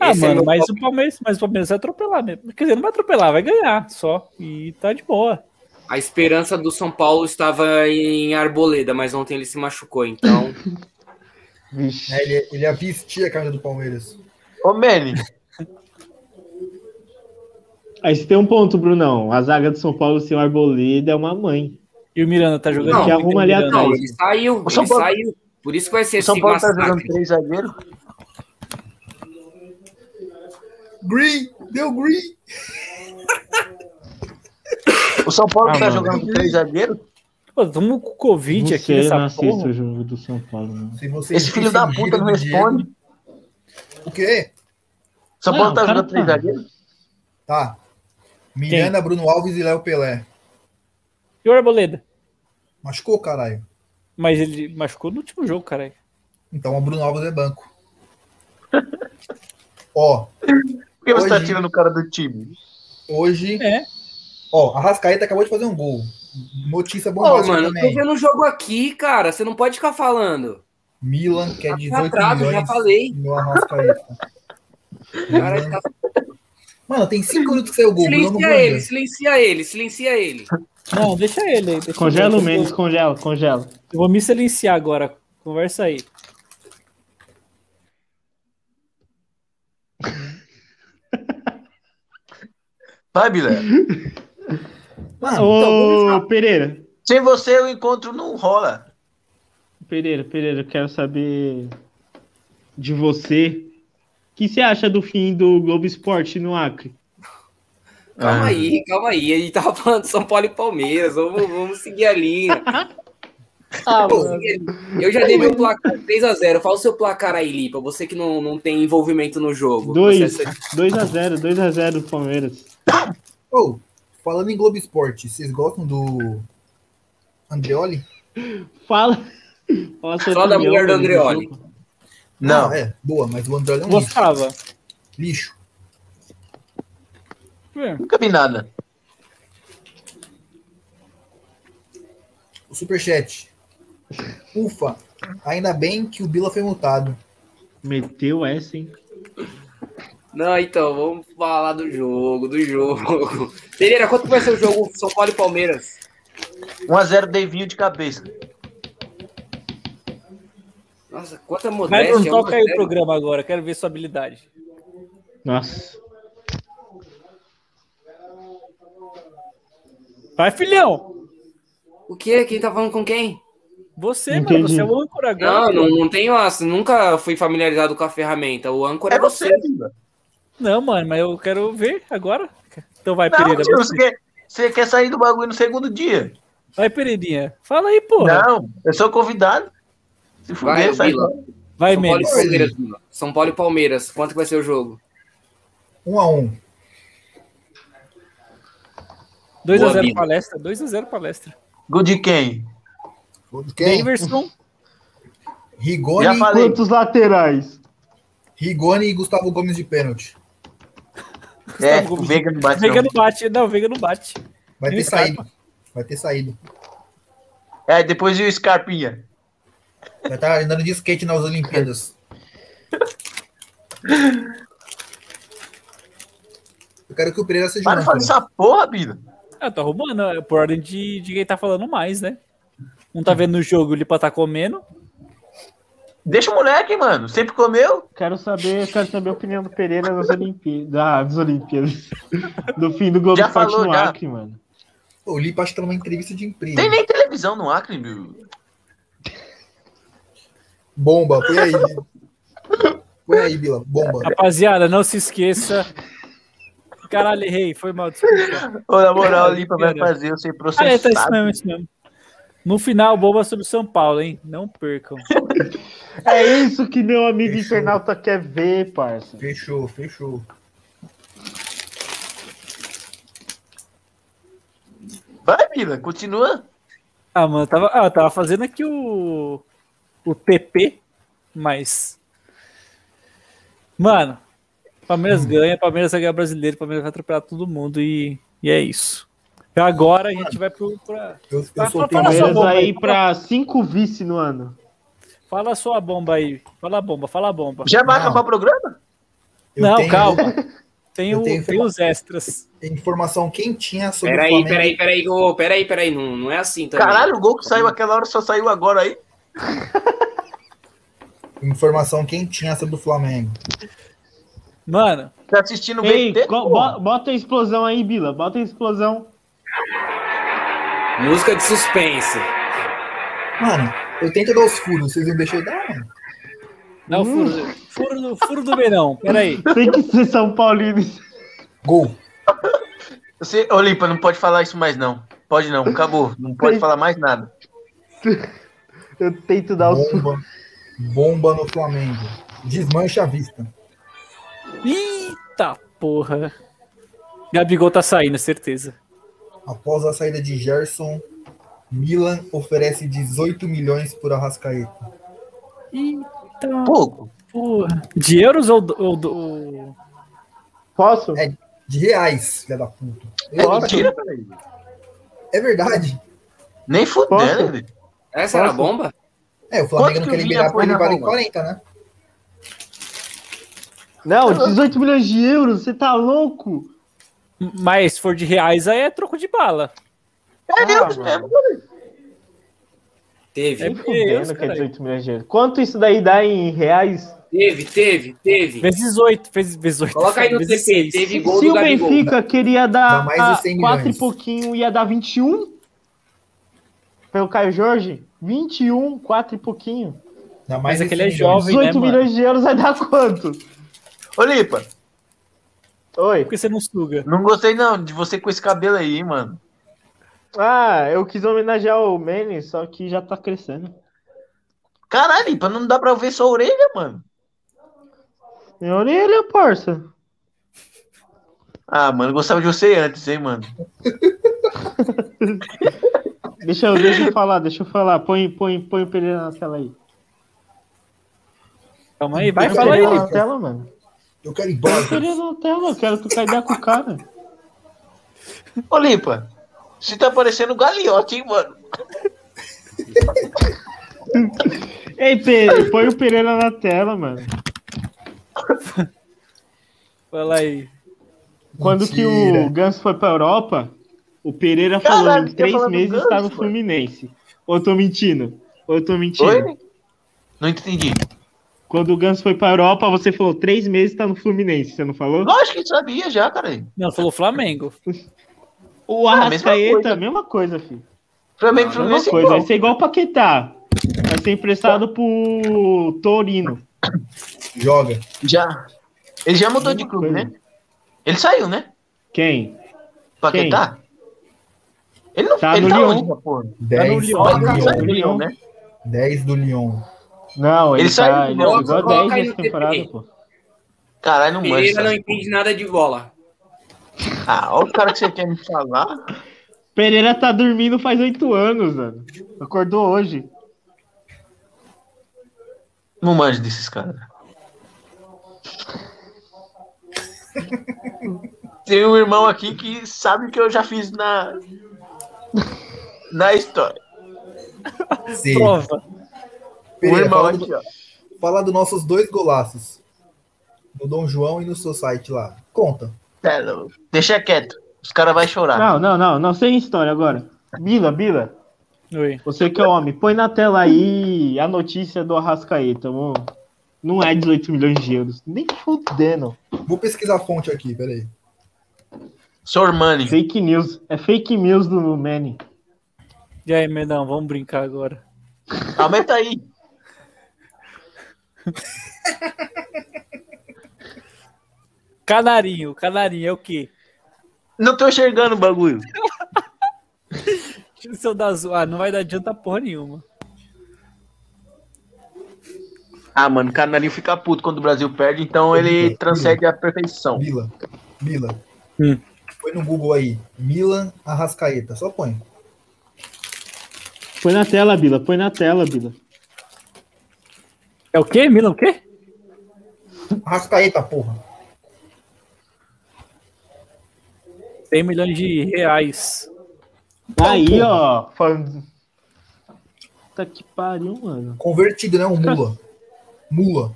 Speaker 2: ah,
Speaker 6: Esse é
Speaker 2: mano
Speaker 6: meu
Speaker 2: mas, o Palmeiras, mas o Palmeiras vai atropelar mesmo. Quer dizer, não vai atropelar, vai ganhar só. E tá de boa.
Speaker 6: A esperança do São Paulo estava em Arboleda, mas ontem ele se machucou, então.
Speaker 8: Vixe.
Speaker 1: É, ele, ele ia vestir a camisa do Palmeiras.
Speaker 8: assim? Ô, Manny,
Speaker 4: Aí você tem um ponto, Brunão. A zaga do São Paulo sem o Arboleda é uma mãe.
Speaker 2: E o Miranda tá jogando
Speaker 6: Não,
Speaker 2: muito,
Speaker 4: arruma
Speaker 2: hein,
Speaker 4: ali
Speaker 2: Miranda?
Speaker 6: Não, ele saiu,
Speaker 8: São
Speaker 6: ele
Speaker 8: Paulo-
Speaker 6: saiu. Por isso que vai ser
Speaker 8: o São
Speaker 6: esse
Speaker 8: Paulo tá jogando
Speaker 6: massacre.
Speaker 8: três zagueiros.
Speaker 1: Green! Deu green!
Speaker 8: O São Paulo
Speaker 4: Ah,
Speaker 8: tá
Speaker 4: mano.
Speaker 8: jogando três zagueiros.
Speaker 2: Pô, tamo com Covid
Speaker 4: Não
Speaker 2: aqui
Speaker 4: sei, eu não
Speaker 2: nessa
Speaker 4: assisto
Speaker 2: porra.
Speaker 4: o jogo do São Paulo, não.
Speaker 1: Se vocês
Speaker 8: Esse filho da puta não responde.
Speaker 1: O quê?
Speaker 8: O São
Speaker 4: Não,
Speaker 8: Paulo tá
Speaker 4: o cara
Speaker 8: jogando três
Speaker 4: tá-
Speaker 8: zagueiros.
Speaker 1: Tá. Miranda, Bruno Alves e Léo Pelé.
Speaker 2: E o Arboleda?
Speaker 1: Machucou, caralho.
Speaker 2: Mas ele machucou no último jogo, caralho.
Speaker 1: Então o Bruno Alves é banco. ó,
Speaker 8: Por que você tá
Speaker 1: Hoje-
Speaker 8: tirando o cara do time?
Speaker 1: hoje.
Speaker 2: É.
Speaker 1: Ó, a Rascaeta acabou de fazer um gol. Notícia
Speaker 6: Ô,
Speaker 1: bombástica
Speaker 6: mano, eu tô
Speaker 1: também.
Speaker 6: vendo o jogo aqui, cara. Você não pode ficar falando.
Speaker 1: Milan quer 18
Speaker 6: atrás, eu já
Speaker 1: milhões
Speaker 6: falei.
Speaker 1: no Arrascaeta.
Speaker 6: Cara, tá-
Speaker 1: Mano, tem 5 minutos que saiu o gol. Bruno não
Speaker 6: Silencia ele,
Speaker 1: manja.
Speaker 6: silencia ele, silencia ele.
Speaker 2: Não, deixa ele aí. deixa
Speaker 4: Congela o
Speaker 2: ele.
Speaker 4: Mendes, congela, congela.
Speaker 2: Eu vou me silenciar agora. Conversa aí.
Speaker 8: Vai, Bilé.
Speaker 2: Ah, então
Speaker 1: Mano,
Speaker 4: Ô, Pereira.
Speaker 8: Sem você, o encontro não rola.
Speaker 4: Pereira, Pereira, eu quero saber de você. O que você acha do fim do Globo Esporte no Acre?
Speaker 6: Calma
Speaker 8: Ah.
Speaker 6: aí, calma aí. Ele tava falando de São Paulo e Palmeiras. Vamos, vamos seguir a linha. Vamos seguir a linha. Eu já dei meu placar 3x0. Fala o seu placar aí, Lipa. Você que não, não tem envolvimento no jogo.
Speaker 4: Dois.
Speaker 6: Você-
Speaker 4: 2x0, 2x0 Palmeiras.
Speaker 1: Ô, falando em Globo Esporte, vocês gostam do Andreoli?
Speaker 4: Fala. Olha a sua
Speaker 6: Só da
Speaker 4: opinião,
Speaker 6: mulher
Speaker 4: Pedro,
Speaker 6: do Andreoli.
Speaker 4: desculpa.
Speaker 8: Não,
Speaker 1: é, boa, mas o André é um lixo.
Speaker 2: Gostava.
Speaker 1: lixo.
Speaker 2: É.
Speaker 8: nunca vi nada.
Speaker 1: O superchat. Ufa, ainda bem que o Bila foi multado.
Speaker 4: Meteu essa, hein?
Speaker 6: Não, então, vamos falar do jogo, do jogo. Pereira, quanto vai ser o jogo São Paulo e Palmeiras?
Speaker 8: 1x0 Devinho de cabeça.
Speaker 6: Nossa, quanta
Speaker 2: Vai,
Speaker 6: modéstia.
Speaker 2: Bruno, toca aí o
Speaker 6: 1x0.
Speaker 2: programa agora, quero ver sua habilidade.
Speaker 4: Nossa.
Speaker 2: Vai, filhão!
Speaker 6: O quê? Quem tá falando com quem?
Speaker 2: Você, mano,
Speaker 4: Entendi.
Speaker 2: você é o âncora agora.
Speaker 6: Não, não, não tenho essa. Nunca fui familiarizado com a ferramenta. O âncora
Speaker 8: É
Speaker 6: é você.
Speaker 8: você, Bila.
Speaker 2: Não, mano, mas eu quero ver agora. Então vai,
Speaker 8: Não,
Speaker 2: Pereira.
Speaker 8: tio,
Speaker 2: você.
Speaker 8: você quer, você quer sair do bagulho no segundo dia?
Speaker 2: Vai, Pereirinha. Fala aí, porra.
Speaker 8: Não, eu sou convidado. Se
Speaker 6: Vai,
Speaker 8: fuder, sai
Speaker 6: Bila.
Speaker 8: fora.
Speaker 2: Vai,
Speaker 6: São Paulo, e
Speaker 2: Mendes.
Speaker 6: Palmeiras, Bila. São Paulo e Palmeiras. Quanto que vai ser o jogo?
Speaker 1: Um a um.
Speaker 2: 2x0
Speaker 6: Boa, Bino.
Speaker 2: palestra. 2x0 palestra.
Speaker 8: Gol de quem?
Speaker 1: Quem?
Speaker 2: Daverson.
Speaker 1: Rigoni,
Speaker 8: Já falei.
Speaker 4: Quantos laterais?
Speaker 1: Rigoni e Gustavo Gomes de pênalti.
Speaker 8: É,
Speaker 2: Gustavo
Speaker 8: o Veiga não bate.
Speaker 2: Veiga
Speaker 8: Não.
Speaker 2: não bate. Não, Veiga não bate.
Speaker 1: Vai ter
Speaker 2: Quem sabe?
Speaker 1: saído. Vai ter saído.
Speaker 8: É, depois e o Scarpinha.
Speaker 1: Vai estar tá andando de skate nas Olimpíadas. Eu quero que o Pereira seja um
Speaker 8: Para de falar
Speaker 1: âncora.
Speaker 8: dessa porra, Bila.
Speaker 2: Ah, tô arrumando. É por ordem de, de quem tá falando mais, né? Um tá vendo o jogo, o Lipa tá comendo.
Speaker 8: Deixa o moleque, mano. Sempre comeu.
Speaker 4: Quero saber, quero saber a opinião do Pereira nas Olimpíadas. Ah, das Olimpíadas. Do fim do Globo
Speaker 8: Já
Speaker 4: Esporte
Speaker 8: falou,
Speaker 4: no
Speaker 8: já.
Speaker 4: Acre, mano.
Speaker 1: O Lipa acho que tá numa entrevista de emprego.
Speaker 8: Tem nem televisão no Acre, meu.
Speaker 1: Bomba, põe aí. põe aí, Bila. Bomba.
Speaker 2: Rapaziada, não se esqueça. Caralho, errei. Foi mal. Desculpa.
Speaker 8: Ô, na moral, o Lipa vai
Speaker 2: Cara.
Speaker 8: fazer eu ser
Speaker 2: Ah, é, tá isso
Speaker 8: processado.
Speaker 2: mesmo, isso mesmo. No final, bomba sobre o São Paulo, hein? Não percam.
Speaker 4: É isso que meu amigo internauta quer ver, parça.
Speaker 1: Fechou, fechou.
Speaker 8: Vai, Bila, continua.
Speaker 2: Ah, mano, eu tava, ah, eu tava fazendo aqui o. O TP, mas. Mano, Palmeiras ganha, Palmeiras vai ganhar brasileiro, Palmeiras vai atropelar todo mundo e, e é isso. Então agora a gente vai pro. Pra,
Speaker 1: Eu, eu
Speaker 2: Mas
Speaker 1: soltei um-
Speaker 2: fala
Speaker 1: uma-
Speaker 2: só-
Speaker 4: Palmeiras
Speaker 2: bomba
Speaker 4: aí
Speaker 2: aí.
Speaker 4: pra cinco vice no ano.
Speaker 2: fala a sua bomba aí. Fala a bomba, fala a bomba.
Speaker 8: Já vai
Speaker 1: Não.
Speaker 8: acabar o programa?
Speaker 1: eu
Speaker 2: Não,
Speaker 1: tenho
Speaker 2: calma. Tem,
Speaker 1: Eu
Speaker 2: o-
Speaker 1: tenho-
Speaker 2: tem os extras.
Speaker 1: Informação quentinha sobre o
Speaker 6: Peraí,
Speaker 1: Flamengo.
Speaker 6: peraí, peraí. ô, Peraí, peraí. Não, não é assim também.
Speaker 8: Caralho, o gol que saiu aquela hora só saiu agora aí.
Speaker 1: Informação quentinha sobre o Flamengo.
Speaker 2: Mano,
Speaker 8: Tá assistindo o
Speaker 4: Ei,
Speaker 8: VT?
Speaker 4: co-
Speaker 8: porra?
Speaker 4: bo- bota a explosão aí, Bila. Bota a explosão.
Speaker 6: Música de suspense.
Speaker 1: Mano, eu tento dar os furos, vocês não deixam eu dar, mano.
Speaker 2: dá o furo, furo, do- furo do verão. Peraí.
Speaker 4: Tem que ser São Paulino.
Speaker 1: Gol.
Speaker 8: Você, ô, Lipa, não pode falar isso mais, não. Pode não, acabou. Não pode falar mais nada.
Speaker 4: Eu tento dar os.
Speaker 1: Bomba. Bomba no Flamengo. Desmancha a vista.
Speaker 2: Eita porra. Gabigol tá saindo, certeza.
Speaker 1: Após a saída de Gerson, Milan oferece 18 milhões por Arrascaeta.
Speaker 2: Eita
Speaker 8: Pouco.
Speaker 2: Porra. De euros ou do. ou do-
Speaker 4: Posso?
Speaker 1: É. De reais, filha da puta.
Speaker 8: É
Speaker 1: Eu-
Speaker 8: mentira, peraí.
Speaker 1: é verdade.
Speaker 8: Nem
Speaker 4: Posso?
Speaker 8: fudendo, velho.
Speaker 6: Essa era a bomba?
Speaker 1: É, o Flamengo
Speaker 8: Quanto
Speaker 1: não
Speaker 8: que
Speaker 1: quer
Speaker 8: o
Speaker 1: liberar porque
Speaker 8: Milan põe
Speaker 1: ele
Speaker 8: na
Speaker 1: vale
Speaker 8: bomba?
Speaker 1: 40, né?
Speaker 4: Não, 18 milhões de euros, você tá louco?
Speaker 2: Mas se for de reais, aí é troco de bala.
Speaker 8: É Deus
Speaker 4: Ah, mano.
Speaker 8: mesmo.
Speaker 6: Teve,
Speaker 4: É
Speaker 2: Euros,
Speaker 4: fudendo que é
Speaker 2: caralho.
Speaker 4: 18 milhões de euros. Quanto isso daí dá em reais?
Speaker 6: teve, teve, teve.
Speaker 2: Vezes 8, vezes, vezes 8.
Speaker 6: Coloca aí no
Speaker 2: vezes
Speaker 6: TP.
Speaker 2: seis.
Speaker 6: Teve
Speaker 4: Se
Speaker 6: gol do
Speaker 4: o
Speaker 6: Gabigol.
Speaker 4: Benfica queria dar
Speaker 1: Dá mais de 100 milhões.
Speaker 4: 4 e pouquinho, ia dar 21? Pelo Caio Jorge? 21, 4 e pouquinho.
Speaker 1: Ainda mais
Speaker 2: Mas
Speaker 1: de
Speaker 2: aquele
Speaker 1: 100
Speaker 2: é
Speaker 1: milhões.
Speaker 2: jovem, né,
Speaker 4: 18
Speaker 2: mano?
Speaker 4: milhões de euros vai dar quanto?
Speaker 8: Ô, Lipa,
Speaker 4: Oi.
Speaker 2: Porque você não suga.
Speaker 8: não gostei não de você com esse cabelo aí, hein, mano.
Speaker 4: Ah, eu quis homenagear o Manny, só que já tá crescendo.
Speaker 8: Caralho, Lipa, não dá pra ver sua orelha, mano.
Speaker 4: Minha orelha, é parça.
Speaker 8: Ah, mano, eu gostava de você antes, hein, mano.
Speaker 4: Deixa eu, deixa eu falar, deixa eu falar. Põe, põe, põe o Pereira na tela aí.
Speaker 2: Calma aí, vai,
Speaker 4: Põe o
Speaker 2: fala aí.
Speaker 4: Pereira na
Speaker 2: Lipe.
Speaker 4: tela, mano.
Speaker 1: Eu quero ir
Speaker 4: Põe
Speaker 1: embora.
Speaker 4: o Pereira na tela, eu quero trocar ideia com o cara.
Speaker 8: Ô, Lipa, você tá parecendo um galiote, hein, mano?
Speaker 4: Ei, Pereira, põe o Pereira na tela, mano.
Speaker 2: Fala aí.
Speaker 4: Quando que
Speaker 1: Mentira.
Speaker 4: o Ganso foi pra Europa, o Pereira
Speaker 8: Caralho,
Speaker 4: falou
Speaker 8: você
Speaker 4: em
Speaker 8: ia
Speaker 4: três
Speaker 8: falar do
Speaker 4: meses
Speaker 8: Ganso,
Speaker 4: está no
Speaker 8: mano?
Speaker 4: Fluminense. Ou eu tô mentindo? Ou eu tô mentindo?
Speaker 8: Oi? né? Não entendi.
Speaker 4: Quando o Ganso foi pra Europa, você falou três meses tá no Fluminense, você não falou?
Speaker 8: Lógico que sabia já, cara.
Speaker 2: Não, falou Flamengo.
Speaker 4: O
Speaker 8: Ah, mesma
Speaker 4: Arrascaeta,
Speaker 8: coisa.
Speaker 4: mesma coisa, filho.
Speaker 8: Flamengo,
Speaker 4: Mesma
Speaker 8: Fluminense
Speaker 4: coisa. Vai
Speaker 8: igual.
Speaker 4: ser igual o Paquetá. Vai ser emprestado pro Torino.
Speaker 1: Joga.
Speaker 8: Já. Ele já mudou de
Speaker 4: Mesma
Speaker 8: clube,
Speaker 4: coisa.
Speaker 8: né? Ele saiu, né?
Speaker 4: Quem?
Speaker 8: Paquetá? Ele não
Speaker 4: Tá
Speaker 8: ele
Speaker 4: no
Speaker 8: tá
Speaker 4: Lyon. Tá
Speaker 8: onde, meu porra?
Speaker 1: 10
Speaker 2: Lyon,
Speaker 1: do
Speaker 8: Olha, ele
Speaker 1: Lyon.
Speaker 8: saiu do Lyon, né?
Speaker 1: 10 do Lyon.
Speaker 4: Não, ele,
Speaker 8: Ele saiu
Speaker 4: tá,
Speaker 8: do
Speaker 4: ele
Speaker 8: Lyon,
Speaker 4: jogou a
Speaker 6: coloca
Speaker 4: 10
Speaker 6: aí
Speaker 4: nessa
Speaker 6: no TP.
Speaker 4: temporada, pô.
Speaker 8: Caralho, não manja.
Speaker 6: Pereira não
Speaker 8: sabe?
Speaker 6: entende nada de bola.
Speaker 8: Ah, olha o cara que você quer me falar.
Speaker 4: Pereira tá dormindo faz oito anos, mano. Acordou hoje.
Speaker 8: Não manjo desses caras. Tem um irmão aqui que sabe o que eu já fiz na. Na história.
Speaker 1: Sim.
Speaker 2: Prova.
Speaker 8: O
Speaker 1: Pereira,
Speaker 8: irmão
Speaker 1: fala, do,
Speaker 8: aqui, ó.
Speaker 1: fala dos nossos dois golaços. No Dom João e no seu site lá. Conta.
Speaker 8: Tá louco. Deixa quieto. Os caras vão chorar.
Speaker 4: Não, não, não, não sei história agora. Bila, Bila,
Speaker 2: Oi.
Speaker 4: você que é homem, põe na tela aí a notícia do Arrascaeta, mano. Não é 18 milhões de euros. Nem fudendo.
Speaker 1: Vou pesquisar a fonte aqui, peraí.
Speaker 8: Sormani.
Speaker 4: Fake news. É fake news do Manny.
Speaker 2: E aí, Menão, vamos brincar agora.
Speaker 8: Aumenta aí.
Speaker 2: Canarinho, canarinho é o quê?
Speaker 8: Não tô enxergando o bagulho.
Speaker 2: Seu da zo- Ah, não vai dar adianta porra nenhuma.
Speaker 8: Ah, mano, o Canarinho fica puto quando o Brasil perde, então ele transcende a perfeição.
Speaker 1: Bila. Bila.
Speaker 2: Hum.
Speaker 1: Põe no Google aí. Milan Arrascaeta. Só põe.
Speaker 4: Põe na tela, Bila. Põe na tela, Bila.
Speaker 2: É o quê, Milan? O quê?
Speaker 1: Arrascaeta, porra.
Speaker 2: 100 milhões de reais.
Speaker 4: Aí, ó. Falando... Puta que pariu, mano.
Speaker 1: Convertido, né? Um mula. Mula.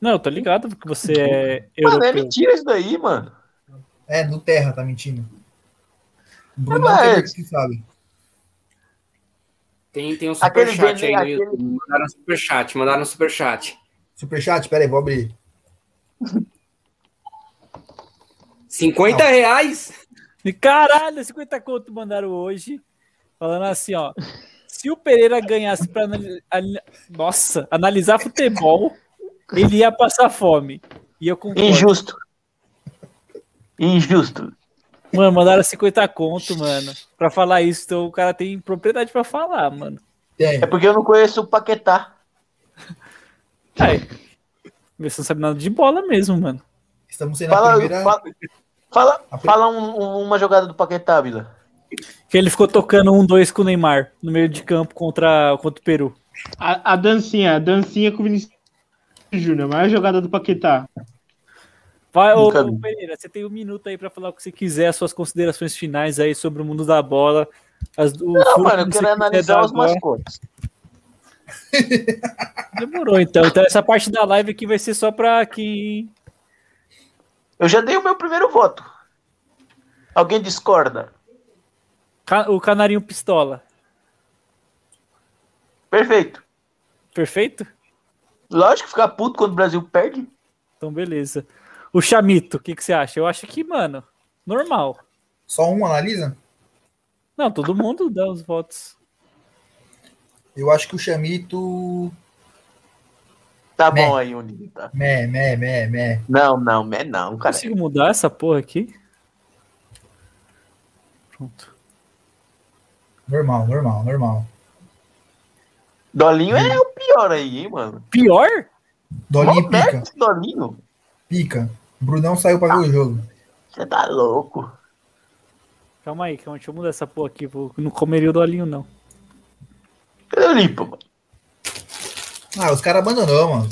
Speaker 2: Não, eu tô ligado porque você é
Speaker 8: Mano, é
Speaker 2: europeu.
Speaker 8: mentira isso daí, mano.
Speaker 1: É, do Terra, tá mentindo. Bruno
Speaker 8: Ah, Mas-
Speaker 1: Mas... que sabe.
Speaker 6: Tem, tem um
Speaker 8: Aquele
Speaker 6: superchat aí
Speaker 8: dele,
Speaker 6: no
Speaker 8: aquele-
Speaker 6: YouTube. Mandaram um superchat, mandaram um superchat.
Speaker 1: Superchat, peraí, vou abrir.
Speaker 6: 50 reais?
Speaker 2: E Caralho, 50 conto mandaram hoje. Falando assim, ó. Se o Pereira ganhasse pra anali- ali- Nossa, analisar futebol, ele ia passar fome. E eu concordo.
Speaker 8: Injusto. Injusto.
Speaker 2: Mano, mandaram 50 conto, mano. Pra falar isso, então o cara tem propriedade pra falar, mano.
Speaker 1: Tem.
Speaker 8: É porque eu não conheço o Paquetá.
Speaker 2: Aí, você não sabe nada de bola mesmo, mano.
Speaker 1: Estamos sendo a
Speaker 8: Fala,
Speaker 1: É primeira.
Speaker 8: fala, fala, fala um- um- uma jogada do Paquetá, Vila.
Speaker 2: Que ele ficou tocando um, dois com o Neymar no meio de campo contra, contra o Peru.
Speaker 4: A, a dancinha, a dancinha com o Vinicius Júnior. Maior jogada do Paquetá.
Speaker 2: Vai, ô,
Speaker 8: Nunca vi.
Speaker 2: ô, Pereira, você tem um minuto aí pra falar o que você quiser, as suas considerações finais aí sobre o mundo da bola. As, o
Speaker 8: Não,
Speaker 2: furo
Speaker 8: mano, eu
Speaker 2: que você
Speaker 8: quero
Speaker 2: quiser
Speaker 8: analisar
Speaker 2: dar
Speaker 8: os
Speaker 2: agora.
Speaker 8: mascotes.
Speaker 2: Demorou, então. Então essa parte da live aqui vai ser só pra quem...
Speaker 8: Eu já dei o meu primeiro voto. Alguém discorda?
Speaker 2: Ca- O Canarinho Pistola.
Speaker 8: Perfeito.
Speaker 2: Perfeito?
Speaker 8: Lógico que ficar puto quando o Brasil perde.
Speaker 2: Então, beleza. O Chamito, o que, que você acha? Eu acho que, mano, normal.
Speaker 1: Só um analisa?
Speaker 2: Não, todo mundo dá os votos.
Speaker 1: Eu acho que o Chamito.
Speaker 8: Tá
Speaker 1: Né.
Speaker 8: bom aí, Unido. Tá.
Speaker 1: Mé, mé, mé, mé.
Speaker 8: Não, não, é não, cara.
Speaker 2: Consigo mudar essa porra aqui? Pronto.
Speaker 1: Normal, normal, normal.
Speaker 8: Dolinho é o pior aí, hein, mano.
Speaker 2: Pior?
Speaker 1: Dolinho e
Speaker 8: Mó merda
Speaker 1: pica.
Speaker 8: esse Dolinho.
Speaker 1: Pica. Brunão saiu pra ver o jogo.
Speaker 8: Você tá louco.
Speaker 2: Calma aí, calma, deixa eu mudar essa porra aqui. Vou... Não comeria o dolinho, não.
Speaker 8: Cadê o Limpo, mano?
Speaker 1: Ah, os caras abandonou, mano.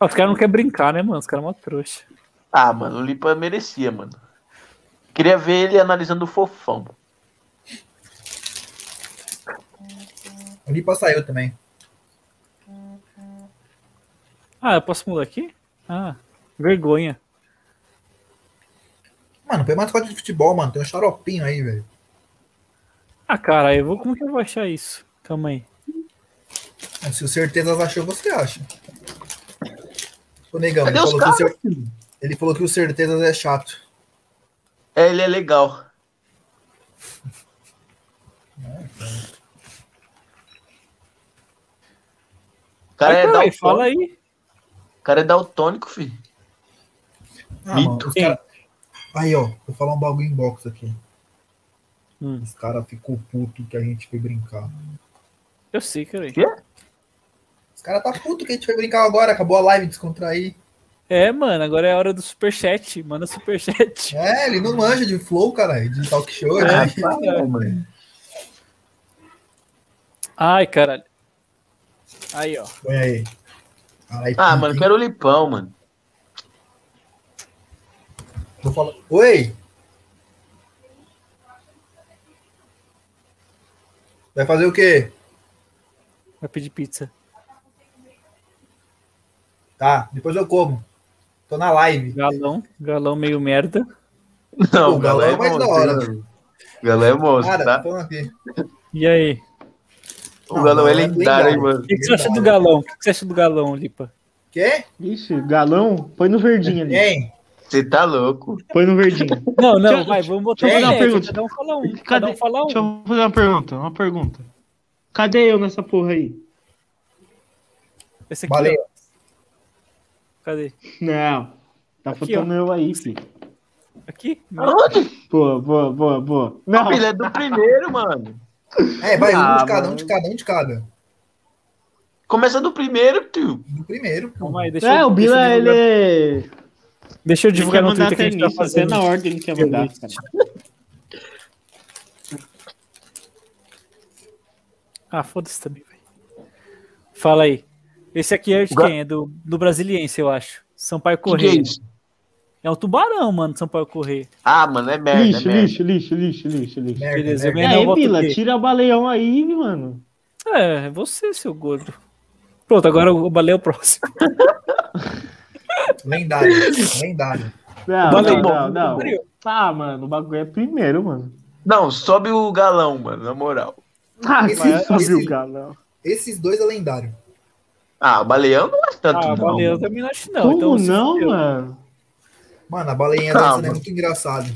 Speaker 2: Ah, os caras não querem brincar, né, mano? Os caras é uma trouxa.
Speaker 8: Ah, mano, o Lipa merecia, mano. Queria ver ele analisando o fofão.
Speaker 1: O Lipa saiu também.
Speaker 2: Ah, eu posso mudar aqui? Ah, vergonha.
Speaker 1: Mano, põe mais quadro de futebol, mano. Tem um xaropinho aí, velho.
Speaker 2: Ah, cara, eu vou. Como que eu vou achar isso? Calma aí.
Speaker 1: Ah, Se o Certezas achou, você acha. Ô, negão, ele
Speaker 8: Cadê os
Speaker 1: falou, que o
Speaker 8: caras?
Speaker 1: Cer- ele falou que o Certezas é chato.
Speaker 8: É, ele é legal. O cara,
Speaker 2: Vai,
Speaker 8: é
Speaker 2: caralho,
Speaker 8: daltônico,
Speaker 2: fala aí.
Speaker 8: o cara é daltônico, filho.
Speaker 1: Ah,
Speaker 8: Mito.
Speaker 1: mano, os cara... Aí, ó, vou falar um bagulho em box aqui.
Speaker 2: Hum.
Speaker 1: Os caras ficou puto que a gente foi brincar.
Speaker 2: Eu sei, cara.
Speaker 1: Os caras tá puto que a gente foi brincar agora, acabou a live, descontrair.
Speaker 2: É, mano, agora é a hora do superchat. Manda superchat.
Speaker 1: É, ele não manja de flow, cara, de talk show.
Speaker 2: É,
Speaker 1: de-
Speaker 2: cara. Ai, caralho. Aí, ó.
Speaker 1: Põe aí. Caralho,
Speaker 8: Ah,
Speaker 1: pique,
Speaker 8: mano,
Speaker 1: hein?
Speaker 8: quero o Lipão, mano.
Speaker 1: Vou falar... Oi! Vai fazer o quê?
Speaker 2: Vai pedir pizza.
Speaker 1: Tá, depois eu como. Tô na live.
Speaker 2: Galão, galão meio merda.
Speaker 8: Não,
Speaker 1: o
Speaker 8: o
Speaker 1: Galo
Speaker 8: galera
Speaker 1: é
Speaker 8: é
Speaker 1: mais da
Speaker 8: monstro.
Speaker 1: hora.
Speaker 8: hein? O galera é monstro,
Speaker 1: Cara,
Speaker 8: tá?
Speaker 1: tô aqui.
Speaker 2: E aí?
Speaker 8: O galão é
Speaker 1: Não,
Speaker 8: lendário, hein,
Speaker 1: não.
Speaker 8: mano.
Speaker 2: O que, que você acha do galão? O que, que você acha do galão, Lipa?
Speaker 1: Quê?
Speaker 4: Ixi, galão, põe no verdinho ali.
Speaker 2: É.
Speaker 1: Quem?
Speaker 8: Você tá louco.
Speaker 4: Põe no verdinho.
Speaker 2: Não, não,
Speaker 4: Deixa-
Speaker 2: vai, vamos botar
Speaker 4: deixa eu
Speaker 2: uma
Speaker 4: fazer uma
Speaker 2: média,
Speaker 4: pergunta.
Speaker 2: Cada um fala um. Cada
Speaker 4: Cadê?
Speaker 2: um fala
Speaker 4: Deixa
Speaker 2: um.
Speaker 4: eu fazer uma pergunta, uma pergunta. Cadê eu nessa porra aí?
Speaker 2: Esse aqui,
Speaker 1: Valeu.
Speaker 2: ó. Cadê?
Speaker 4: Não. Tá
Speaker 2: Aqui,
Speaker 4: faltando eu aí, filho.
Speaker 2: Aqui?
Speaker 8: Aonde?
Speaker 4: Boa, boa, boa, boa. Não,
Speaker 8: Ele é do primeiro, mano.
Speaker 1: É, vai, um
Speaker 8: Ah,
Speaker 1: de cada, um
Speaker 8: mano.
Speaker 1: de cada, um de cada.
Speaker 8: Começa do primeiro, tio. é
Speaker 1: Do primeiro, pô.
Speaker 2: Calma aí, deixa
Speaker 4: é,
Speaker 2: eu,
Speaker 4: o Bila,
Speaker 2: deixa eu
Speaker 4: ele
Speaker 2: divulgar,
Speaker 4: é...
Speaker 2: deixa eu divulgar
Speaker 4: Ele
Speaker 2: no
Speaker 4: quer
Speaker 2: Twitter
Speaker 4: mandar
Speaker 2: que a gente tá
Speaker 4: até nisso,
Speaker 2: fazendo.
Speaker 4: Até na ordem ele quer mandar, cara.
Speaker 2: Ah, foda-se também, velho. Fala aí. Esse aqui é de
Speaker 8: O ga-
Speaker 2: quem? É do, do Brasiliense, eu acho. Sampaio
Speaker 8: Que que é
Speaker 2: Correia.
Speaker 8: isso?
Speaker 2: É um tubarão, mano, Sampaio Correia.
Speaker 8: Ah, mano, é merda,
Speaker 4: Lixo,
Speaker 8: é merda.
Speaker 4: lixo, lixo, lixo, lixo, lixo.
Speaker 1: Merda,
Speaker 2: Beleza,
Speaker 1: merda.
Speaker 2: eu ganhei.
Speaker 4: É,
Speaker 2: não, bota o
Speaker 4: Bila,
Speaker 2: quê?
Speaker 4: tira o baleão aí, mano.
Speaker 2: É, é você, seu gordo. Pronto, agora o baleia é o próximo.
Speaker 1: Lendário, lendário.
Speaker 4: Não,
Speaker 2: Bota aí,
Speaker 4: não, não,
Speaker 2: bota
Speaker 4: não.
Speaker 2: aí.
Speaker 4: Ah, mano, o bagulho é primeiro, mano.
Speaker 8: Não, sobe o galão, mano, na moral.
Speaker 4: Ah,
Speaker 1: Esse-
Speaker 4: você
Speaker 1: esse-
Speaker 4: subiu o galão.
Speaker 1: Esses dois é lendário.
Speaker 8: Ah, o baleão não é tanto,
Speaker 2: Ah,
Speaker 8: não.
Speaker 2: baleia eu também não acho, não.
Speaker 4: Como
Speaker 2: então, se
Speaker 4: não,
Speaker 2: fudeu.
Speaker 4: mano?
Speaker 1: Mano, a baleinha
Speaker 8: Calma.
Speaker 1: dessa né, é muito engraçado.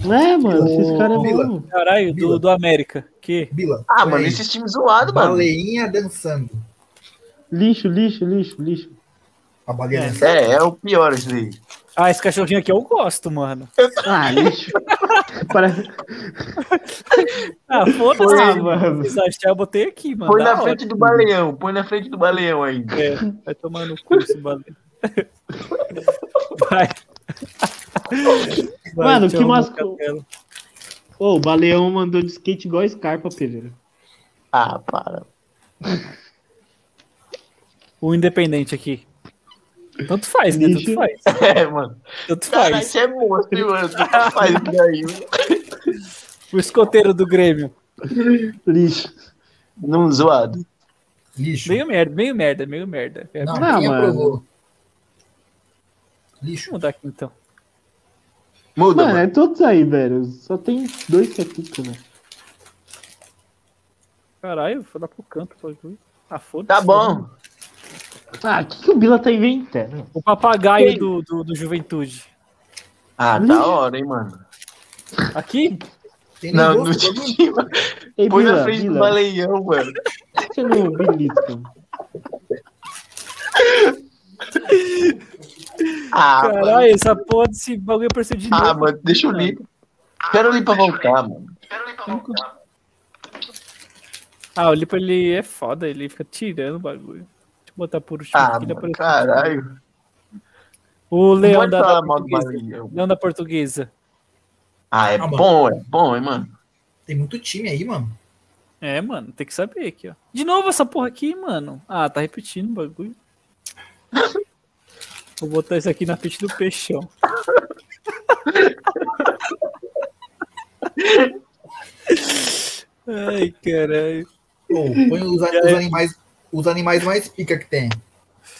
Speaker 4: É, mano, esses caras é
Speaker 1: Bila.
Speaker 4: bom.
Speaker 2: Caralho, do,
Speaker 1: Bila.
Speaker 2: do América. Que?
Speaker 1: Bila.
Speaker 8: Ah,
Speaker 1: põe
Speaker 8: mano,
Speaker 1: aí.
Speaker 8: esses times zoados, mano.
Speaker 1: Baleinha dançando.
Speaker 4: Lixo, lixo, lixo, lixo.
Speaker 1: A baleinha dançando.
Speaker 8: É, é o pior isso daí.
Speaker 2: Ah, esse cachorrinho aqui eu gosto, mano.
Speaker 4: Ah, lixo. Parece...
Speaker 2: Ah,
Speaker 4: Ah,
Speaker 2: foda-se.
Speaker 4: mano.
Speaker 2: Se achar, eu botei aqui, mano.
Speaker 8: Põe
Speaker 2: Da
Speaker 8: na
Speaker 2: hora.
Speaker 8: frente do baleão, põe na frente do baleão ainda.
Speaker 2: É, vai tomar no cu esse bagulho. Vai. Vai,
Speaker 4: Mano,
Speaker 2: te
Speaker 4: que
Speaker 2: arruma
Speaker 4: masco-
Speaker 2: o cabelo.
Speaker 4: Ô, o Baleão mandou de skate igual a Scarpa, Pereira.
Speaker 8: Ah, para.
Speaker 2: O independente aqui. Tanto faz, né? Tanto
Speaker 4: Lixo.
Speaker 2: faz.
Speaker 8: É, mano.
Speaker 2: Tanto
Speaker 8: Cara,
Speaker 2: faz.
Speaker 8: isso é monstro, hein, mano. Tu que faz isso daí, mano.
Speaker 2: O escoteiro do Grêmio.
Speaker 4: Lixo.
Speaker 8: Não zoado.
Speaker 1: Lixo.
Speaker 2: Meio merda, meio merda, meio merda. É,
Speaker 1: Não,
Speaker 2: Vamos
Speaker 4: Não,
Speaker 1: quem
Speaker 4: mano.
Speaker 1: aprovou? Lixo.
Speaker 2: mudar aqui então.
Speaker 8: Muda,
Speaker 4: Mano,
Speaker 8: mano.
Speaker 4: é todos aí, velho. Só tem dois que é pica, né?
Speaker 2: Caralho, vou dar pro canto. pra ver. Ah, foda-se.
Speaker 8: Tá bom.
Speaker 4: Ah, o que, que o Bila tá inventando?
Speaker 2: O papagaio do, do, do Juventude.
Speaker 8: Ah, da hora, hein, mano.
Speaker 2: Aqui?
Speaker 1: Tem nem
Speaker 8: Não,
Speaker 1: gosto,
Speaker 8: no
Speaker 1: bagulho.
Speaker 8: time.
Speaker 4: Ei,
Speaker 8: Põe
Speaker 4: Bila,
Speaker 8: na frente do
Speaker 4: Bila,
Speaker 8: baleão, mano.
Speaker 4: por que você não belisca?
Speaker 8: Ah, mano.
Speaker 2: Caralho, essa porra desse bagulho apareceu de novo.
Speaker 8: Ah, mano, deixa eu ler. Quero ali pra voltar, mano.
Speaker 2: Ah, o Lipa ele é foda, ele fica tirando o bagulho. Deixa eu botar por último
Speaker 8: Ah,
Speaker 2: aqui, dá
Speaker 8: mano,
Speaker 2: pra-
Speaker 8: caralho.
Speaker 2: O
Speaker 8: Não
Speaker 2: Leão
Speaker 8: pode
Speaker 2: da,
Speaker 8: falar
Speaker 2: da
Speaker 8: mal do
Speaker 2: portuguesa. Tá
Speaker 8: baleão.
Speaker 2: Leão da portuguesa.
Speaker 8: Ah, é
Speaker 1: Ah, mano.
Speaker 8: bom, é bom, hein, mano.
Speaker 1: Tem muito time aí, mano.
Speaker 2: É, mano, tem que saber aqui, ó. De novo essa porra aqui, mano. Ah, tá repetindo o bagulho. Vou botar isso aqui na frente do peixão. Ai, caralho.
Speaker 1: Pô, põe os, a- os animais, os animais mais pica que tem.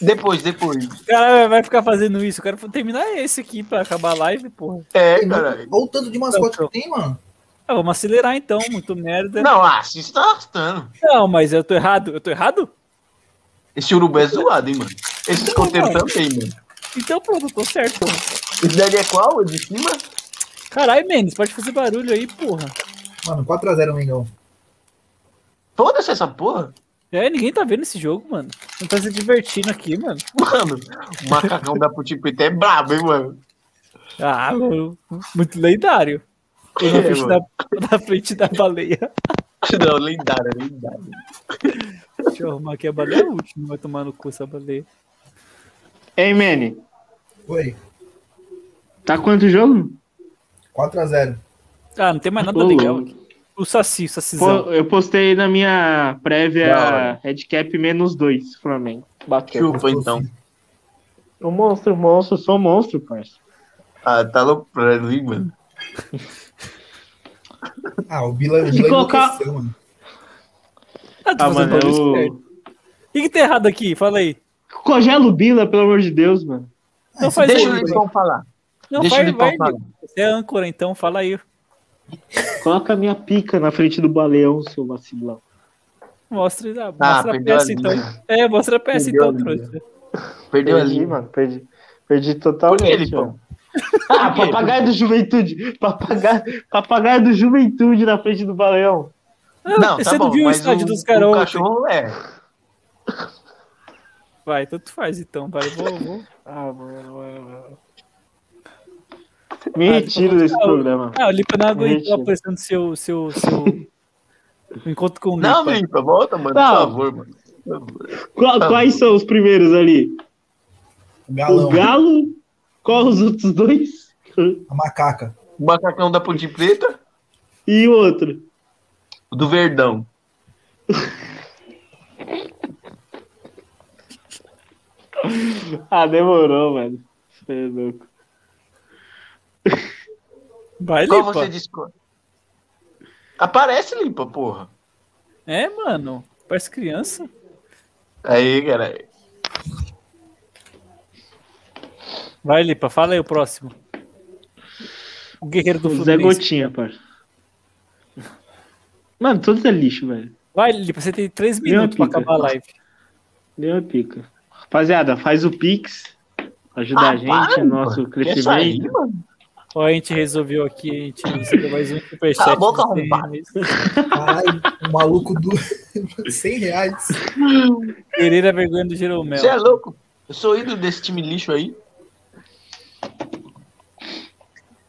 Speaker 8: Depois, depois.
Speaker 2: Caralho, vai ficar fazendo isso. Eu quero terminar esse aqui pra acabar a live, porra.
Speaker 8: É,
Speaker 1: Tem
Speaker 8: caralho.
Speaker 1: muito- Olha o tanto de mascote
Speaker 2: Não,
Speaker 1: que tem, mano.
Speaker 2: Ah, vamos acelerar então, muito merda.
Speaker 8: Não, ah, se está arrastando.
Speaker 2: Não, mas eu tô errado. Eu tô errado?
Speaker 8: Esse urubu é zoado, hein, mano. Esse escoteiro
Speaker 2: mano.
Speaker 8: também, mano.
Speaker 2: Então pronto, eu tô certo, porra.
Speaker 8: Esse daí é qual? O de cima?
Speaker 2: Caralho, Mendes, pode fazer barulho aí, porra.
Speaker 1: Mano, 4x0 Mengão.
Speaker 8: Todas essa porra?
Speaker 2: É, ninguém tá vendo esse jogo, mano. Não tá se divertindo aqui, mano.
Speaker 8: Mano, o macacão da Putipita é brabo, hein, mano.
Speaker 2: Ah, mano, muito lendário. Eu Na
Speaker 8: É,
Speaker 2: frente,
Speaker 8: mano.
Speaker 2: da, na frente da baleia.
Speaker 8: Não, lendário, lendário.
Speaker 2: Deixa eu arrumar aqui a baleia é a última, vai tomar no cu essa baleia.
Speaker 4: Ei, Manny,
Speaker 1: Foi.
Speaker 4: tá quanto o jogo?
Speaker 1: 4x0.
Speaker 2: Ah, não tem mais nada
Speaker 4: Ô,
Speaker 2: legal
Speaker 4: louco.
Speaker 2: aqui. O Saci, o
Speaker 4: Pô,
Speaker 2: Sacizão.
Speaker 4: eu postei na minha
Speaker 8: Da
Speaker 4: prévia
Speaker 8: hora.
Speaker 4: Redcap menos dois, Flamengo. Bateu.
Speaker 8: Chupa, então.
Speaker 4: O monstro, monstro, sou um monstro, parça.
Speaker 8: Ah, tá loucurando, hein, mano.
Speaker 1: Ah, o Bila, o
Speaker 4: Se
Speaker 1: Bila
Speaker 4: colocar-
Speaker 1: enlouqueceu, mano.
Speaker 2: Ah, tá
Speaker 4: Ah,
Speaker 2: fazendo
Speaker 4: mano,
Speaker 2: barulho esperto.
Speaker 4: eu...
Speaker 2: O que, que tem errado aqui? Fala aí.
Speaker 4: Cogelo Bila, pelo amor de Deus, mano.
Speaker 2: Então faz
Speaker 8: Deixa o
Speaker 2: aí.
Speaker 8: Lipão falar.
Speaker 2: Não,
Speaker 8: Deixa
Speaker 2: vai,
Speaker 8: o Lipão
Speaker 2: vai.
Speaker 8: falar.
Speaker 2: Você é âncora, então, fala aí.
Speaker 4: Coloca a minha pica na frente do baleão, seu vacilão.
Speaker 2: Mostra, ah,
Speaker 8: Ah,
Speaker 2: mostra a
Speaker 8: perdeu a
Speaker 2: peça,
Speaker 8: linha.
Speaker 2: então. É, mostra a peça,
Speaker 8: Perdeu
Speaker 2: então,
Speaker 8: a linha.
Speaker 2: trouxa.
Speaker 8: Perdeu a linha.
Speaker 4: mano, perdi. Perdi
Speaker 8: Por que,
Speaker 4: totalmente.
Speaker 8: Lipão?
Speaker 4: Ah, papagaio do Juventude. Papagaio, papagaio do Juventude na frente do baleão.
Speaker 2: Ah,
Speaker 8: Não,
Speaker 2: você
Speaker 8: tá
Speaker 2: não
Speaker 8: bom,
Speaker 2: viu o
Speaker 8: mas
Speaker 2: estádio
Speaker 8: o,
Speaker 2: dos caras
Speaker 8: o
Speaker 2: ontem?
Speaker 8: cachorro é.
Speaker 2: Vai, tanto faz, então. Vai, vou, vou.
Speaker 4: Ah, mano. Me retiro desse programa.
Speaker 2: Ah, o Lipa não aguentou
Speaker 4: Mentira.
Speaker 2: aparecendo seu, seu, seu... o encontro com o Lipa.
Speaker 8: Não, Lipa, volta, mano,
Speaker 4: Não.
Speaker 8: por favor, mano.
Speaker 4: Qua- Quais são os primeiros ali?
Speaker 1: O
Speaker 4: O
Speaker 1: galão,
Speaker 4: galo? Qual os outros dois?
Speaker 1: a macaca.
Speaker 8: O macacão da Ponte Preta,
Speaker 4: E o outro?
Speaker 8: o do Verdão.
Speaker 4: Ah, demorou, mano. Você é louco.
Speaker 2: Vai,
Speaker 8: Qual
Speaker 2: Lipa.
Speaker 8: você discorda? Aparece, Limpa, porra.
Speaker 2: É, mano. Parece criança.
Speaker 8: Aí, cara.
Speaker 2: Vai, Lipa. Fala aí o próximo. O guerreiro do
Speaker 4: O Zé
Speaker 2: Fluminense.
Speaker 4: Gotinha, parça. Mano, todos é lixo, velho.
Speaker 2: Vai, Lipa. Você tem três
Speaker 4: Minha
Speaker 2: minutos pra
Speaker 4: pica.
Speaker 2: acabar a live.
Speaker 4: Deu a pica. Rapaziada, faz o Pix. Ajuda
Speaker 8: Ah,
Speaker 4: a gente,
Speaker 8: para,
Speaker 4: é nosso
Speaker 8: Quer sair,
Speaker 4: crescimento.
Speaker 8: mano?
Speaker 2: Ó, a gente resolveu aqui. A gente recebeu mais um superchat.
Speaker 8: Cala a boca,
Speaker 2: do Denis.
Speaker 1: Caralho, o maluco do 100 reais.
Speaker 2: Pereira vergonha do Jeromel.
Speaker 8: Você é louco? Eu sou ídolo desse time lixo aí.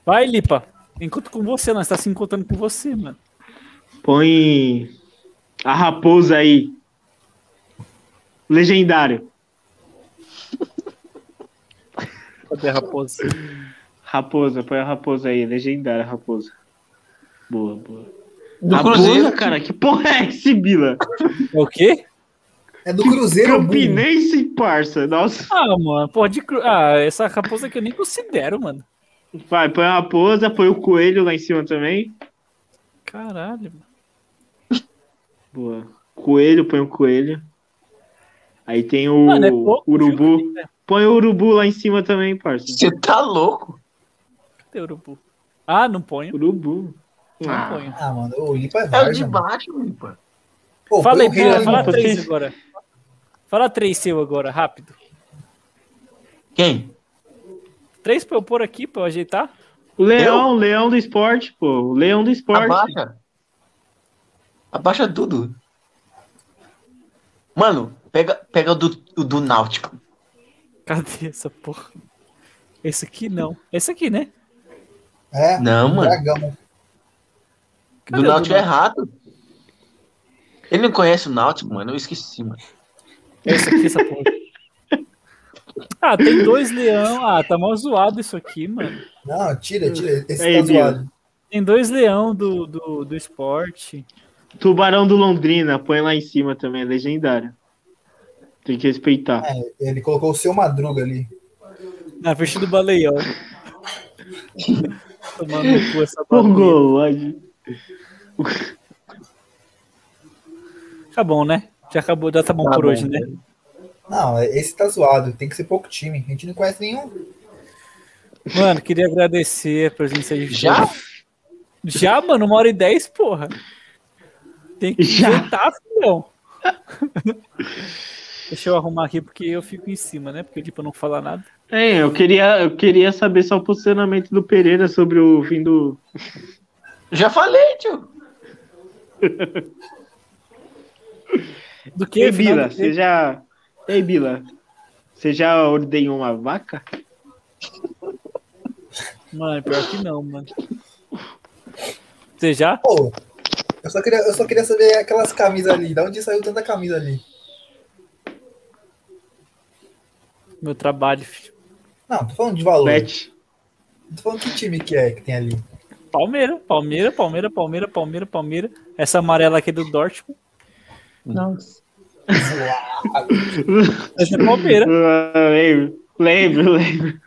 Speaker 2: Vai, Lipa. Encontro com você. Nós tá se encontrando com você, mano.
Speaker 4: Põe a raposa aí. Legendário.
Speaker 2: Cadê a raposa?
Speaker 4: Raposa, põe a raposa aí. Legendária, raposa. Boa, boa.
Speaker 8: Do
Speaker 4: raposa,
Speaker 8: Cruzeiro.
Speaker 4: cara, que porra é esse, Bila?
Speaker 2: É o quê?
Speaker 1: É do Cruzeiro, burro.
Speaker 4: Campinense, parça. Nossa.
Speaker 2: Ah, mano. Porra de... cru- Ah, essa raposa que eu nem considero, mano.
Speaker 4: Vai, põe a raposa, põe o coelho lá em cima também.
Speaker 2: Caralho, mano.
Speaker 4: Boa. Coelho, põe o coelho. Aí tem o
Speaker 2: Mano, é pouco,
Speaker 4: urubu.
Speaker 2: viu?
Speaker 4: Põe o urubu lá em cima também, parça.
Speaker 8: Você tá louco?
Speaker 2: Cadê o urubu? Ah, não ponho.
Speaker 4: Urubu.
Speaker 2: Não ponho.
Speaker 1: Ah, mano, o Lipa é
Speaker 8: É o de
Speaker 1: várzea. mano.
Speaker 8: baixo, Limpa.
Speaker 1: Pô,
Speaker 2: Fala
Speaker 1: põe
Speaker 2: aí,
Speaker 1: o é rei
Speaker 2: Pira,
Speaker 1: ali,
Speaker 2: fala
Speaker 1: mano.
Speaker 2: três agora. Fala três seu agora, rápido.
Speaker 8: Quem?
Speaker 2: Três pra eu pôr aqui, pra eu ajeitar.
Speaker 4: O leão, o leão do esporte, pô. O leão do esporte.
Speaker 8: Abaixa. Abaixa tudo. Mano, pega, pega o do, o do Náutico.
Speaker 2: Cadê essa porra? Esse aqui não. Esse aqui, né?
Speaker 1: É,
Speaker 8: Não, mano.
Speaker 1: dragão.
Speaker 8: Do
Speaker 2: Cadê o
Speaker 8: Náutico
Speaker 2: do
Speaker 8: é errado. Ele não conhece o Náutico, mano. Eu esqueci, mano.
Speaker 2: Esse aqui, essa porra. Ah, tem dois leão. Ah, tá mal zoado isso aqui, mano.
Speaker 1: Não, tira, tira. Esse
Speaker 4: Ei,
Speaker 1: tá zoado.
Speaker 2: Tem dois leão do, do, do esporte.
Speaker 4: Tubarão do Londrina, põe lá em cima também, é legendário. Tem que respeitar.
Speaker 1: É, ele colocou o seu Madruga ali.
Speaker 2: Na frente do Baleião. Tomando no cu essa
Speaker 4: O
Speaker 2: bagunça.
Speaker 4: gol, ai.
Speaker 2: Tá bom, né? Já acabou, já tá bom por hoje, né?
Speaker 1: Não, esse tá zoado. Tem que ser pouco time. A gente não conhece nenhum.
Speaker 2: Mano, queria agradecer a presença de
Speaker 8: Já?
Speaker 2: todos. Já, mano, uma hora e dez, porra. Tem que
Speaker 4: Já?
Speaker 2: jantar, filhão. Deixa eu arrumar aqui porque eu fico em cima, né? Porque tipo, eu não falar nada.
Speaker 4: É, eu queria, eu queria saber só o posicionamento do Pereira sobre o fim do.
Speaker 8: Já falei, tio.
Speaker 2: Do que?
Speaker 4: Ei,
Speaker 2: afinal,
Speaker 4: Bila,
Speaker 2: do que?
Speaker 4: você já. Ei, Bila, você já ordenhou uma vaca?
Speaker 2: Mano, pior que não, mano. Você já?
Speaker 1: Pô, eu só queria, eu só queria saber aquelas camisas ali. Da onde saiu tanta camisa ali?
Speaker 2: Meu trabalho, filho.
Speaker 1: Não, tô falando de valor.
Speaker 4: Pet.
Speaker 1: Tô falando que time que é que tem ali.
Speaker 2: Palmeira, Palmeira, Palmeira, Palmeira, Palmeira, Palmeira. Essa amarela aqui do Dortmund.
Speaker 8: Nossa.
Speaker 2: Essa é Palmeira.
Speaker 4: Ah, lembro, lembro, lembro.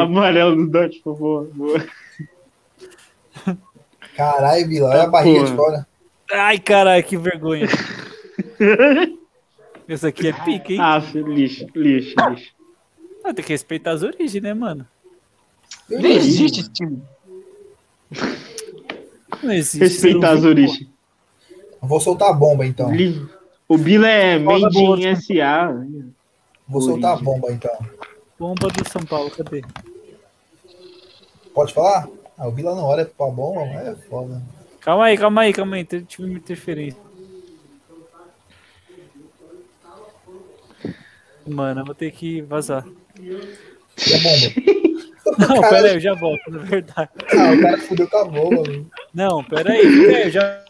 Speaker 4: Amarelo do Dodge, por favor. boa.
Speaker 1: Caralho, Vila, olha a barriga de fora.
Speaker 2: Ai, caralho, que vergonha. Essa aqui é pica, hein?
Speaker 4: Ah, filho, lixo, lixo, lixo.
Speaker 2: Ah, tem que respeitar as origens, né, mano?
Speaker 8: Nem existe esse time.
Speaker 2: Não existe.
Speaker 4: Respeitar as
Speaker 2: Não-
Speaker 4: origens.
Speaker 1: Vou soltar a bomba então.
Speaker 4: Li- O Bila é
Speaker 2: Fala
Speaker 4: made
Speaker 2: boa.
Speaker 4: in SA.
Speaker 1: Vou soltar a bomba então.
Speaker 2: Bomba do São Paulo, cadê?
Speaker 1: Pode falar? Ah, o Vila não olha pra bomba, é foda.
Speaker 2: Calma aí, calma aí, calma aí. Teve- Tive uma interferência. Mano, eu vou ter que vazar.
Speaker 1: E a bomba?
Speaker 2: Não,
Speaker 1: Caralho.
Speaker 2: pera aí, eu já volto, na verdade.
Speaker 1: Ah, o cara fudeu com a bomba, mano.
Speaker 2: Não, pera aí, fica aí, eu já.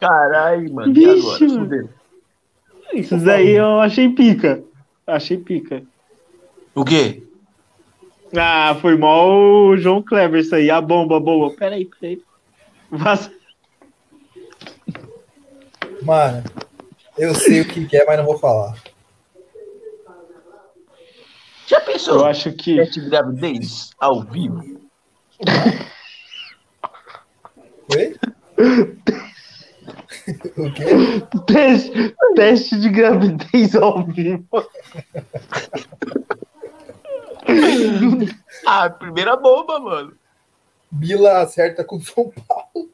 Speaker 8: Caralho, mano. E
Speaker 4: Vixe,
Speaker 8: agora?
Speaker 4: mano.
Speaker 8: Fudeu.
Speaker 4: Isso daí eu achei pica. Achei pica.
Speaker 8: O quê?
Speaker 4: Ah, foi mal o João Kleber isso aí. A bomba, a bomba. Peraí, peraí. Vaza.
Speaker 1: Mano, eu sei o que que é, mas não vou falar.
Speaker 8: Já
Speaker 4: Eu
Speaker 8: pensou?
Speaker 4: acho que.
Speaker 8: Teste de gravidez ao vivo?
Speaker 1: Oi? o quê?
Speaker 4: Teste, teste de gravidez ao vivo.
Speaker 8: Ah, primeira bomba, mano.
Speaker 1: Bila acerta com São Paulo.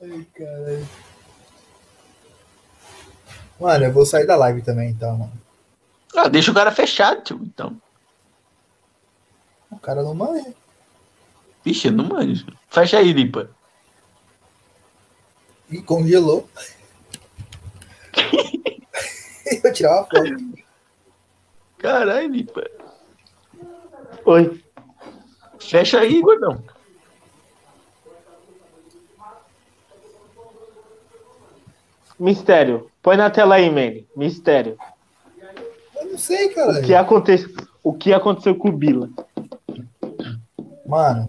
Speaker 1: Ai, caralho. Mano, eu vou sair da live também, então, mano.
Speaker 8: Ah, deixa o cara fechado, tio. Então.
Speaker 1: O cara não manja.
Speaker 8: Vixe, eu não manjo. Fecha aí, Lipa.
Speaker 1: E congelou. eu tirava foto.
Speaker 8: Caralho, Lipa.
Speaker 4: Oi.
Speaker 8: Fecha aí, gordão.
Speaker 4: Mistério. Põe na tela aí, Manny. Mistério.
Speaker 1: Eu não sei,
Speaker 4: O que,
Speaker 1: cara.
Speaker 4: aconte... o que aconteceu com o Bila?
Speaker 1: Mano.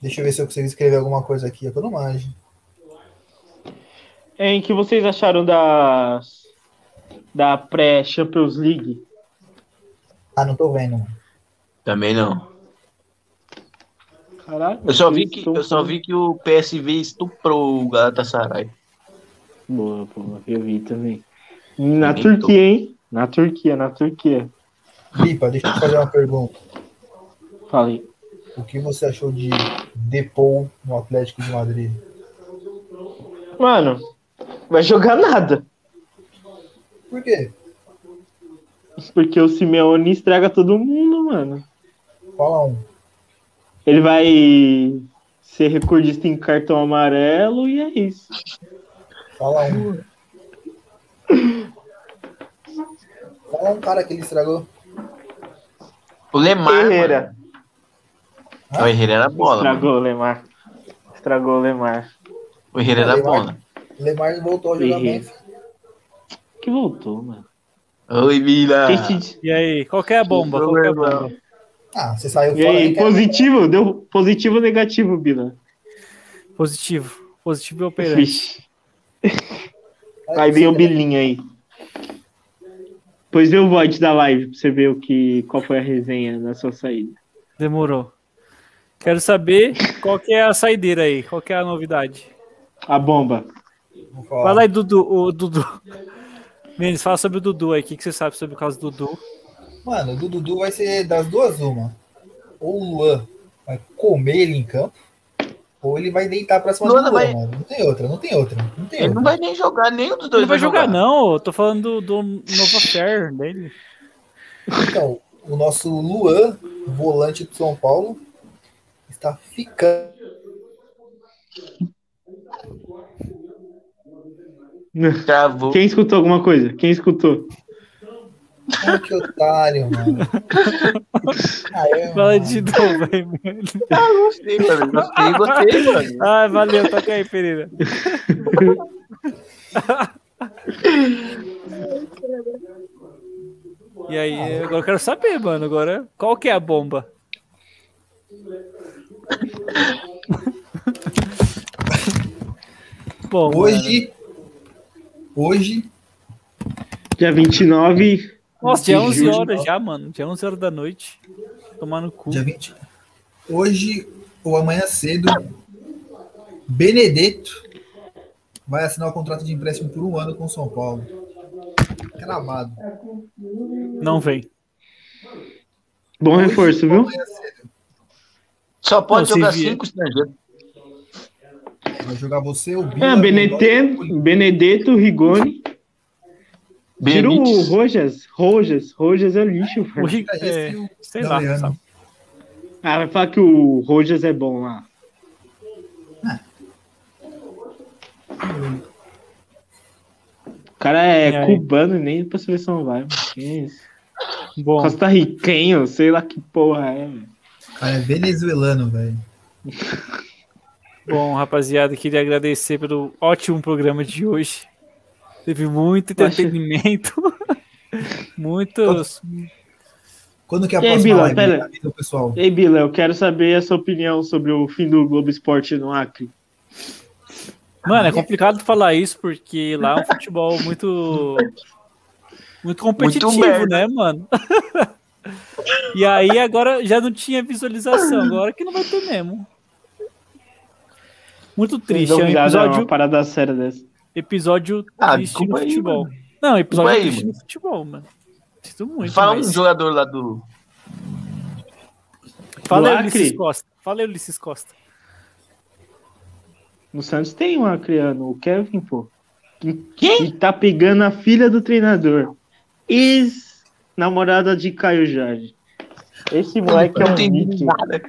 Speaker 1: Deixa eu ver se eu consigo escrever alguma coisa aqui. É que eu não manjo.
Speaker 4: Em que vocês acharam da, da pré-Champions League?
Speaker 1: Ah, não tô vendo, mano.
Speaker 8: Também não.
Speaker 4: Caralho.
Speaker 8: Eu só
Speaker 4: vocês
Speaker 8: vi que,
Speaker 4: estão-
Speaker 8: eu só vi que o PSV estuprou o Galatasaray.
Speaker 4: Boa, boa. Eu vi também. Na
Speaker 8: Bonito.
Speaker 4: Turquia, hein? Na Turquia, na Turquia.
Speaker 1: Lipa, deixa eu te fazer uma pergunta.
Speaker 4: Falei.
Speaker 1: O que você achou de Depou no Atlético de Madrid?
Speaker 4: Mano, vai jogar nada.
Speaker 1: Por quê?
Speaker 4: Porque o Simeone estraga todo mundo, mano.
Speaker 1: Fala um.
Speaker 4: Ele vai ser recordista em cartão amarelo e é isso.
Speaker 1: Fala um. Fala um cara que ele estragou.
Speaker 8: O Lemar.
Speaker 4: Herrera.
Speaker 8: mano. Não, O Herrera era bola. mano.
Speaker 4: Estragou o Lemar. Estragou o Lemar.
Speaker 8: O Herrera era
Speaker 1: Lemar.
Speaker 8: bola.
Speaker 1: Lemar voltou a jogar
Speaker 4: Ih.
Speaker 1: bem.
Speaker 4: que voltou, mano.
Speaker 8: Oi, Mila.
Speaker 4: Quem te-
Speaker 2: E aí, qual que é a bomba? Qual que é a bomba?
Speaker 1: Ah, você saiu
Speaker 4: E
Speaker 1: fora.
Speaker 4: aí,
Speaker 1: né, cara?
Speaker 4: positivo? Deu positivo ou negativo, Bila?
Speaker 2: Positivo. Positivo e
Speaker 8: é.
Speaker 2: operante.
Speaker 4: Vixe. Aí vem o Bilinho aí. Pois vê o void da live pra você ver o que, qual foi a resenha na sua saída.
Speaker 2: Demorou. Quero saber qual que é a saideira aí, qual que é a novidade.
Speaker 4: A bomba.
Speaker 1: Vou falar.
Speaker 2: Vai lá e Dudu, o Dudu. Menes, fala sobre o Dudu aí, o que, que você sabe sobre o caso do Dudu?
Speaker 1: Mano, do Dudu vai ser das duas uma. Ou o Luan vai comer ele em campo, ou ele vai deitar pra cima
Speaker 8: Luan
Speaker 1: do Luan,
Speaker 8: não vai-
Speaker 1: mano. Não tem outra, não tem outra. Não tem
Speaker 8: Ele
Speaker 1: outra.
Speaker 8: não vai nem jogar, nenhum dos dois
Speaker 2: Ele vai jogar, não, eu tô falando do, do novo affair dele.
Speaker 1: Então, o nosso Luan, volante do São Paulo, está ficando.
Speaker 8: Travou.
Speaker 4: Quem escutou alguma coisa? Quem escutou?
Speaker 1: Ah, que otário, mano. Ah, é,
Speaker 2: Fala
Speaker 1: mano.
Speaker 2: de novo aí, mano.
Speaker 8: Ah, Gostei, mano. Gostei, gostei, mano.
Speaker 2: Ah, valeu, toca aí, Pereira. e aí, agora eu quero saber, mano, agora, qual que é a bomba? Bom, mano.
Speaker 1: Hoje, hoje,
Speaker 4: Dia 29.
Speaker 2: Nossa, dia
Speaker 4: de
Speaker 2: 11
Speaker 4: julho.
Speaker 2: horas já, mano, dia 11 horas da noite, tomar no cu.
Speaker 1: dia 20. Hoje ou amanhã cedo, Benedetto vai assinar o contrato de empréstimo por um ano com o São Paulo. Cravado.
Speaker 2: Não vem.
Speaker 4: Bom reforço, É viu?
Speaker 1: Amanhã cedo.
Speaker 8: Só pode
Speaker 2: Não, se
Speaker 8: jogar
Speaker 2: vier.
Speaker 8: cinco estrangeiros.
Speaker 1: Vai jogar você, o Bia.
Speaker 4: É,
Speaker 1: o
Speaker 4: Benedetto, Benedetto Rigoni. Tira o
Speaker 8: Benítez.
Speaker 4: Rojas. Rojas. Rojas é lixo,
Speaker 2: O
Speaker 4: velho.
Speaker 2: Ri- é, sei lá,
Speaker 1: Galeano.
Speaker 2: sabe?
Speaker 4: Ah, vai falar que o Rojas é bom lá. O cara
Speaker 2: E
Speaker 4: é
Speaker 2: aí?
Speaker 4: cubano e nem pra seleção vai, mano. Que isso?
Speaker 2: Bom,
Speaker 4: Costa Riquenho, sei lá que porra é, mano.
Speaker 1: Cara, é venezuelano, velho.
Speaker 2: Bom, rapaziada, queria agradecer pelo ótimo programa de hoje. Teve muito entretenimento. Muitos.
Speaker 1: Quando que é a
Speaker 4: E aí,
Speaker 1: próxima
Speaker 4: Bila,
Speaker 1: live?
Speaker 4: pera.
Speaker 1: Avisa o pessoal.
Speaker 4: Ei, Bila, eu quero saber a sua opinião sobre o fim do Globo Esporte no Acre.
Speaker 2: Mano, é complicado falar isso porque lá é um futebol muito. Muito competitivo,
Speaker 8: Muito merda.
Speaker 2: né, mano? e aí agora já não tinha visualização, agora que não vai ter mesmo. Muito triste. É um
Speaker 4: Obrigado, é uma
Speaker 2: episódio,
Speaker 4: parada séria dessa.
Speaker 2: episódio
Speaker 8: Ah,
Speaker 2: triste
Speaker 8: desculpa
Speaker 2: no
Speaker 8: aí,
Speaker 2: futebol. Não, episódio
Speaker 8: Desculpa aí,
Speaker 2: triste
Speaker 8: mano.
Speaker 2: no futebol, mano. Sinto muito.
Speaker 8: Fala um
Speaker 2: mas-
Speaker 8: jogador lá do.
Speaker 2: Fala aí,
Speaker 4: Do Acre?
Speaker 2: Ulisses Costa. Fala aí, Ulisses Costa.
Speaker 4: No Santos tem um acreano, o Kevin, pô. Quem? E tá pegando a filha do treinador. Ex-namorada de Caio Jorge. Esse moleque é
Speaker 8: Não
Speaker 4: um
Speaker 8: tem
Speaker 4: nick.
Speaker 8: nada.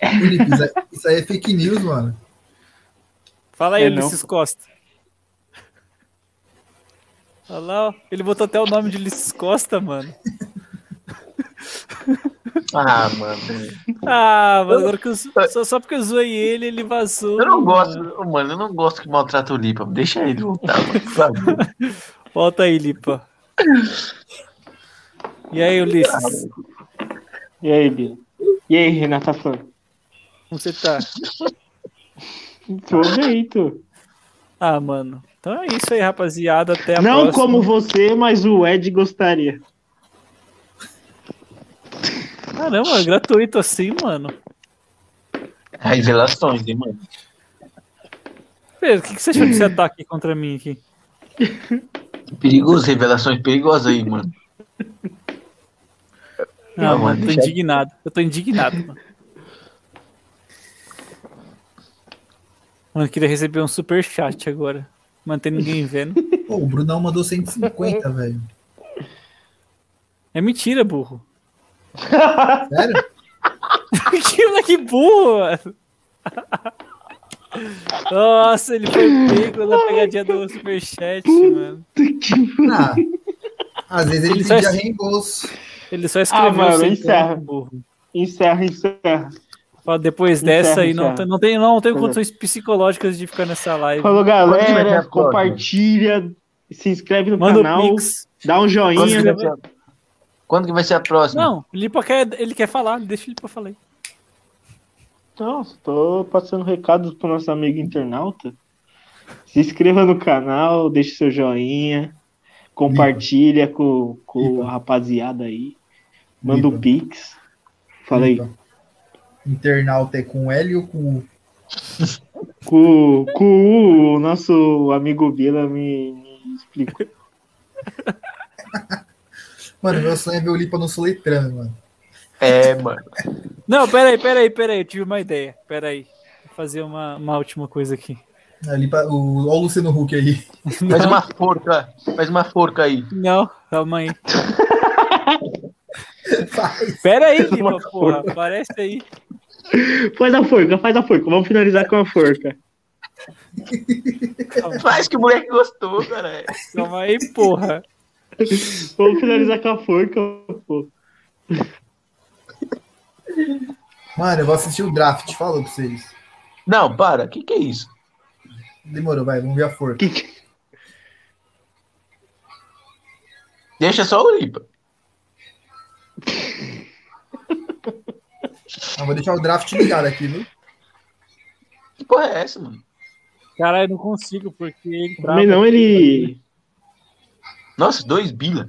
Speaker 1: Felipe, isso aí- isso aí é fake news, mano.
Speaker 2: Fala aí,
Speaker 4: É, não.
Speaker 2: Ulisses Costa. Olha lá, ó. ele botou até o nome de Ulisses Costa, mano.
Speaker 8: Ah, mano.
Speaker 2: Ah, mas agora que eu, zo- só, só porque eu zoei ele, ele vazou.
Speaker 8: Eu não gosto, mano, eu não gosto que maltrata o Lipa. Deixa ele voltar, mano, por favor.
Speaker 2: Volta aí, Lipa. E aí, Ulisses?
Speaker 4: E aí, Bia? E aí, Renata Fã?
Speaker 2: Como você tá?
Speaker 4: Tô bem, tô.
Speaker 2: Ah, mano. Então é isso aí, rapaziada. Até a
Speaker 4: Não
Speaker 2: próxima.
Speaker 4: como você, mas o Ed gostaria.
Speaker 2: Caramba, é gratuito assim, mano.
Speaker 8: As relações, hein, mano.
Speaker 2: Pedro, o que, que você achou desse ataque contra mim aqui?
Speaker 8: Perigoso, revelações perigosas aí, mano.
Speaker 2: Não,
Speaker 8: Não,
Speaker 2: mano,
Speaker 8: mano,
Speaker 2: tô
Speaker 8: deixa-
Speaker 2: indignado. Eu tô indignado, mano. Mano, eu queria receber um super chat agora. Manter ninguém vendo.
Speaker 1: Pô, o Brunão mandou 150, velho.
Speaker 2: É mentira, burro.
Speaker 1: Sério?
Speaker 2: que moleque burro, mano. Nossa, ele foi pego na pegadinha do superchat, mano.
Speaker 1: Ah, às vezes ele
Speaker 2: Ele só-
Speaker 1: pedia reembolso.
Speaker 2: Ele só escreveu
Speaker 4: Ah, mano,
Speaker 2: sem
Speaker 4: encerra.
Speaker 2: ponto, burro.
Speaker 4: Encerra, encerra.
Speaker 2: Fala, Depois
Speaker 4: Encerra,
Speaker 2: dessa aí, não,
Speaker 4: encerra.
Speaker 2: tem- não tem, não, tenho condições psicológicas de ficar nessa live.
Speaker 4: Falou,
Speaker 8: Quando que vai ter a
Speaker 4: galera.
Speaker 8: próxima?
Speaker 4: Compartilha. se inscreve no
Speaker 2: Manda
Speaker 4: canal,
Speaker 2: o Pix.
Speaker 4: dá um
Speaker 8: Quando que,
Speaker 4: joinha.
Speaker 8: vai ser a... Quando que vai ser a próxima?
Speaker 2: Não, o Lipa quer, ele quer falar, deixa o Lipa falar aí.
Speaker 4: Não, só tô passando recados pro nosso amigo internauta. Se inscreva no canal, deixe seu joinha, compartilha com, com a rapaziada aí, manda o
Speaker 1: Viva.
Speaker 4: pix. Fala aí,
Speaker 1: Internauta é com L ou com U?
Speaker 4: com, com o nosso amigo Bila me, me explicou.
Speaker 1: Mano, meu sonho é ver o Lipa no soletrando, mano.
Speaker 8: É, mano.
Speaker 2: Não, peraí, peraí, peraí, eu tive uma ideia. Peraí. Vou fazer uma, uma última coisa aqui.
Speaker 1: É, Lipa, o, olha o Luciano Huck aí.
Speaker 8: Faz uma forca. Faz uma forca aí.
Speaker 2: Não, calma aí.
Speaker 1: Faz.
Speaker 2: Peraí, Lipa, porra, aparece aí.
Speaker 4: Faz a forca, faz a forca, vamos finalizar com a forca.
Speaker 8: Faz que o moleque gostou, cara.
Speaker 2: Calma aí, porra.
Speaker 4: Vamos finalizar com a forca, pô.
Speaker 1: Mano, eu vou assistir o draft, falou pra vocês.
Speaker 8: Não, para. O que, que é isso?
Speaker 1: Demorou, vai, vamos ver a forca.
Speaker 4: Que que-
Speaker 8: Deixa só o Lipa.
Speaker 1: Eu Ah, vou deixar o draft ligado aqui, viu?
Speaker 8: Que porra é essa, mano?
Speaker 2: Caralho, não consigo, porque ele é trava.
Speaker 4: Também não, ele.
Speaker 8: Nossa, dois bila.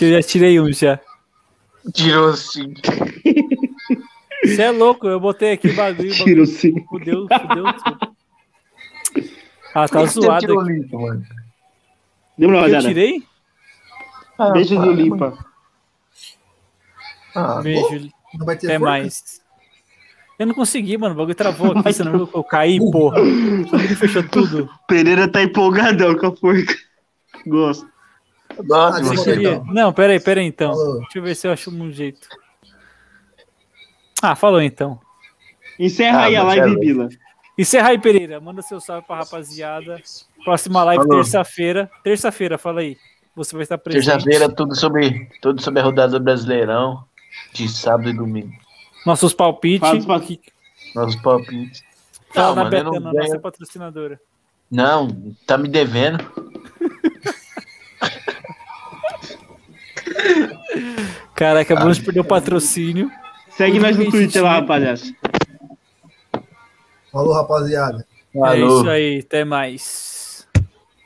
Speaker 2: Eu já tirei um já.
Speaker 8: Tirou assim.
Speaker 2: Você é louco, eu botei aqui o bagulho, o bagulho
Speaker 4: Tiro sim.
Speaker 2: fudeu, fudeu tudo. Ah, tá
Speaker 8: Por que que você
Speaker 2: zoado
Speaker 8: tirou
Speaker 2: aqui.
Speaker 8: o Lipa, mano?
Speaker 4: Dê uma
Speaker 2: Eu
Speaker 4: olhada.
Speaker 2: tirei?
Speaker 8: Ah,
Speaker 4: Beijo
Speaker 8: para,
Speaker 4: do Lipa.
Speaker 1: Tá
Speaker 8: mano. Ah,
Speaker 2: Beijo,
Speaker 1: Não vai ter
Speaker 2: Até
Speaker 1: forca?
Speaker 2: mais. Eu não consegui, mano. O bagulho travou aqui. Você não viu que eu caí, porra. Ele fechou tudo.
Speaker 4: Pereira tá empolgadão com a forca. Gosto.
Speaker 8: eu gosto de
Speaker 1: Ah,
Speaker 8: você.
Speaker 1: deixa eu ver.
Speaker 2: Queria- Não, peraí, peraí então.
Speaker 1: Falou.
Speaker 2: Deixa eu ver se eu acho um jeito. Ah, falou então.
Speaker 4: Encerra
Speaker 8: Ah,
Speaker 4: aí a
Speaker 8: mas é
Speaker 4: live,
Speaker 8: louco.
Speaker 4: Bila.
Speaker 2: Encerra aí, Pereira. Manda seu salve pra rapaziada. Próxima live,
Speaker 8: Falou.
Speaker 2: terça-feira. Terça-feira, fala aí. Você vai estar presente.
Speaker 8: Terça-feira, tudo sobre, tudo sobre a rodada do Brasileirão. De sábado e domingo.
Speaker 2: Nossos
Speaker 4: Fala
Speaker 2: palpites.
Speaker 4: os pa-
Speaker 8: Nossos palpites. né?
Speaker 2: Fala na
Speaker 8: Não, Tá, mano, eu
Speaker 2: Betana,
Speaker 8: não
Speaker 2: nossa
Speaker 8: ganho.
Speaker 2: patrocinadora.
Speaker 8: Não, tá me devendo.
Speaker 2: Caraca, a Bruno perdeu o
Speaker 8: Tá.
Speaker 2: patrocínio.
Speaker 4: Segue nós no Twitter lá, rapaziada.
Speaker 1: Falou, rapaziada.
Speaker 2: É
Speaker 8: Falou.
Speaker 2: isso aí, É até mais.